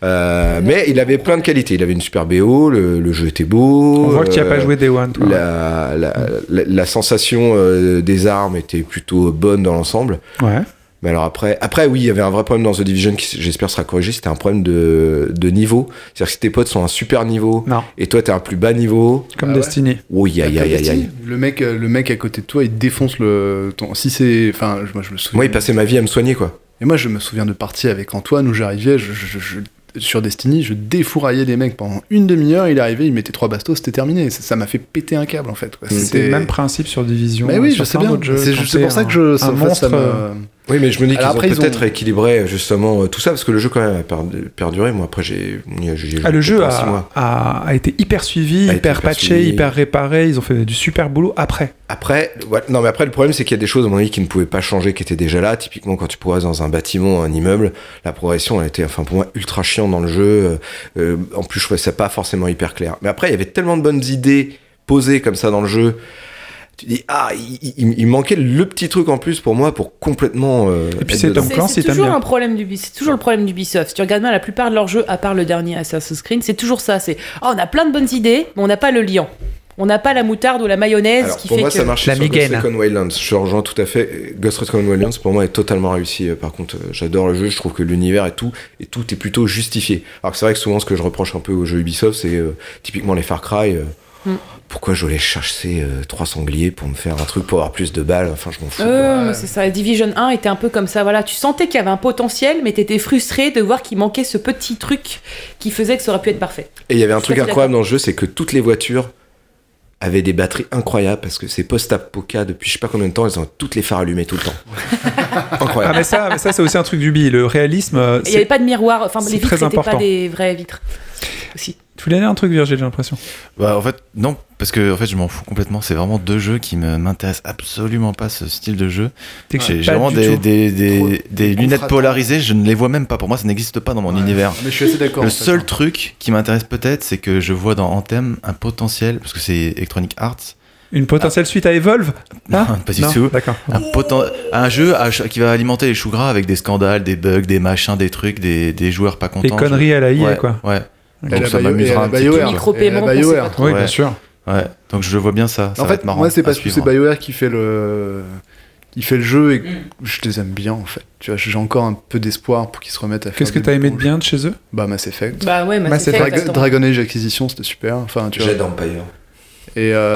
Speaker 7: Euh, mais il avait plein de qualités. Il avait une super BO, le, le jeu était beau.
Speaker 3: Oh,
Speaker 1: On voit que tu n'y as pas
Speaker 7: euh,
Speaker 1: joué Day One, toi.
Speaker 7: La, la, la, la sensation euh, des armes était plutôt bonne dans l'ensemble.
Speaker 1: Ouais.
Speaker 7: Mais alors après, après oui, il y avait un vrai problème dans The Division qui j'espère sera corrigé, c'était un problème de, de niveau. C'est-à-dire que si tes potes sont à un super niveau
Speaker 1: Non,
Speaker 7: et toi t'es à un plus bas niveau,
Speaker 1: comme
Speaker 3: Ah ouais.
Speaker 1: Destiny.
Speaker 7: oui, aïe, aïe, aïe, aïe.
Speaker 3: Le mec, euh, le mec à côté de toi, il défonce le. Ton... Si c'est. Enfin, je- moi je me souviens.
Speaker 7: Moi, il passait ma vie à me soigner, quoi.
Speaker 3: Et moi je me souviens de parties avec Antoine où j'arrivais, je, je- je- je- sur Destiny, je défouraillais des mecs pendant une demi-heure, il arrivait, il mettait trois bastos, c'était terminé. Ça ça m'a fait péter un câble en fait.
Speaker 6: Mm.
Speaker 3: quoi.
Speaker 1: C'est le même principe sur Division.
Speaker 3: Mais oui,
Speaker 1: sur
Speaker 3: je sais
Speaker 1: plein
Speaker 3: bien.
Speaker 1: d'autres jeux,
Speaker 3: C'est
Speaker 1: quand
Speaker 3: c'est
Speaker 1: t'es
Speaker 3: pour ça
Speaker 1: un-
Speaker 3: que je, ça,
Speaker 1: un
Speaker 3: en fait, ça
Speaker 1: monstre. euh,
Speaker 3: me-
Speaker 7: Oui, mais je me dis qu'ils
Speaker 3: Alors
Speaker 7: ont
Speaker 3: après, ils
Speaker 7: peut-être
Speaker 3: ont-
Speaker 7: équilibré justement euh, tout ça, parce que le jeu quand même a per- perduré. Moi, après, j'ai j'ai- j'ai joué
Speaker 1: Ah, le jeu
Speaker 7: pendant six
Speaker 1: a,
Speaker 7: mois.
Speaker 1: a- a été hyper suivi,
Speaker 7: A été
Speaker 1: hyper,
Speaker 7: hyper
Speaker 1: patché,
Speaker 7: suivi.
Speaker 1: hyper réparé. Ils ont fait du super boulot après.
Speaker 7: Après, ouais, non, mais après, le problème, c'est qu'il y a des choses, à mon avis, qui ne pouvaient pas changer, qui étaient déjà là. Typiquement, quand tu progresses dans un bâtiment, un immeuble, la progression, elle était, enfin, pour moi, ultra chiant dans le jeu. Euh, en plus, je trouvais ça pas forcément hyper clair. Mais après, il y avait tellement de bonnes idées posées comme ça dans le jeu. Tu dis, ah, il, il- il manquait le petit truc en plus pour moi pour complètement. euh,
Speaker 1: Et puis
Speaker 7: être
Speaker 1: c'est
Speaker 7: dedans.
Speaker 1: Tom Clancy,
Speaker 4: C'est
Speaker 1: t'aimes
Speaker 4: toujours
Speaker 1: bien.
Speaker 4: un problème du c'est toujours le problème d'Ubisoft. Si tu regardes bien la plupart de leurs jeux, à part le dernier Assassin's Creed, c'est toujours ça. C'est Ah, on a plein de bonnes idées, mais on n'a pas le lien. On n'a pas la moutarde ou la mayonnaise
Speaker 7: Alors,
Speaker 4: qui
Speaker 7: pour
Speaker 4: fait
Speaker 7: moi,
Speaker 4: que.
Speaker 7: ça marche
Speaker 5: La
Speaker 7: sur Ghost
Speaker 5: migaine.
Speaker 7: Recon Wildlands. Je rejoins tout à fait. Ghost Recon Wildlands, pour moi, est totalement réussi. Par contre, euh, j'adore le jeu. Je trouve que l'univers et tout, et tout est plutôt justifié. Alors que c'est vrai que souvent, ce que je reproche un peu aux jeux Ubisoft, c'est euh, typiquement les Far Cry. euh,
Speaker 4: Hmm.
Speaker 7: Pourquoi je voulais chercher euh, trois sangliers pour me faire un truc pour avoir plus de balles Enfin, je m'en fous.
Speaker 4: Euh, mais c'est ça. Division 1 était un peu comme ça. Voilà, tu sentais qu'il y avait un potentiel, mais t'étais frustré de voir qu'il manquait ce petit truc qui faisait que ça aurait pu être parfait.
Speaker 7: Et il y avait un
Speaker 4: Je suis
Speaker 7: truc
Speaker 4: tout à fait
Speaker 7: incroyable dans le jeu, c'est que toutes les voitures avaient des batteries incroyables parce que c'est post-apoca depuis je sais pas combien de temps, elles ont toutes les phares allumés tout le temps.
Speaker 1: Ah,
Speaker 7: Incroyable.
Speaker 1: mais ça, mais ça c'est aussi un truc d'Ubi. Le réalisme, euh,
Speaker 4: Et Il n'y avait
Speaker 1: c'est.
Speaker 4: pas de miroir. Enfin,
Speaker 1: c'est
Speaker 4: les vitres
Speaker 1: très
Speaker 4: n'étaient pas
Speaker 1: important.
Speaker 4: des vraies vitres. Aussi.
Speaker 1: Tu voulais dire un truc, Virgile, j'ai l'impression.
Speaker 6: Bah, en fait, non, parce que en fait, je m'en fous complètement. C'est vraiment deux jeux qui me- m'intéressent absolument pas, ce style de jeu.
Speaker 1: T'es
Speaker 6: J'ai
Speaker 1: pas
Speaker 6: j'ai vraiment
Speaker 1: du
Speaker 6: des,
Speaker 1: tout.
Speaker 6: des- des-
Speaker 3: Trop-
Speaker 6: des
Speaker 3: trop
Speaker 6: lunettes
Speaker 3: frappant.
Speaker 6: polarisées, je ne les vois même pas. Pour moi, ça n'existe pas dans mon
Speaker 3: Ouais.
Speaker 6: univers.
Speaker 3: Mais je suis assez d'accord.
Speaker 6: Le
Speaker 3: en fait,
Speaker 6: seul
Speaker 3: hein.
Speaker 6: truc qui m'intéresse peut-être, c'est que je vois dans Anthem un potentiel, parce que c'est Electronic Arts,
Speaker 1: Une
Speaker 3: Ah.
Speaker 1: potentielle suite à Evolve hein
Speaker 6: Non, pas du tout.
Speaker 1: D'accord.
Speaker 6: un, poten- un jeu à ch- qui va alimenter les choux gras avec des scandales, des bugs, des machins, des trucs, des, des joueurs pas
Speaker 1: Des
Speaker 6: contents.
Speaker 1: conneries à la IA,
Speaker 6: ouais,
Speaker 1: quoi.
Speaker 6: Ouais.
Speaker 1: Et
Speaker 6: Donc
Speaker 3: la
Speaker 6: ça
Speaker 3: Bio- et
Speaker 6: m'amusera
Speaker 3: la
Speaker 6: un petit peu.
Speaker 3: BioWare.
Speaker 6: quoi.
Speaker 4: Micro-paiement,
Speaker 3: Et la
Speaker 4: on sait pas
Speaker 3: BioWare.
Speaker 4: trop.
Speaker 1: Oui,
Speaker 6: Ouais.
Speaker 1: bien sûr.
Speaker 6: Ouais, donc je vois bien ça. ça
Speaker 3: En
Speaker 6: va être
Speaker 3: fait,
Speaker 6: marrant.
Speaker 3: moi, c'est
Speaker 6: à
Speaker 3: parce que
Speaker 6: suivre.
Speaker 3: c'est BioWare qui fait le. qui fait le jeu et que
Speaker 4: Mm.
Speaker 3: je les aime bien en fait. Tu vois, j'ai encore un peu d'espoir pour qu'ils se remettent à faire.
Speaker 1: Qu'est-ce que
Speaker 3: des
Speaker 1: t'as aimé de
Speaker 3: bons
Speaker 1: bien de chez eux
Speaker 3: jeux. Bah, Mass Effect.
Speaker 4: Bah hein. ouais, mais
Speaker 1: Mass
Speaker 4: c'est
Speaker 1: Effect.
Speaker 4: fait.
Speaker 3: Dragon-
Speaker 4: exactement.
Speaker 3: Dragon Age Acquisition, c'était super. Enfin, tu vois.
Speaker 7: J'adore Empire.
Speaker 3: Et euh,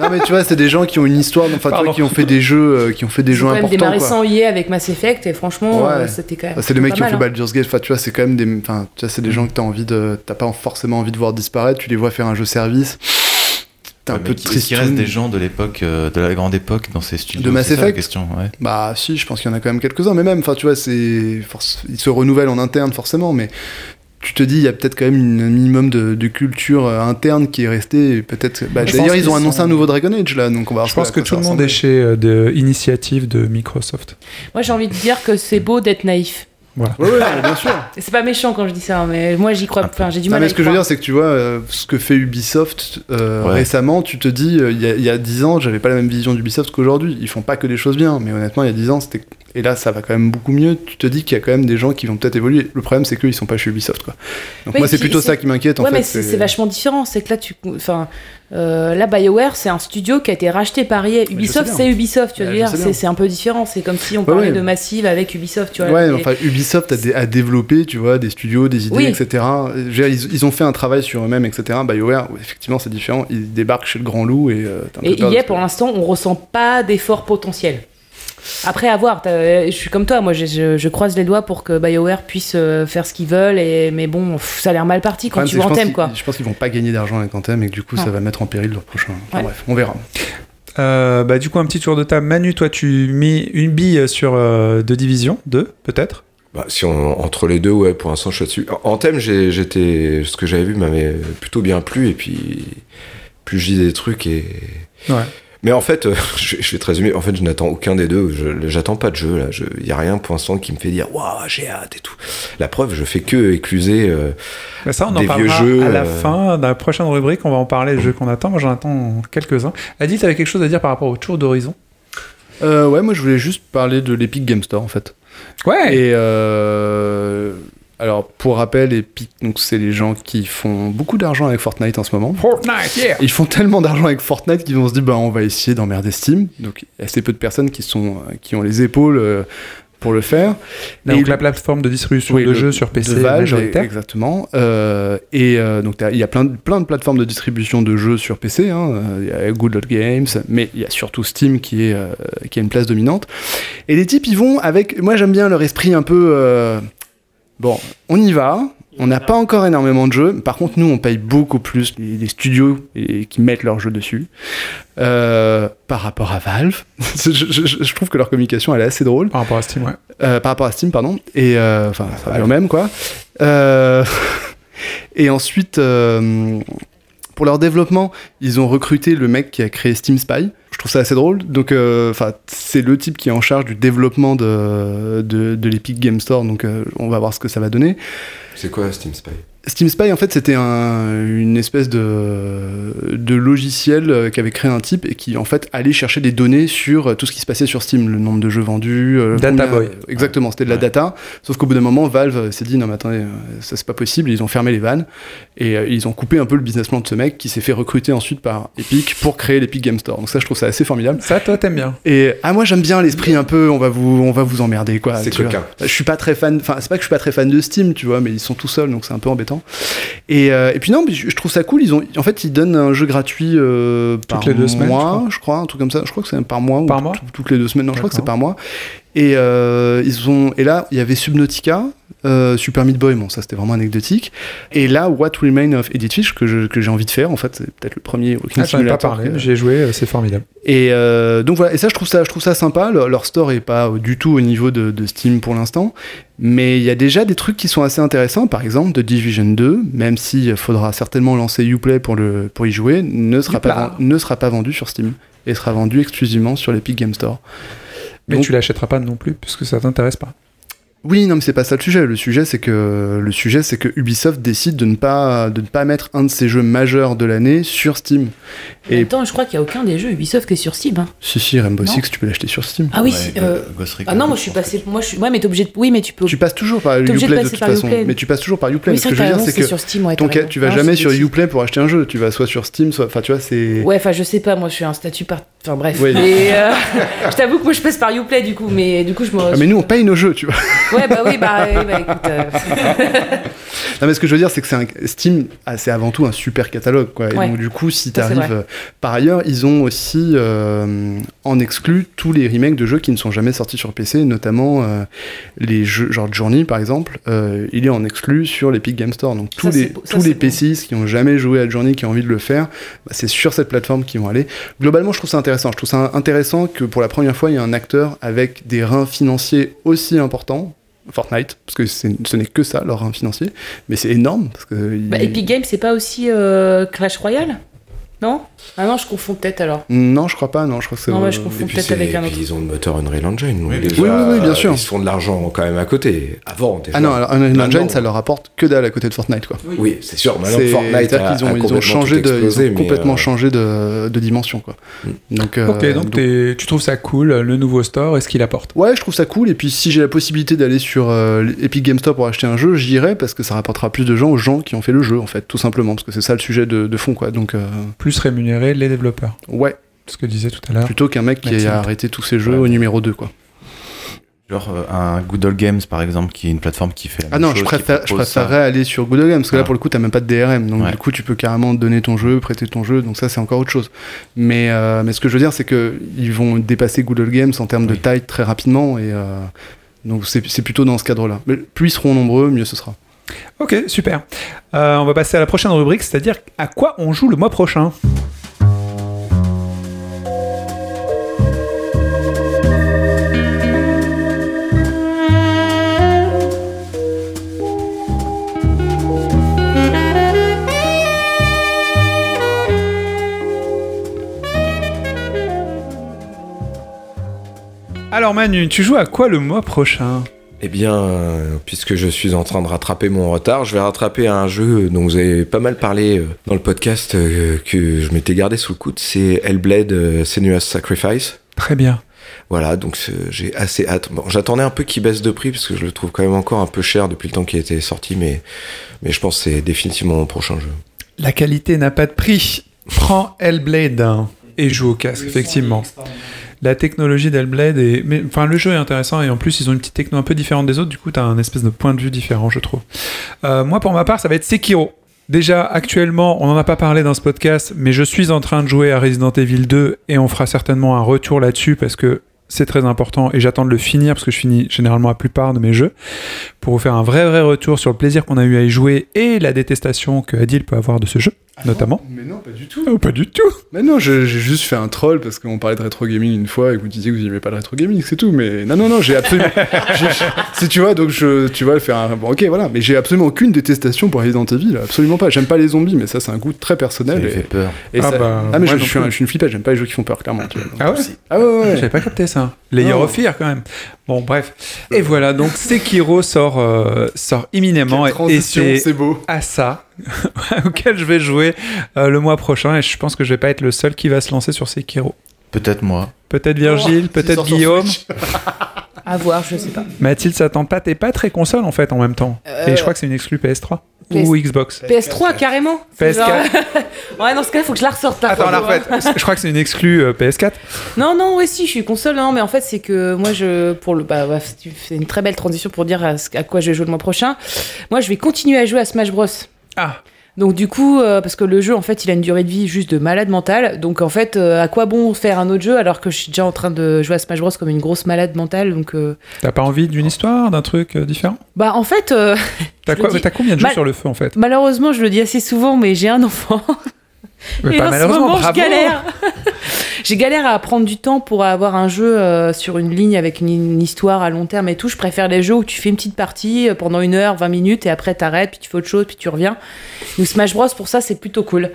Speaker 3: non, mais tu vois, c'est des gens qui ont une histoire, enfin, tu
Speaker 1: Pardon.
Speaker 3: vois, qui ont fait des jeux, euh, qui ont fait des
Speaker 4: Ils ont
Speaker 3: jeux
Speaker 4: quand même
Speaker 3: importants.
Speaker 4: démarré
Speaker 3: quoi.
Speaker 4: sans IA avec Mass Effect et franchement,
Speaker 3: Ouais.
Speaker 4: euh, c'était quand même.
Speaker 3: C'est les mecs
Speaker 4: pas
Speaker 3: qui ont
Speaker 4: mal,
Speaker 3: fait
Speaker 4: hein.
Speaker 3: Baldur's Gate. Enfin, tu vois, c'est quand même des, enfin, tu vois, c'est
Speaker 1: Mm.
Speaker 3: des gens que t'as envie de, t'as pas forcément envie de voir disparaître. Tu les vois faire un jeu service. T'es un
Speaker 6: Ouais,
Speaker 3: peu
Speaker 6: hein. mais qui- est-ce
Speaker 3: triste.
Speaker 6: qu'il reste des gens de l'époque, euh, de la grande époque dans ces studios
Speaker 3: De Mass
Speaker 6: C'est ça,
Speaker 3: Effect
Speaker 6: la question, ouais.
Speaker 3: Bah, si, je pense qu'il y en a quand même quelques-uns. Mais même, enfin, tu vois, c'est, force- ils se renouvellent en interne forcément, mais. Tu te dis, il y a peut-être quand même une- un minimum de, de culture euh, interne qui est restée. et Peut-être. Bah,
Speaker 1: Je
Speaker 3: D'ailleurs,
Speaker 1: pense
Speaker 3: ils ont
Speaker 1: qu'ils
Speaker 3: annoncé
Speaker 1: sont-
Speaker 3: un nouveau Dragon Age là, donc on va. voir
Speaker 1: Je pense
Speaker 3: à
Speaker 1: que
Speaker 3: quoi
Speaker 1: tout
Speaker 3: ça
Speaker 1: le monde
Speaker 3: ressemble.
Speaker 1: est chez euh, de Initiative de Microsoft.
Speaker 4: Moi, j'ai envie de dire que c'est beau d'être naïf.
Speaker 3: Ouais, ouais, bien sûr.
Speaker 4: Et C'est pas méchant quand je dis ça, hein, mais moi, j'y crois.
Speaker 6: Un peu.
Speaker 4: Enfin, j'ai du
Speaker 3: Ah, Non,
Speaker 4: mal.
Speaker 3: mais
Speaker 4: à
Speaker 3: ce
Speaker 4: y
Speaker 3: que je veux
Speaker 4: croire.
Speaker 3: dire, c'est que tu vois, euh, ce que fait Ubisoft euh,
Speaker 6: Ouais.
Speaker 3: récemment, tu te dis, euh, il y a- il y, a 10 ans, j'avais pas la même vision d'Ubisoft qu'aujourd'hui. Ils font pas que des choses bien, mais honnêtement, il y a 10 ans, c'était. Et là, ça va quand même beaucoup mieux. Tu te dis qu'il y a quand même des gens qui vont peut-être évoluer. Le problème, c'est qu'ils sont pas chez Ubisoft, quoi. Donc
Speaker 4: Oui,
Speaker 3: moi, c'est
Speaker 4: puis
Speaker 3: plutôt
Speaker 4: c'est-
Speaker 3: ça qui m'inquiète, en
Speaker 4: Ouais,
Speaker 3: fait.
Speaker 4: mais c'est c'est vachement différent. C'est que là, tu, enfin, euh, là, Bioware, c'est un studio qui a été racheté par EA.
Speaker 3: je
Speaker 4: Ubisoft,
Speaker 3: sais bien.
Speaker 4: c'est Ubisoft. Tu vois,
Speaker 3: Ouais,
Speaker 4: je veux
Speaker 3: je
Speaker 4: dire,
Speaker 3: sais bien.
Speaker 4: c'est c'est un peu différent. C'est comme si on parlait
Speaker 3: ouais.
Speaker 4: de Massive avec Ubisoft. Tu vois,
Speaker 3: Ouais,
Speaker 4: Et-
Speaker 3: enfin, Ubisoft a, dé- a développé, tu vois, des studios, des idées,
Speaker 4: Oui.
Speaker 3: etc. Je veux dire, ils, ils ont fait un travail sur eux-mêmes, etc. BioWare, ouais, effectivement, c'est différent. Ils débarquent chez le Grand Loup et. euh, t'as un peu
Speaker 4: Et
Speaker 3: peur
Speaker 4: EA,
Speaker 3: parce que-
Speaker 4: pour l'instant, on ressent pas d'effort potentiel. Après, à voir. t'as- Je suis comme toi, moi, je, je- je croise les doigts pour que BioWare puisse euh, faire ce qu'ils veulent. Et, mais bon, pff, ça a l'air mal parti quand
Speaker 3: Problème,
Speaker 4: tu
Speaker 3: c'est
Speaker 4: vois
Speaker 3: que
Speaker 4: en
Speaker 3: je pense
Speaker 4: thème, quoi.
Speaker 3: qu'ils- Je pense qu'ils vont pas gagner d'argent avec Anthem et que du coup
Speaker 4: Non.
Speaker 3: ça va mettre en péril leur prochain. Enfin,
Speaker 4: Ouais.
Speaker 3: Bref, on verra.
Speaker 1: Euh, bah, du coup, un petit tour de table. Manu, toi, tu mis une bille sur euh, deux divisions, deux, peut-être
Speaker 7: Bah, si on, entre les deux, ouais, pour l'instant, je suis dessus. En, en thème, j'ai- j'étais, ce que j'avais vu m'avait plutôt bien plu, et puis, plus j'y des trucs et.
Speaker 1: Ouais.
Speaker 7: Mais en fait, euh, je, je vais te résumer. En fait, je n'attends aucun des deux. Je- J'attends pas de jeu là. Il y a rien pour l'instant qui me fait dire waouh, j'ai hâte et tout. La preuve, je fais que écluser. euh,
Speaker 1: Bah, ça, on en
Speaker 7: Des
Speaker 1: parlera
Speaker 7: vieux jeux,
Speaker 1: à la
Speaker 7: euh.
Speaker 1: fin de la prochaine rubrique. On va en parler des jeux qu'on attend. Moi, j'en attends quelques-uns. Adi, t'avais quelque chose à dire par rapport au tour d'horizon
Speaker 3: Euh, ouais, moi je voulais juste parler de l'Epic Game Store en fait.
Speaker 1: Ouais
Speaker 3: Et euh, alors pour rappel, Epic, donc c'est les gens qui font beaucoup d'argent avec Fortnite en ce moment.
Speaker 1: Fortnite, yeah
Speaker 3: Ils font tellement d'argent avec Fortnite qu'ils vont se dire bah on va essayer d'emmerder Steam. Donc il y a assez peu de personnes qui sont qui ont les épaules euh, pour le faire.
Speaker 1: Donc,
Speaker 3: Et-
Speaker 1: la plateforme de distribution
Speaker 3: Oui,
Speaker 1: de
Speaker 3: le-
Speaker 1: jeux sur PC
Speaker 3: de Valve,
Speaker 1: majoritaire.
Speaker 3: exactement. Euh, et euh, donc t'as- il y a plein de, plein de plateformes de distribution de jeux sur PC. hein. Euh, Il y a Good Old Games, mais il y a surtout Steam qui est euh, qui a une place dominante. Et les types, ils vont avec. Moi, j'aime bien leur esprit un peu. euh, Bon, on y va. On n'a pas encore énormément de jeux. Par contre, nous, on paye beaucoup plus les, les studios et- qui mettent leurs jeux dessus. Euh, par rapport à Valve, je, je- je- je trouve que leur communication, elle est assez drôle.
Speaker 1: Par rapport à Steam, ouais.
Speaker 3: Euh, par rapport à Steam, pardon. Et euh, enfin, ça revient au même, quoi. Euh, et ensuite, euh, pour leur développement, ils ont recruté le mec qui a créé Steam Spy. Je trouve ça assez drôle. Donc, euh, enfin, c'est le type qui est en charge du développement de, de, de l'Epic Game Store. Donc, euh, on va voir ce que ça va donner.
Speaker 7: C'est quoi Steam Spy
Speaker 3: Steam Spy, en fait, c'était un- une espèce de, de logiciel euh, qu'avait créé un type et qui, en fait, allait chercher des données sur euh, tout ce qui se passait sur Steam, le nombre de jeux vendus. euh,
Speaker 1: Data Boy.
Speaker 3: Exactement, c'était de la
Speaker 6: Ouais.
Speaker 3: data. Sauf qu'au bout d'un moment, Valve euh, s'est dit non, mais attendez, euh, ça c'est pas possible. Ils ont fermé les vannes et euh, ils ont coupé un peu le business plan de ce mec qui s'est fait recruter ensuite par Epic pour créer l'Epic Game Store. Donc, ça, je trouve ça assez formidable.
Speaker 1: Ça, toi, t'aimes bien.
Speaker 3: Et ah, moi, j'aime bien l'esprit un peu, on va vous, on va vous emmerder quoi.
Speaker 7: C'est
Speaker 3: Bah, tu vois.
Speaker 7: coquin.
Speaker 3: Je suis pas très fan, enfin, c'est pas que je suis pas très fan de Steam, tu vois, mais ils sont tout seuls, donc c'est un peu embêtant. Et, euh, et puis non, mais je je trouve ça cool. Ils ont, en fait, ils donnent un jeu gratuit euh, par
Speaker 1: les deux
Speaker 3: mois,
Speaker 1: semaines, je crois.
Speaker 3: je crois, un truc comme ça. Je crois que c'est par mois. ou
Speaker 1: Par Ah, mois
Speaker 3: tout- Toutes les deux semaines, non, je crois que c'est
Speaker 1: D'accord.
Speaker 3: par mois. Et euh, ils ont, et là, il y avait Subnautica, euh, Super Meat Boy, bon, ça c'était vraiment anecdotique. Et là, What Remains of Edith Fish que je- que j'ai envie de faire, en fait, c'est peut-être le premier Walking
Speaker 1: Ah, J'en ai pas
Speaker 3: Simulator
Speaker 1: parlé,
Speaker 3: que-
Speaker 1: mais j'ai joué, euh, c'est formidable.
Speaker 3: et euh, donc voilà, et ça je trouve ça, je trouve ça sympa. Leur, leur store est pas euh, du tout au niveau de, de Steam pour l'instant, mais il y a déjà des trucs qui sont assez intéressants. Par exemple, The Division 2, même s'il faudra certainement lancer Uplay pour le pour y jouer, ne sera pas
Speaker 1: Youpla.
Speaker 3: ven- ne sera pas vendu sur Steam et sera vendu exclusivement sur l'Epic Game Store.
Speaker 1: Mais
Speaker 3: Donc-
Speaker 1: tu l'achèteras pas non plus, puisque ça t'intéresse pas.
Speaker 3: Oui, non, mais c'est pas ça le sujet. Le sujet, c'est que le sujet, c'est que Ubisoft décide de ne pas de ne pas mettre un de ses jeux majeurs de l'année sur Steam.
Speaker 5: En
Speaker 3: Et
Speaker 5: même temps, je crois qu'il n'y a aucun des jeux Ubisoft qui est sur Steam. hein.
Speaker 3: si si, Rainbow
Speaker 5: Non.
Speaker 3: Six, tu peux l'acheter sur Steam.
Speaker 5: Ah oui.
Speaker 6: Ouais,
Speaker 5: si, euh,
Speaker 6: Go- Ghost Recon,
Speaker 5: Ah non, moi je suis
Speaker 6: pense que-
Speaker 5: passé. Moi je suis. Ouais, mais t'es obligé de. Oui, mais tu peux.
Speaker 3: Tu passes toujours par
Speaker 5: T'es obligé de
Speaker 3: Uplay de
Speaker 5: passer
Speaker 3: toute
Speaker 5: par
Speaker 3: façon,
Speaker 5: Uplay.
Speaker 3: mais tu passes toujours par Uplay.
Speaker 5: Oui,
Speaker 3: ce
Speaker 5: c'est
Speaker 3: que je
Speaker 5: vrai,
Speaker 3: veux
Speaker 5: t'as
Speaker 3: dire,
Speaker 5: raison,
Speaker 3: c'est
Speaker 5: c'est
Speaker 3: que
Speaker 5: sur Steam. Ouais, t'as
Speaker 3: ton cas,
Speaker 5: raison.
Speaker 3: tu vas
Speaker 5: Ah,
Speaker 3: jamais
Speaker 5: c'est
Speaker 3: sur
Speaker 5: possible.
Speaker 3: Uplay pour acheter un jeu. Tu vas soit sur Steam, soit. Enfin, tu vois, c'est.
Speaker 5: Ouais, enfin, je sais pas, moi je suis un statut par. Enfin, bref.
Speaker 3: Oui.
Speaker 5: Mais, euh, je t'avoue que moi je passe par Uplay du coup, mais du coup je me.
Speaker 3: Ah, mais nous, on paye nos jeux, tu vois.
Speaker 5: Ouais, bah oui, bah, oui, bah, écoute. euh,
Speaker 3: Non, mais ce que je veux dire, c'est que c'est un... Steam, ah, c'est avant tout un super catalogue, quoi. Et
Speaker 5: Ouais.
Speaker 3: donc, du coup, si
Speaker 5: Ça, c'est
Speaker 3: t'arrives. euh, Par ailleurs, ils ont aussi euh, en exclu tous les remakes de jeux qui ne sont jamais sortis sur PC, notamment euh, les jeux, genre Journey, par exemple. euh, il est en exclu sur l'Epic Game Store. Donc, tous
Speaker 5: Ça, c'est
Speaker 3: les,
Speaker 5: beau- ça,
Speaker 3: tous
Speaker 5: c'est
Speaker 3: les
Speaker 5: beau.
Speaker 3: PCs qui n'ont jamais joué à Journey, qui ont envie de le faire, bah, c'est sur cette plateforme qu'ils vont aller. Globalement, je trouve ça intéressant. Je trouve ça intéressant que pour la première fois, il y a un acteur avec des reins financiers aussi importants. Fortnite, parce que c'est- ce n'est que ça, leur rein financier. Mais c'est énorme. Parce que il-
Speaker 5: bah, Epic Games, c'est pas aussi euh, Clash Royale Non
Speaker 4: Ah non, je confonds peut-être alors.
Speaker 3: Non, je crois pas. Non, je crois que c'est.
Speaker 5: Non, moi, je confonds
Speaker 7: Et puis,
Speaker 5: peut-être
Speaker 7: c'est-
Speaker 5: avec un
Speaker 7: puis
Speaker 5: autre.
Speaker 7: ils ont le moteur Unreal Engine. donc
Speaker 6: Oui,
Speaker 7: déjà,
Speaker 3: oui, oui, bien sûr.
Speaker 7: euh, Ils se font de l'argent quand même à côté. Avant, déjà.
Speaker 3: Ah non, alors Unreal
Speaker 7: Maintenant,
Speaker 3: Engine, ça leur apporte que dalle à côté de Fortnite, quoi.
Speaker 7: Oui, c'est sûr. Maintenant,
Speaker 3: C'est-
Speaker 7: Fortnite
Speaker 3: c'est-à-dire
Speaker 7: a,
Speaker 3: qu'ils
Speaker 7: a
Speaker 3: ont, ils ont
Speaker 7: complètement
Speaker 3: changé
Speaker 7: tout
Speaker 3: de,
Speaker 7: explosé,
Speaker 3: ils ont
Speaker 7: mais,
Speaker 3: complètement
Speaker 7: euh,
Speaker 3: changé de, de dimension, quoi.
Speaker 7: Mm.
Speaker 3: Donc, euh,
Speaker 1: ok, donc, t'es- tu trouves ça cool, euh, le nouveau store et ce qu'il apporte.
Speaker 3: Ouais, je trouve ça cool. Et puis, si j'ai la possibilité d'aller sur euh, Epic Game Store pour acheter un jeu, j'irai parce que ça rapportera plus de gens aux gens qui ont fait le jeu, en fait, tout simplement. Parce que c'est ça le sujet de, de fond, quoi. Donc, euh,
Speaker 1: Plus rémunérer les développeurs,
Speaker 3: ouais,
Speaker 1: ce que disait tout à l'heure.
Speaker 3: plutôt qu'un mec qui
Speaker 1: Ah. Merci.
Speaker 3: a arrêté tous ses jeux
Speaker 6: Ouais.
Speaker 3: au numéro 2, quoi.
Speaker 6: Genre euh, un Good Old Games par exemple, qui est une plateforme qui fait. la
Speaker 3: Ah
Speaker 6: même
Speaker 3: non, je,
Speaker 6: chose, qui
Speaker 3: préfère, je
Speaker 6: propose ça.
Speaker 3: préférerais aller sur Good Old Games parce que là,
Speaker 6: Ah.
Speaker 3: pour le coup, t'as même pas de DRM. Donc,
Speaker 6: Ouais.
Speaker 3: du coup, tu peux carrément donner ton jeu, prêter ton jeu. Donc, ça, c'est encore autre chose. Mais, euh, mais ce que je veux dire, c'est que ils vont dépasser Good Old Games en termes de
Speaker 6: Oui.
Speaker 3: taille très rapidement. Et euh, donc, c'est c'est plutôt dans ce cadre-là. Mais Plus ils seront nombreux, mieux ce sera.
Speaker 1: Ok, super. Euh, on va passer à la prochaine rubrique, c'est-à-dire à quoi on joue le mois prochain. Alors Manu, tu joues à quoi le mois prochain
Speaker 7: Eh bien, euh, puisque je suis en train de rattraper mon retard, je vais rattraper un jeu dont vous avez pas mal parlé euh, dans le podcast euh, que je m'étais gardé sous le coude. C'est Hellblade euh, Senua's Sacrifice.
Speaker 1: Très bien.
Speaker 7: Voilà, donc c'est- j'ai assez hâte. Bon, j'attendais un peu qu'il baisse de prix parce que je le trouve quand même encore un peu cher depuis le temps qu'il était sorti, mais, mais je pense que c'est définitivement mon prochain jeu.
Speaker 1: La qualité n'a pas de prix. Prends Hellblade hein, et joue au casque, effectivement. La technologie d'Hellblade est. mais, Enfin, le jeu est intéressant et en plus, ils ont une petite techno un peu différente des autres. Du coup, t'as un espèce de point de vue différent, je trouve. Euh, moi, pour ma part, ça va être Sekiro. Déjà, actuellement, on n'en a pas parlé dans ce podcast, mais je suis en train de jouer à Resident Evil 2 et on fera certainement un retour là-dessus parce que c'est très important et j'attends de le finir parce que je finis généralement la plupart de mes jeux pour vous faire un vrai vrai retour sur le plaisir qu'on a eu à y jouer et la détestation que Adil peut avoir de ce jeu notamment.
Speaker 3: Mais Ah non, pas du tout.
Speaker 1: Oh, pas du tout.
Speaker 3: Mais non, je- j'ai juste fait un troll parce qu'on parlait de rétro gaming une fois et que vous disiez que vous n'aimez pas le rétro gaming, c'est tout. Mais non, non, non, j'ai absolument. j'ai- si tu vois, donc je, tu vas faire un. Bon, ok, voilà. Mais j'ai absolument aucune détestation pour Resident Evil, là, absolument pas. J'aime pas les zombies, mais ça, c'est un goût très
Speaker 6: Ça
Speaker 3: personnel.
Speaker 6: lui
Speaker 3: Et,
Speaker 6: fait peur.
Speaker 3: et
Speaker 1: Ah
Speaker 3: ça-
Speaker 1: bah,
Speaker 3: ah, mais
Speaker 1: moi
Speaker 3: je,
Speaker 1: non
Speaker 3: je suis un-
Speaker 1: plus.
Speaker 3: je suis une flippette, j'aime pas les jeux qui font peur, clairement. tu vois. Donc,
Speaker 1: Ah ouais
Speaker 6: Aussi.
Speaker 3: Ah ouais, ouais, ouais.
Speaker 1: J'avais pas capté ça. Layer
Speaker 3: Non.
Speaker 1: of Fear, quand même. Bon, bref. Et voilà, donc Sekiro sort, euh, sort imminemment.
Speaker 3: Quelle
Speaker 1: Et, et
Speaker 3: transition,
Speaker 1: c'est
Speaker 3: c'est beau.
Speaker 1: à ça auquel je vais jouer euh, le mois prochain. Et je pense que je vais pas être le seul qui va se lancer sur Sekiro.
Speaker 6: Peut-être moi.
Speaker 1: Peut-être Virgile,
Speaker 3: Oh, s'il
Speaker 1: peut-être
Speaker 3: sort sur
Speaker 1: Guillaume.
Speaker 3: Switch.
Speaker 5: À voir, je sais pas.
Speaker 1: Mathilde, ça tente pas. T'es pas très console en fait en même temps.
Speaker 4: Euh,
Speaker 1: Et je crois que c'est une exclue PS3
Speaker 4: PS-
Speaker 1: ou Xbox.
Speaker 4: PS3 carrément. C'est
Speaker 1: PS4.
Speaker 4: genre- ouais, dans ce cas, faut que je la ressorte. la
Speaker 1: Attends,
Speaker 4: photo,
Speaker 1: la
Speaker 4: hein.
Speaker 1: refait. Je crois que c'est une exclue euh, PS4.
Speaker 4: Non, non, ouais, si, je suis console, non, mais en fait, c'est que moi, je, pour le, bah, bah, tu fais une très belle transition pour dire à, ce- à quoi je vais jouer le mois prochain. Moi, je vais continuer à jouer à Smash Bros.
Speaker 1: Ah.
Speaker 4: Donc du coup, euh, parce que le jeu, en fait, il a une durée de vie juste de malade mentale. Donc en fait, euh, à quoi bon faire un autre jeu alors que je suis déjà en train de jouer à Smash Bros comme une grosse malade mentale. Donc euh,
Speaker 1: T'as pas envie d'une histoire, d'un truc euh, différent
Speaker 4: bah en fait, euh,
Speaker 1: T'as
Speaker 4: Je
Speaker 1: quoi
Speaker 4: le dis.
Speaker 1: T'as combien de jeux
Speaker 4: Mal-
Speaker 1: sur le feu en fait
Speaker 4: malheureusement, je le dis assez souvent, mais j'ai un enfant.
Speaker 1: Mais
Speaker 4: Et
Speaker 1: pas
Speaker 4: en ce
Speaker 1: malheureusement,
Speaker 4: moment,
Speaker 1: bravo.
Speaker 4: je galère. J'ai galère à prendre du temps pour avoir un jeu euh, sur une ligne avec une, une histoire à long terme et tout. Je préfère les jeux où tu fais une petite partie euh, pendant une heure, 20 minutes et après t'arrêtes, puis tu fais autre chose, puis tu reviens. Nous Smash Bros pour ça c'est plutôt cool.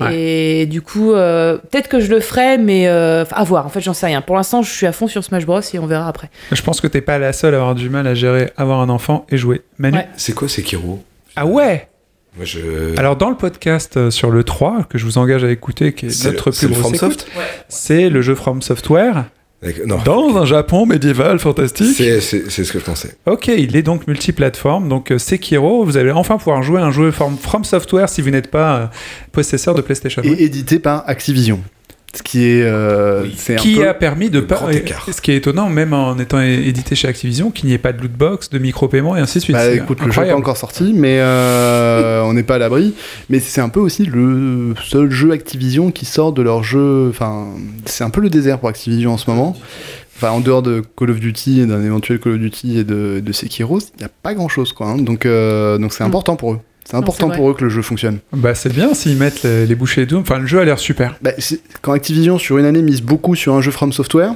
Speaker 1: Ouais.
Speaker 4: Et du coup, euh, peut-être que je le ferai, mais euh, enfin, à voir. En fait, j'en sais rien. Pour l'instant, je suis à fond sur Smash Bros et on verra après.
Speaker 1: Je pense que t'es pas la seule à avoir du mal à gérer avoir un enfant et jouer. Manu
Speaker 4: Ouais.
Speaker 7: C'est quoi Sekiro
Speaker 1: Ah ouais
Speaker 7: Moi, je.
Speaker 1: Euh, Alors dans le podcast euh, sur le 3, que je vous engage à écouter, qui est
Speaker 7: C'est
Speaker 1: notre
Speaker 7: le-
Speaker 1: plus
Speaker 7: c'est le
Speaker 1: grosse
Speaker 7: From
Speaker 1: écoute,
Speaker 7: Soft
Speaker 1: c'est le jeu From Software,
Speaker 7: D'accord, Non.
Speaker 1: dans un Japon médiéval fantastique.
Speaker 7: C'est c'est- c'est ce que je pensais.
Speaker 1: Ok, il est donc multiplateforme, donc euh, Sekiro, vous allez enfin pouvoir jouer un jeu From, From Software si vous n'êtes pas euh, possesseur de PlayStation.
Speaker 3: Et édité par Activision. Ce qui est. euh, c'est un
Speaker 1: Qui
Speaker 3: peu-
Speaker 1: a permis de
Speaker 7: le
Speaker 1: pas.
Speaker 7: grand écart.
Speaker 1: Ce qui est étonnant, même en étant é- édité chez Activision, qu'il n'y ait pas de lootbox, de micro-paiement et ainsi de suite.
Speaker 3: Bah
Speaker 1: C'est
Speaker 3: écoute, le jeu n'est pas
Speaker 1: incroyable.
Speaker 3: encore sorti, mais euh, on n'est pas à l'abri. Mais c'est un peu aussi le seul jeu Activision qui sort de leur jeu. Enfin, c'est un peu le désert pour Activision en ce moment. Enfin, en dehors de Call of Duty et d'un éventuel Call of Duty et de, de Sekiro, il n'y a pas grand chose quoi. hein. Donc euh, donc c'est
Speaker 4: Mm.
Speaker 3: important pour eux. C'est important
Speaker 4: c'est
Speaker 3: pour eux que le jeu fonctionne.
Speaker 1: Bah c'est bien s'ils mettent les, les bouchées d'eau. Enfin, le jeu a l'air super.
Speaker 3: Bah, c'est- quand Activision sur une année mise beaucoup sur un jeu From Software,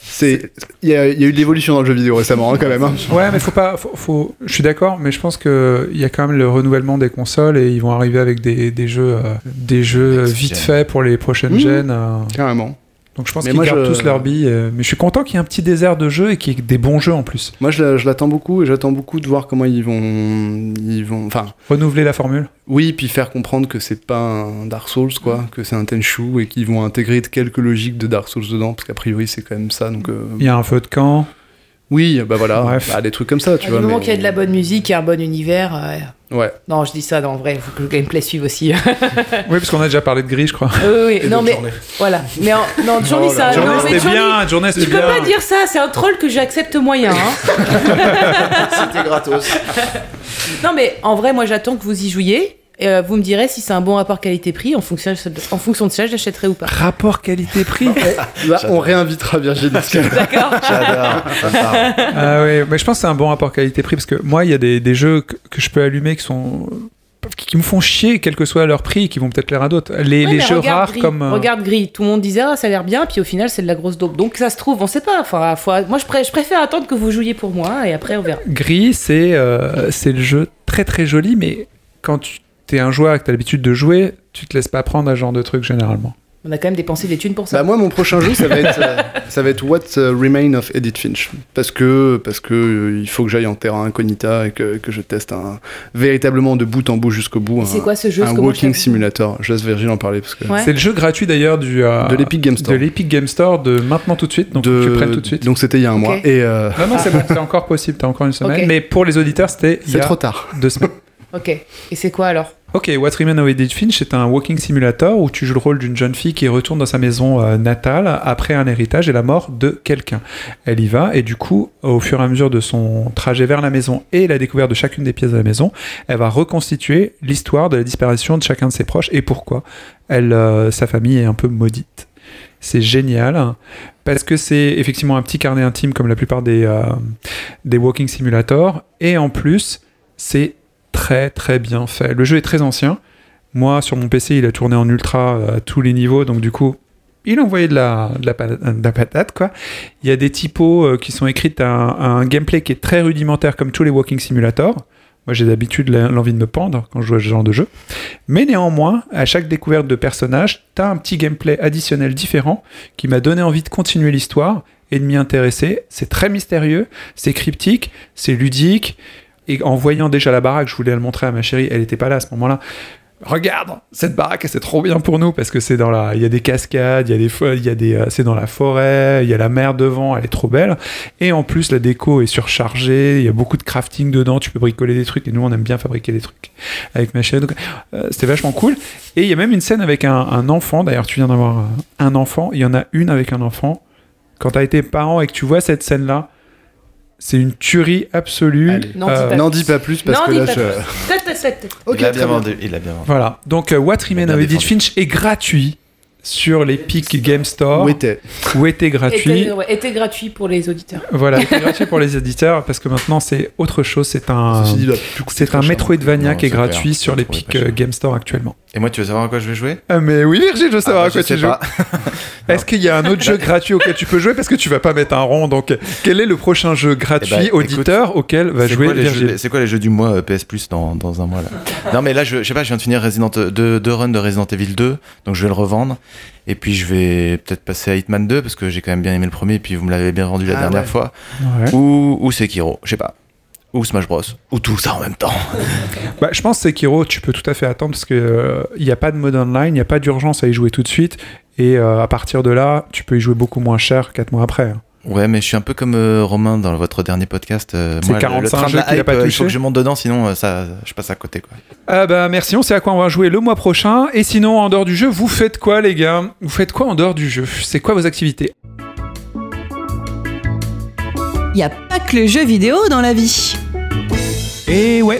Speaker 3: c'est il y, a il y a eu de l'évolution dans le jeu vidéo récemment hein, quand même. hein.
Speaker 1: Ouais, mais faut pas. Faut, faut- Je suis d'accord, mais je pense que il y a quand même le renouvellement des consoles et ils vont arriver avec des, des jeux, euh, des jeux
Speaker 6: Next
Speaker 1: vite
Speaker 6: gen.
Speaker 1: faits pour les prochaines
Speaker 3: Mmh.
Speaker 1: gènes. euh.
Speaker 3: Carrément.
Speaker 1: donc je pense
Speaker 3: Mais
Speaker 1: qu'ils
Speaker 3: moi,
Speaker 1: gardent
Speaker 3: je-
Speaker 1: tous leur bille. euh, mais je suis content qu'il y ait un petit désert de jeux et qu'il y ait des bons jeux en plus.
Speaker 3: Moi, je l'a- je l'attends beaucoup et j'attends beaucoup de voir comment ils vont, ils vont, enfin,
Speaker 1: Renouveler la formule.
Speaker 3: oui, puis faire comprendre que c'est pas un Dark Souls, quoi, que c'est un Tenchu et qu'ils vont intégrer quelques logiques de Dark Souls dedans, parce qu'a priori c'est quand même ça, donc euh,
Speaker 1: Il y a un feu de camp.
Speaker 3: oui, bah voilà,
Speaker 1: Mm. Bref.
Speaker 3: bah, des trucs comme ça, tu
Speaker 4: Du
Speaker 3: vois.
Speaker 4: moment
Speaker 3: mais-
Speaker 4: qu'il y a de la bonne musique et un bon univers. euh,
Speaker 3: Ouais.
Speaker 4: Non, je dis ça, non, en vrai, il faut que le gameplay suive aussi. oui,
Speaker 1: Oui, parce qu'on a déjà parlé de gris, je crois.
Speaker 4: oui, oui. Non, mais voilà. Mais en- non, Journey, ça.
Speaker 1: Journée,
Speaker 4: Ah, non, mais
Speaker 1: c'était
Speaker 4: Journey,
Speaker 1: bien. Journée, c'était
Speaker 4: Tu peux
Speaker 1: bien.
Speaker 4: pas dire ça, c'est un troll que j'accepte moyen. hein.
Speaker 7: C'était gratos.
Speaker 4: non mais en vrai, moi j'attends que vous y jouiez. Et, euh, vous me direz si c'est un bon rapport qualité-prix. En fonction, en fonction de ça, je l'achèterai ou pas.
Speaker 1: Rapport qualité-prix.
Speaker 3: Là, on réinvitera Virgile. parce que-
Speaker 6: J'adore. ça me parle.
Speaker 1: Ah oui, mais je pense que c'est un bon rapport qualité-prix parce que moi, il y a des, des jeux que, que je peux allumer qui sont qui, qui me font chier, quel que soit leur prix, et qui vont peut-être plaire à d'autres. Les,
Speaker 4: Ouais,
Speaker 1: les
Speaker 4: mais
Speaker 1: jeux
Speaker 4: regarde
Speaker 1: rares
Speaker 4: Gris,
Speaker 1: comme. euh,
Speaker 4: Regarde gris, tout le monde disait ah, ça a l'air bien, puis au final c'est de la grosse dope. Donc ça se trouve, on sait pas. Enfin, faut- moi je, pré- je préfère attendre que vous jouiez pour moi et après on verra.
Speaker 1: Gris, c'est euh, c'est le jeu très très joli, mais quand tu es un joueur et que tu as l'habitude de jouer, tu te laisses pas prendre à ce genre de truc généralement.
Speaker 4: On a quand même dépensé des thunes pour ça.
Speaker 3: Bah, moi, mon prochain jeu, ça va être, euh, ça va être What euh, Remain of Edith Finch, parce que parce que euh, il faut que j'aille en terrain incognita et que, que je teste un véritablement de bout en bout jusqu'au bout.
Speaker 4: Et
Speaker 3: un-
Speaker 4: c'est quoi ce jeu
Speaker 3: un
Speaker 4: Parce que moi, je
Speaker 3: walking
Speaker 4: t'avoue-
Speaker 3: simulator. Je laisse Virgile en parler parce que
Speaker 4: Ouais.
Speaker 1: C'est le jeu gratuit d'ailleurs du euh,
Speaker 3: de l'Epic Game Store.
Speaker 1: de l'Epic Game Store de maintenant tout de suite, donc
Speaker 3: De-
Speaker 1: tu prennes tout de suite.
Speaker 3: Donc c'était il y a un mois et euh,
Speaker 1: Non, non, c'est bon, c'est encore possible, t'as encore une semaine.
Speaker 4: Ok.
Speaker 1: Mais pour les auditeurs, c'était il y
Speaker 3: c'est
Speaker 1: a
Speaker 3: trop tard.
Speaker 1: deux semaines.
Speaker 4: Ok. Et c'est quoi alors
Speaker 1: Ok, What Remains of Edith Finch est un walking simulator où tu joues le rôle d'une jeune fille qui retourne dans sa maison euh, natale après un héritage et la mort de quelqu'un. Elle y va et du coup, au fur et à mesure de son trajet vers la maison et la découverte de chacune des pièces de la maison, elle va reconstituer l'histoire de la disparition de chacun de ses proches et pourquoi elle, euh, sa famille est un peu maudite. C'est génial. parce que c'est effectivement un petit carnet intime comme la plupart des, euh, des Walking Simulator, et en plus, c'est très très bien fait. Le jeu est très ancien. Moi, sur mon PC, il a tourné en ultra euh, à tous les niveaux, donc du coup, il envoyait de la, de la, pat- de la patate, quoi. Il y a des typos euh, qui sont écrites à un, à un gameplay qui est très rudimentaire, comme tous les Walking Simulator. Moi, j'ai d'habitude la- l'envie de me pendre quand je joue à ce genre de jeu. Mais néanmoins, à chaque découverte de personnage, t'as un petit gameplay additionnel différent qui m'a donné envie de continuer l'histoire et de m'y intéresser. C'est très mystérieux, c'est cryptique, c'est ludique. Et en voyant déjà la baraque, je voulais le montrer à ma chérie, elle n'était pas là à ce moment-là regarde cette baraque c'est trop bien pour nous parce que c'est dans la il y a des cascades il y a des fo- il y a des euh, c'est dans la forêt il y a la mer devant elle est trop belle et en plus la déco est surchargée il y a beaucoup de crafting dedans tu peux bricoler des trucs et nous on aime bien fabriquer des trucs avec ma chaîne donc euh, c'était vachement cool et il y a même une scène avec un, un enfant d'ailleurs tu viens d'avoir euh, un enfant il y en a une avec un enfant quand t'as été parent et que tu vois cette scène là c'est une tuerie absolue Euh,
Speaker 3: Allez.
Speaker 4: N'en dis pas.
Speaker 3: N'en dis pas plus parce
Speaker 5: Non,
Speaker 3: que
Speaker 5: dis
Speaker 3: là
Speaker 5: pas
Speaker 3: je.
Speaker 5: plus. Tête, tête, tête, tête.
Speaker 3: Ok,
Speaker 6: il a
Speaker 3: très
Speaker 6: bien
Speaker 3: bien.
Speaker 6: vendu. Il a bien vendu.
Speaker 1: Voilà. Donc, euh, What Remains
Speaker 6: Bien
Speaker 1: of Edith
Speaker 6: défendu.
Speaker 1: Finch est gratuit sur l'Epic Game Store,
Speaker 3: Où était
Speaker 1: où était gratuit.
Speaker 5: Était, ouais, était gratuit pour les auditeurs.
Speaker 1: Voilà, était gratuit pour les éditeurs, parce que maintenant, c'est autre chose. C'est un,
Speaker 3: Ceci dit, il doit plus coûter
Speaker 1: c'est
Speaker 3: très
Speaker 1: un
Speaker 3: cher.
Speaker 1: Metroidvania
Speaker 6: Non,
Speaker 1: qui est
Speaker 6: super.
Speaker 1: gratuit sur
Speaker 6: Je trouvais
Speaker 1: l'Epic
Speaker 6: pas cher.
Speaker 1: euh, Game Store actuellement.
Speaker 6: Et moi, tu veux savoir à quoi je vais jouer
Speaker 1: Ah, mais oui, Virgile, je veux savoir
Speaker 6: Ah,
Speaker 1: à
Speaker 6: bah,
Speaker 1: quoi
Speaker 6: je
Speaker 1: tu
Speaker 6: sais
Speaker 1: joues.
Speaker 6: pas.
Speaker 1: Est-ce qu'il y a un autre jeu gratuit auquel tu peux jouer Parce que tu vas pas mettre un rond. Donc, quel est le prochain jeu gratuit
Speaker 6: Eh ben, écoute,
Speaker 1: auditeur auquel va
Speaker 6: C'est
Speaker 1: jouer
Speaker 6: quoi, les
Speaker 1: Virgile
Speaker 6: jeux- c'est quoi les jeux du mois euh, PS Plus dans, dans un mois là Non mais là je, je sais pas, je viens de finir Resident deux, deux runs de Resident Evil 2, donc je vais le revendre. Et puis je vais peut-être passer à Hitman 2 parce que j'ai quand même bien aimé le premier et puis vous me l'avez bien vendu la
Speaker 3: Ah
Speaker 6: dernière
Speaker 3: ouais.
Speaker 6: fois.
Speaker 1: Ouais.
Speaker 6: Ou, ou Sekiro, je sais pas. Ou Smash Bros. Ou tout ça en même temps.
Speaker 1: Bah, je pense que Sekiro, tu peux tout à fait attendre parce qu'il n'y a pas de mode online, il n'y a pas d'urgence à y jouer tout de suite. Et euh, à partir de là, tu peux y jouer beaucoup moins cher 4 mois après. hein.
Speaker 6: Ouais mais je suis un peu comme euh, Romain dans votre dernier podcast. euh,
Speaker 1: C'est
Speaker 6: moi, le-
Speaker 1: 45
Speaker 6: le train de
Speaker 1: jeux
Speaker 6: la
Speaker 1: qu'il a
Speaker 6: hype,
Speaker 1: pas
Speaker 6: euh, Il
Speaker 1: touché.
Speaker 6: faut que je monte dedans sinon euh, ça, je passe à côté quoi.
Speaker 1: Ah bah merci, on sait à quoi on va jouer le mois prochain. Et sinon, en dehors du jeu, vous faites quoi les gars Vous faites quoi en dehors du jeu C'est quoi vos activités
Speaker 8: Il n'y a pas que le jeu vidéo dans la vie.
Speaker 1: Et ouais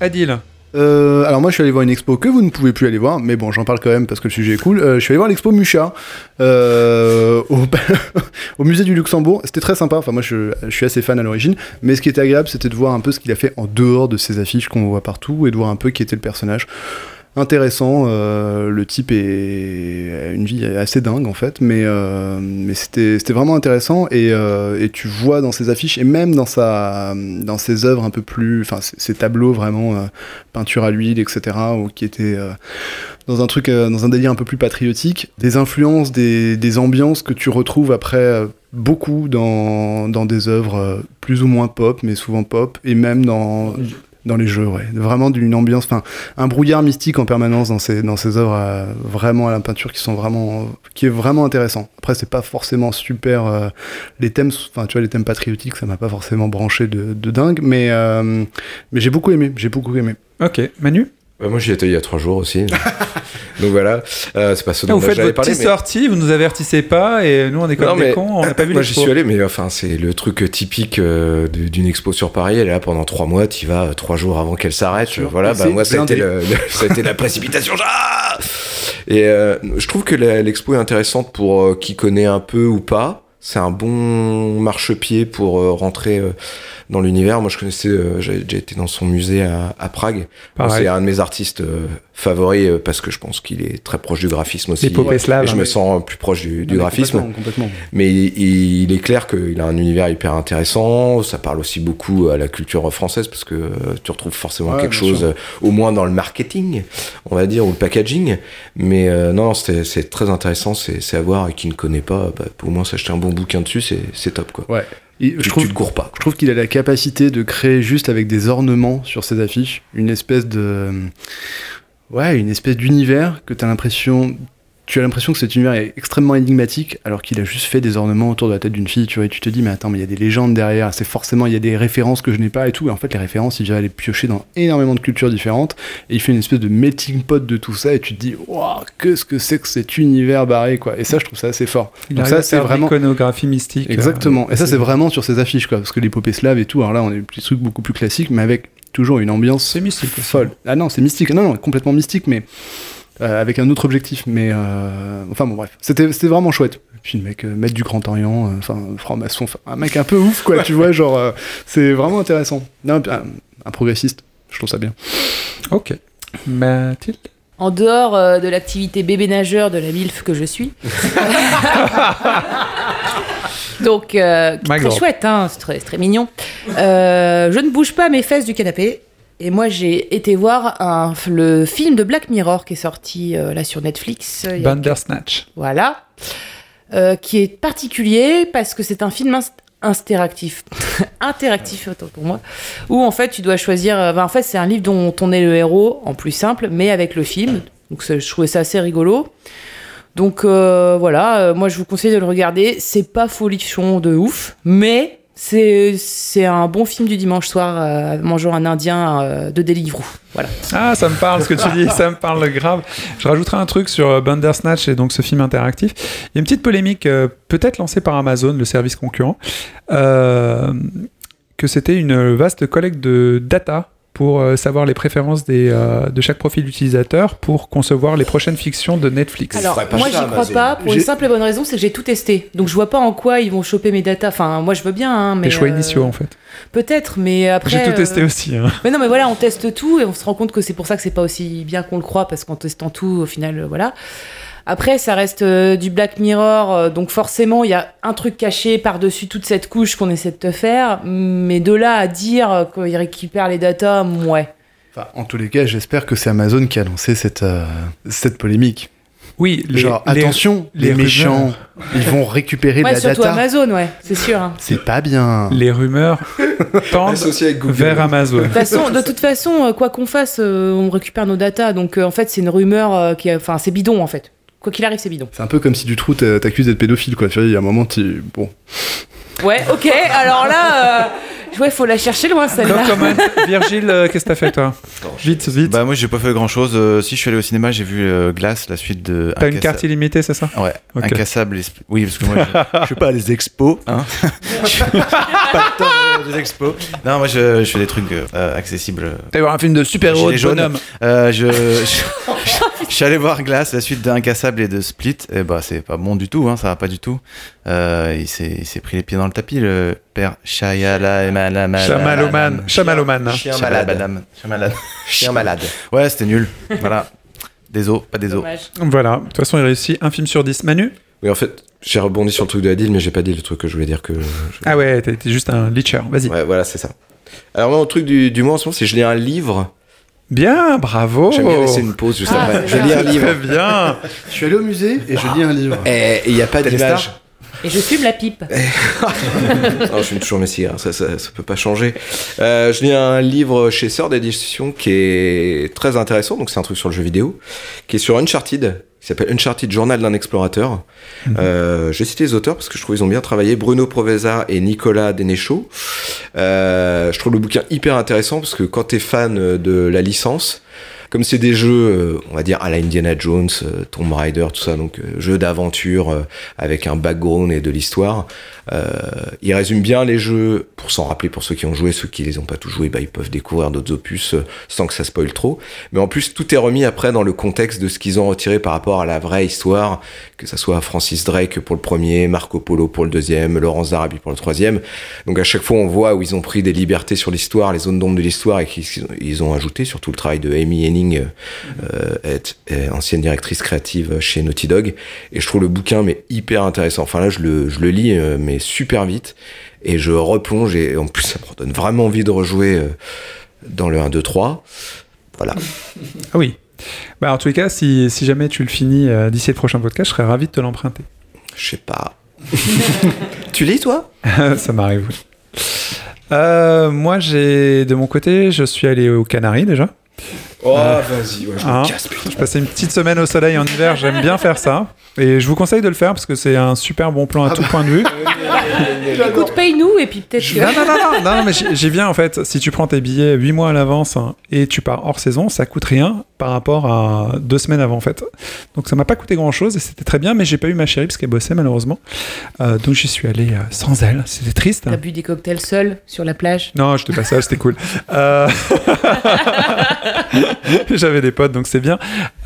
Speaker 1: Adil,
Speaker 3: Euh, alors moi je suis allé voir une expo que vous ne pouvez plus aller voir, mais bon j'en parle quand même parce que le sujet est cool. Euh, je suis allé voir l'expo Mucha euh, au, au musée du Luxembourg. C'était très sympa. Enfin moi je, je suis assez fan à l'origine, mais ce qui était agréable c'était de voir un peu ce qu'il a fait en dehors de ces affiches qu'on voit partout et de voir un peu qui était le personnage. Intéressant, euh, le type est a une vie assez dingue en fait, mais, euh, mais c'était c'était vraiment intéressant et, euh, et tu vois dans ses affiches et même dans sa dans ses œuvres un peu plus, enfin ses, ses tableaux vraiment euh, peinture à l'huile, etc., ou qui était euh, dans un truc, euh, dans un délire un peu plus patriotique, des influences, des, des ambiances que tu retrouves après euh, beaucoup dans, dans des œuvres euh, plus ou moins pop, mais souvent pop, et même dans dans les jeux, ouais. Vraiment d'une ambiance, enfin, un brouillard mystique en permanence dans ces, dans ces œuvres, euh, vraiment à la peinture qui sont vraiment, qui est vraiment intéressant. Après, c'est pas forcément super, euh, les thèmes, enfin, tu vois, les thèmes patriotiques, ça m'a pas forcément branché de, de dingue, mais, euh, mais j'ai beaucoup aimé, j'ai beaucoup aimé.
Speaker 1: ok, Manu,
Speaker 7: Ouais, Bah, moi, j'y étais il y a trois jours aussi. Donc voilà, Euh, c'est pas ce dont
Speaker 1: Ah, vous faites
Speaker 7: j'allais
Speaker 1: votre
Speaker 7: parler.
Speaker 1: petite
Speaker 7: mais-
Speaker 1: sortie, vous nous avertissez pas et nous on est comme
Speaker 7: Non,
Speaker 1: des
Speaker 7: mais-
Speaker 1: cons, on n'a pas vu
Speaker 7: Moi,
Speaker 1: les
Speaker 7: j'y suis allé, mais enfin, c'est le truc typique euh, du- d'une expo sur Paris. Elle est là pendant trois mois, tu vas euh, trois jours avant qu'elle s'arrête.
Speaker 3: Sûr.
Speaker 7: Voilà,
Speaker 3: Et
Speaker 7: bah,
Speaker 3: c'est
Speaker 7: moi, ça a, été
Speaker 3: blindé.
Speaker 7: le- le- ça a été la précipitation. Ah Et euh, je trouve que la- l'expo est intéressante pour euh, qui connaît un peu ou pas. C'est un bon marchepied pour euh, rentrer euh, dans l'univers. Moi, je connaissais, euh, j'avais déjà été dans son musée à, à Prague. Bon,
Speaker 1: Pareil.
Speaker 7: c'est un de mes artistes euh, favoris euh, parce que je pense qu'il est très proche du graphisme aussi.
Speaker 1: L'épopée slave,
Speaker 7: Et je
Speaker 1: hein.
Speaker 7: me sens euh, plus proche du,
Speaker 1: Ah,
Speaker 7: du
Speaker 3: Non, Ah, mais
Speaker 7: graphisme.
Speaker 3: Complètement, complètement.
Speaker 7: Mais il, il est clair qu'il a un univers hyper intéressant. Ça parle aussi beaucoup à la culture française parce que euh, tu retrouves forcément
Speaker 3: Ouais,
Speaker 7: quelque
Speaker 3: bien
Speaker 7: chose,
Speaker 3: sûr.
Speaker 7: euh, au moins dans le marketing, on va dire, ou le packaging. Mais euh, non, c'est- c'est très intéressant, c'est c'est à voir. Et qui ne connaît pas, bah, au moins s'acheter un bon bouquin dessus, c'est c'est top quoi.
Speaker 3: Ouais. Et
Speaker 7: Tu-
Speaker 3: je trouve,
Speaker 7: Tu te cours pas.
Speaker 3: je trouve qu'il a la capacité de créer juste avec des ornements sur ses affiches une espèce de ouais une espèce d'univers que t'as l'impression tu as l'impression que cet univers est extrêmement énigmatique alors qu'il a juste fait des ornements autour de la tête d'une fille tu vois et tu te dis mais attends mais il y a des légendes derrière c'est forcément il y a des références que je n'ai pas et tout et en fait les références il vient les piocher dans énormément de cultures différentes et il fait une espèce de melting pot de tout ça et tu te dis waouh qu'est-ce que c'est que cet univers barré quoi et ça je trouve ça assez fort
Speaker 1: Il
Speaker 3: donc
Speaker 1: arrive à
Speaker 3: ça c'est
Speaker 1: faire
Speaker 3: vraiment
Speaker 1: l'iconographie mystique.
Speaker 3: Exactement.
Speaker 1: Euh,
Speaker 3: et ça, c'est vraiment sur ces affiches, quoi. Parce que l'épopée slave et tout, alors là, on a des petits trucs beaucoup plus classiques, mais avec toujours une ambiance
Speaker 1: C'est mystique aussi.
Speaker 3: folle. Ah non, c'est mystique. Non, non, complètement mystique, mais euh, avec un autre objectif. Mais euh, enfin bon, bref, c'était c'était vraiment chouette. Et puis le mec, euh, maître du Grand Orient, euh, enfin franc-maçon, enfin, un mec un peu ouf quoi, tu vois, genre euh, c'est vraiment intéressant. Non, puis, un, un progressiste, je trouve ça bien.
Speaker 1: Ok. Mathilde
Speaker 4: En dehors euh, de l'activité bébé nageur de la MILF que je suis. Donc, euh,
Speaker 1: Ma
Speaker 4: très
Speaker 1: grande.
Speaker 4: chouette, hein, c'est très, c'est très mignon. Euh, je ne bouge pas mes fesses du canapé. Et moi, j'ai été voir un- le film de Black Mirror qui est sorti euh, là sur Netflix. euh, il y a
Speaker 1: Bandersnatch.
Speaker 4: voilà, Euh, qui est particulier parce que c'est un film inst- interactif, interactif autant pour moi, où en fait tu dois choisir. euh, ben, en fait, c'est un livre dont on est le héros en plus simple, mais avec le film. Donc ça, je trouvais ça assez rigolo. Donc euh, voilà, euh, moi je vous conseille de le regarder. C'est pas folichon de ouf, mais c'est c'est un bon film du dimanche soir, euh, mangeant un indien euh, de Deliveroo. Voilà.
Speaker 1: Ah, ça me parle ce que tu dis, ça me parle grave. Je rajouterai un truc sur euh, Bandersnatch et donc ce film interactif. Il y a une petite polémique, euh, peut-être lancée par Amazon, le service concurrent, euh, que c'était une vaste collecte de data pour euh, savoir les préférences des, euh, de chaque profil d'utilisateur pour concevoir les prochaines fictions de Netflix.
Speaker 4: Alors,
Speaker 7: ferait pas
Speaker 4: moi,
Speaker 7: ça,
Speaker 4: j'y crois
Speaker 7: Amazon.
Speaker 4: pas pour une
Speaker 3: J'ai-
Speaker 4: simple et bonne raison, c'est que j'ai tout testé. Donc, je vois pas en quoi ils vont choper mes datas. Enfin, moi, je veux bien, hein, mais.
Speaker 1: les choix
Speaker 4: euh,
Speaker 1: initiaux, en fait.
Speaker 4: Peut-être, mais après.
Speaker 1: J'ai tout
Speaker 4: euh,
Speaker 1: testé aussi. hein.
Speaker 4: Mais non, mais voilà, on teste tout et on se rend compte que c'est pour ça que c'est pas aussi bien qu'on le croit, parce qu'en testant tout, au final, euh, voilà. Après, ça reste euh, du Black Mirror, euh, donc forcément, il y a un truc caché par-dessus toute cette couche qu'on essaie de te faire, mais de là à dire euh, qu'ils récupèrent les datas, ouais.
Speaker 3: Enfin, en tous les cas, j'espère que c'est Amazon qui a lancé cette euh, cette polémique.
Speaker 1: Oui, les-
Speaker 3: genre
Speaker 1: les-
Speaker 3: attention, les,
Speaker 1: les
Speaker 3: méchants, ils vont récupérer
Speaker 4: Ouais,
Speaker 3: la
Speaker 4: surtout
Speaker 3: data.
Speaker 4: Amazon, ouais, c'est sûr. hein.
Speaker 3: C'est pas bien.
Speaker 1: les rumeurs tendent
Speaker 7: Associé avec Google.
Speaker 1: vers Amazon.
Speaker 4: De toute façon, de toute façon, euh, quoi qu'on fasse, euh, on récupère nos datas. Donc euh, en fait, c'est une rumeur euh, qui, est- enfin, c'est bidon en fait. Quoi qu'il arrive, c'est bidon.
Speaker 3: C'est un peu comme si du trou t'a- t'accuses d'être pédophile quoi. Tu vois, il y a un moment, tu bon.
Speaker 4: Ouais, ok. Alors là, euh, ouais, faut la chercher loin
Speaker 1: Comme,
Speaker 4: celle-là.
Speaker 1: comment- Virgile, euh, qu'est-ce que t'as fait, toi Vite, vite.
Speaker 6: Bah moi j'ai pas fait grand chose. si je suis allé au cinéma, j'ai vu euh, Glass, la suite de.
Speaker 1: T'as une
Speaker 6: Incassa-
Speaker 1: carte illimitée, c'est ça
Speaker 6: Ouais,
Speaker 1: Ok.
Speaker 6: incassable. esp- Oui, parce que moi, je, je suis pas à les expos, hein. je suis pas le temps d'aller aux expos. Non, moi, je, je fais des trucs euh, accessibles.
Speaker 1: T'as voir un film de
Speaker 6: super-héros
Speaker 1: de
Speaker 6: Gilets de jaunes. bonhomme. Euh, je, je, je- je suis allé voir Glass, la suite d'Incassable et de Split. Et bah, c'est pas bon du tout, hein, ça va pas du tout. Euh, il s'est il s'est pris les pieds dans le tapis, le père Shyamala
Speaker 1: Chamaloman. Chamaloman.
Speaker 6: Chien malade. madame. Chien malade. Chien malade. Ouais, c'était nul. Voilà. Désolé, pas désolé.
Speaker 1: Voilà. De toute façon, il réussit un film sur 10. Manu
Speaker 7: Oui, en fait, j'ai rebondi sur le truc de la deal, mais j'ai pas dit le truc que je voulais dire que.
Speaker 1: Ah ouais, t'es t'es juste un leecher. Vas-y.
Speaker 7: Ouais, voilà, c'est ça. Alors, moi, le truc du, du mois en ce moment, c'est que je lis un livre.
Speaker 1: Bien, bravo. Ah,
Speaker 7: J'aime bien laisser une pause juste après. Je lis un livre.
Speaker 1: Très bien.
Speaker 3: Je suis allé au musée et je lis un livre.
Speaker 7: Et Eh, il n'y a pas
Speaker 6: T'as les
Speaker 7: d'image.
Speaker 6: stars
Speaker 4: Et je fume la pipe.
Speaker 1: Eh
Speaker 7: Non, Ah, je fume toujours mes cigares, ça, ça, ça peut pas changer. Euh, je lis un livre chez Sœur d'édition qui est très intéressant, donc c'est un truc sur le jeu vidéo, qui est sur Uncharted, qui s'appelle Uncharted Journal d'un explorateur. Euh, J'ai cité les auteurs parce que je trouve qu'ils ont bien travaillé, Bruno Proveza et Nicolas Denechaud. Euh, je trouve le bouquin hyper intéressant parce que quand t'es fan de la licence, comme c'est des jeux, euh, on va dire à la Indiana Jones, euh, Tomb Raider, tout ça, donc euh, jeux d'aventure euh, avec un background et de l'histoire, euh, il résume bien les jeux pour s'en rappeler pour ceux qui ont joué, ceux qui les ont pas tous joués, bah, ils peuvent découvrir d'autres opus euh, sans que ça spoil trop. Mais en plus, tout est remis après dans le contexte de ce qu'ils ont retiré par rapport à la vraie histoire, que ça soit Francis Drake pour le premier, Marco Polo pour le deuxième, Laurence d'Arabie pour le troisième. Donc à chaque fois, on voit où ils ont pris des libertés sur l'histoire, les zones d'ombre de l'histoire et qu'ils ils ont ajouté, surtout le travail de Amy Henning, euh, euh, est- est ancienne directrice créative chez Naughty Dog. Et je trouve le bouquin mais hyper intéressant. Enfin là, je le, je le lis euh, mais super vite et je replonge et en plus ça me donne vraiment envie de rejouer euh, dans le 1, 2, 3. Voilà.
Speaker 1: Ah oui. Bah, en tous les cas, si, si jamais tu le finis euh, d'ici le prochain podcast, je serais ravi de te l'emprunter.
Speaker 7: Je sais pas. tu lis toi
Speaker 1: Ça m'arrive, oui. Euh, moi, j'ai de mon côté, je suis allé aux Canaries déjà.
Speaker 7: Oh vas-y, ouais, je
Speaker 1: Hein.
Speaker 7: casse putain.
Speaker 1: Je passais une petite semaine au soleil
Speaker 7: Ah bah.
Speaker 1: en hiver, j'aime bien faire ça. Et je vous conseille de le faire parce que c'est un super bon plan à tout point de vue. ben
Speaker 4: Écoute, paye-nous et puis peut-être que.
Speaker 1: Non, non, non, non, non, mais j'y j'y viens en fait. Si tu prends tes billets 8 mois à l'avance hein, et tu pars hors saison, ça coûte rien par rapport à deux semaines avant en fait. Donc ça m'a pas coûté grand chose et c'était très bien, mais j'ai pas eu ma chérie parce qu'elle bossait malheureusement. Euh, donc j'y suis allé euh, sans elle, c'était triste. hein.
Speaker 4: T'as bu des cocktails seul sur la plage.
Speaker 1: Non, j'étais pas seul, c'était cool. Euh, J'avais des potes, donc c'est bien.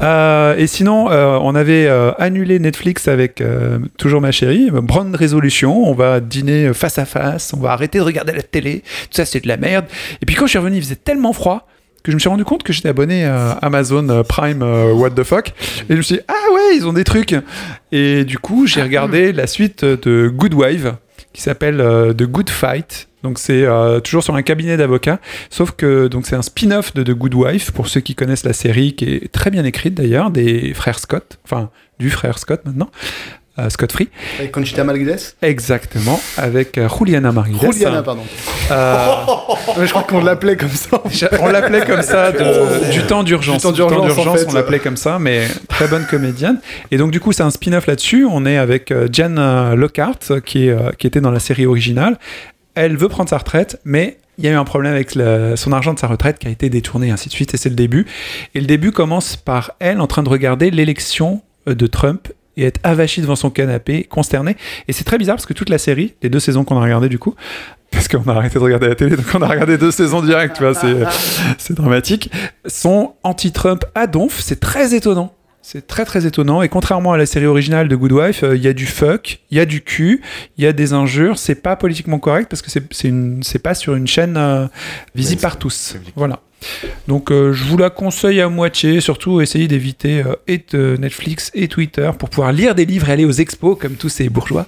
Speaker 1: Euh, et sinon, euh, on avait euh, annulé Netflix avec euh, toujours ma chérie. Brand résolution, on va dîner face à face, on va arrêter de regarder la télé. Tout ça, c'est de la merde. Et puis quand je suis revenu, il faisait tellement froid que je me suis rendu compte que j'étais abonné à Amazon euh, Prime euh, What the fuck. Et je me suis dit, ah ouais, ils ont des trucs. Et du coup, j'ai regardé la suite de Good Wife qui s'appelle euh, The Good Fight. Donc c'est euh, toujours sur un cabinet d'avocats, sauf que donc c'est un spin-off de The Good Wife pour ceux qui connaissent la série qui est très bien écrite d'ailleurs des frères Scott, enfin du frère Scott maintenant, euh, Scott Free.
Speaker 3: Avec Conchita Malgres
Speaker 1: Exactement avec euh, Juliana Margulies.
Speaker 3: Juliana, pardon.
Speaker 1: Euh,
Speaker 3: Je crois qu'on l'appelait comme ça.
Speaker 1: J'a- On l'appelait comme ça de- du temps d'urgence.
Speaker 3: Oh. Du temps d'urgence, en fait.
Speaker 1: on l'appelait comme ça, mais très bonne comédienne. Et donc, du coup, c'est un spin-off là-dessus. On est avec euh, Jen euh, Lockhart, euh, qui, est, euh, qui était dans la série originale. Elle veut prendre sa retraite, mais il y a eu un problème avec la- son argent de sa retraite qui a été détourné, ainsi de suite, et c'est le début. Et le début commence par elle en train de regarder l'élection euh, de Trump et être avachie devant son canapé, consternée. Et c'est très bizarre parce que toute la série, les deux saisons qu'on a regardées du coup, parce qu'on a arrêté de regarder la télé, donc on a regardé deux saisons directes, tu vois, c'est, euh, c'est dramatique, sont anti-Trump à donf, c'est très étonnant. C'est très très étonnant et contrairement à la série originale de Good Wife, euh, il y a du fuck, il y a du cul, il y a des injures, c'est pas politiquement correct parce que c'est, c'est, une- c'est pas sur une chaîne euh, visible par tous.
Speaker 6: public.
Speaker 1: Voilà. Donc euh, je vous la conseille à moitié, surtout essayez d'éviter euh, et euh, Netflix et Twitter pour pouvoir lire des livres et aller aux expos comme tous ces bourgeois.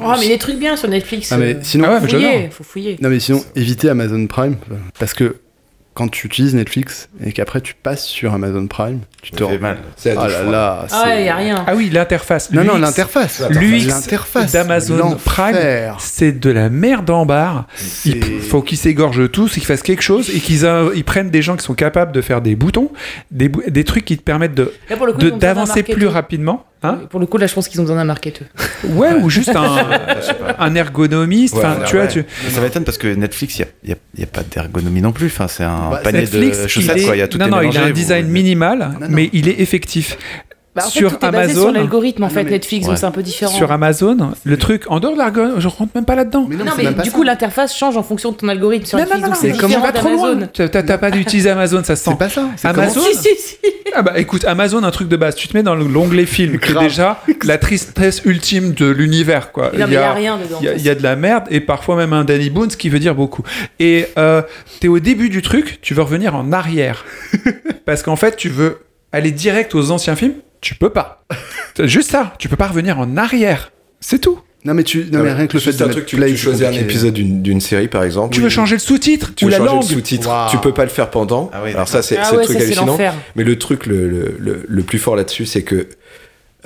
Speaker 5: Oh, mais des trucs bien sur Netflix.
Speaker 3: Ah, mais
Speaker 5: euh,
Speaker 1: Ah
Speaker 3: sinon,
Speaker 1: ouais, mais
Speaker 5: faut
Speaker 1: j'adore.
Speaker 5: fouiller, faut fouiller.
Speaker 3: Non mais sinon, évitez Amazon Prime, parce que quand tu utilises Netflix et qu'après tu passes sur Amazon Prime, tu te
Speaker 6: Ça fait
Speaker 3: rends...
Speaker 6: mal.
Speaker 7: C'est à
Speaker 3: Ah
Speaker 7: deux
Speaker 3: là
Speaker 7: fois.
Speaker 3: là,
Speaker 5: Ah ouais,
Speaker 3: c'est-
Speaker 5: y a rien.
Speaker 1: Ah oui, l'interface.
Speaker 3: Non, non,
Speaker 1: l'UX,
Speaker 3: l'interface.
Speaker 1: L'UX
Speaker 3: L'interface.
Speaker 1: d'Amazon
Speaker 3: L'enfer.
Speaker 1: C'est de la merde en barre. Il
Speaker 3: C'est-
Speaker 1: faut qu'ils s'égorgent tous, qu'ils fassent quelque chose et qu'ils euh, ils prennent des gens qui sont capables de faire des boutons, des, bou- des trucs qui te permettent de-
Speaker 5: Là, pour le coup,
Speaker 1: de-
Speaker 5: ils ont besoin d'un
Speaker 1: d'avancer plus
Speaker 5: marketeur.
Speaker 1: rapidement. Hein
Speaker 4: Pour le coup, là, je pense qu'ils ont besoin d'un marketeur.
Speaker 1: ouais, ou juste un, un ergonomiste.
Speaker 7: Ouais,
Speaker 1: Enfin,
Speaker 7: ouais,
Speaker 1: tu vois,
Speaker 6: ouais.
Speaker 1: tu-
Speaker 6: Mais ça m'étonne parce que Netflix, il n'y a, y a pas d'ergonomie non plus. Enfin, c'est un
Speaker 3: Bah,
Speaker 6: panier
Speaker 1: Netflix,
Speaker 6: de
Speaker 1: il
Speaker 6: chaussettes,
Speaker 1: est-
Speaker 6: quoi. Il y a tout
Speaker 1: non,
Speaker 6: est
Speaker 1: non, il
Speaker 6: mélangé,
Speaker 1: a un
Speaker 6: vous-
Speaker 1: design minimal, mais il est effectif.
Speaker 4: Bah, en fait,
Speaker 1: Sur
Speaker 4: tout est basé sur
Speaker 1: Amazon.
Speaker 4: l'algorithme en
Speaker 3: Non,
Speaker 4: fait
Speaker 3: mais-
Speaker 4: Netflix,
Speaker 6: Ouais.
Speaker 4: donc c'est un peu différent.
Speaker 1: Sur Amazon,
Speaker 6: Mm.
Speaker 1: le truc, en dehors de l'ergonomie, je rentre même pas là-dedans.
Speaker 3: Mais non,
Speaker 4: non,
Speaker 3: c'est
Speaker 4: mais
Speaker 3: même pas
Speaker 4: du
Speaker 3: ça.
Speaker 4: coup l'interface change en fonction de ton algorithme sur
Speaker 1: Non, non,
Speaker 4: Netflix,
Speaker 1: non,
Speaker 4: donc
Speaker 1: non,
Speaker 4: c'est
Speaker 1: mais tu
Speaker 4: différent
Speaker 1: vas trop
Speaker 4: d'Amazon.
Speaker 1: loin. T'as t'as pas d'utiliser Amazon, ça se sent.
Speaker 3: C'est pas ça.
Speaker 5: Bah,
Speaker 3: c'est
Speaker 1: Amazon
Speaker 3: comment-
Speaker 1: Si,
Speaker 4: Si, si, si.
Speaker 1: Ah bah écoute, Amazon, un truc de base. Tu te mets dans l'onglet film, qui est
Speaker 3: Grave.
Speaker 1: déjà la tristesse ultime de l'univers, quoi.
Speaker 4: Non, mais y a rien dedans.
Speaker 1: Il y a- il y a de la merde et parfois même un Danny Boone, ce qui veut dire beaucoup. Et euh, t'es au début du truc, tu veux revenir en arrière. Parce qu'en fait, tu veux aller direct aux anciens films, tu peux pas. C'est juste ça, tu peux pas revenir en arrière. C'est tout.
Speaker 3: Non mais tu, non mais rien que le fait
Speaker 7: Juste
Speaker 3: de
Speaker 7: un
Speaker 3: mettre
Speaker 7: truc, tu,
Speaker 3: play,
Speaker 7: tu
Speaker 3: c'est
Speaker 7: choisis un
Speaker 3: compliqué.
Speaker 7: épisode d'une d'une série par exemple.
Speaker 1: Tu veux changer le sous-titre
Speaker 7: tu
Speaker 1: ou
Speaker 7: veux
Speaker 1: la
Speaker 7: changer
Speaker 1: langue.
Speaker 7: le sous-titre,
Speaker 3: Waouh.
Speaker 7: tu peux pas le faire pendant.
Speaker 6: Ah oui,
Speaker 7: Alors ça, c'est
Speaker 4: Ah
Speaker 7: c'est le
Speaker 4: ouais,
Speaker 7: truc
Speaker 4: ça, c'est
Speaker 7: hallucinant.
Speaker 4: l'enfer.
Speaker 7: Mais le truc le, le, le- le plus fort là-dessus, c'est que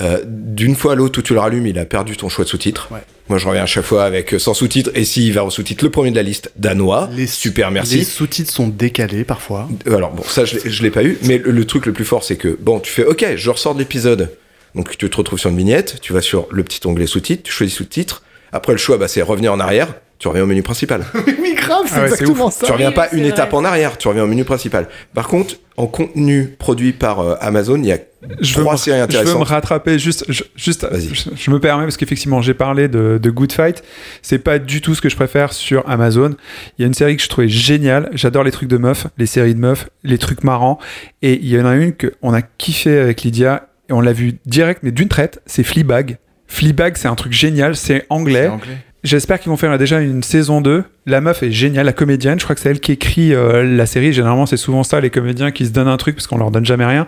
Speaker 7: euh, d'une fois à l'autre où tu le rallumes, il a perdu ton choix de sous-titre.
Speaker 3: Ouais.
Speaker 7: Moi, je reviens à chaque fois avec euh, sans sous-titre. Et s'il va au sous-titre, le premier de la liste, danois.
Speaker 3: Les-
Speaker 7: Super, merci.
Speaker 3: Les sous-titres sont décalés parfois.
Speaker 7: Euh, Alors bon, ça je l'ai- je l'ai pas eu, mais le, le truc le plus fort c'est que bon, tu fais OK, je ressors de l'épisode. Donc tu te retrouves sur une vignette, tu vas sur le petit onglet sous-titres, tu choisis sous-titres. Après le choix bah c'est revenir en arrière, tu reviens au menu principal.
Speaker 3: oui, grave, c'est
Speaker 1: Ah ouais, c'est
Speaker 3: exactement ça.
Speaker 7: tu reviens
Speaker 5: oui,
Speaker 7: pas
Speaker 5: c'est
Speaker 7: une
Speaker 5: vrai.
Speaker 7: étape en arrière, tu reviens au menu principal. Par contre, en contenu produit par euh, Amazon, il y a
Speaker 1: Je veux
Speaker 7: trois
Speaker 1: me-
Speaker 7: séries
Speaker 1: Je veux me
Speaker 7: intéressantes.
Speaker 1: rattraper juste, je- juste,
Speaker 7: Vas-y.
Speaker 1: je, je me permets parce qu'effectivement j'ai parlé de, de Good Fight. C'est pas du tout ce que je préfère sur Amazon. Il y a une série que je trouvais géniale. J'adore les trucs de meufs, les séries de meufs, les trucs marrants. Et il y en a une que on a kiffé avec Lydia et on l'a vue direct, mais d'une traite. C'est Fleabag. Fleabag, c'est un truc génial. C'est
Speaker 6: C'est
Speaker 1: anglais.
Speaker 6: anglais.
Speaker 1: J'espère qu'ils vont faire là, déjà une saison 2. La meuf est géniale, la comédienne. Je crois que c'est elle qui écrit euh, la série. Généralement, c'est souvent ça, les comédiens qui se donnent un truc parce qu'on leur donne jamais rien.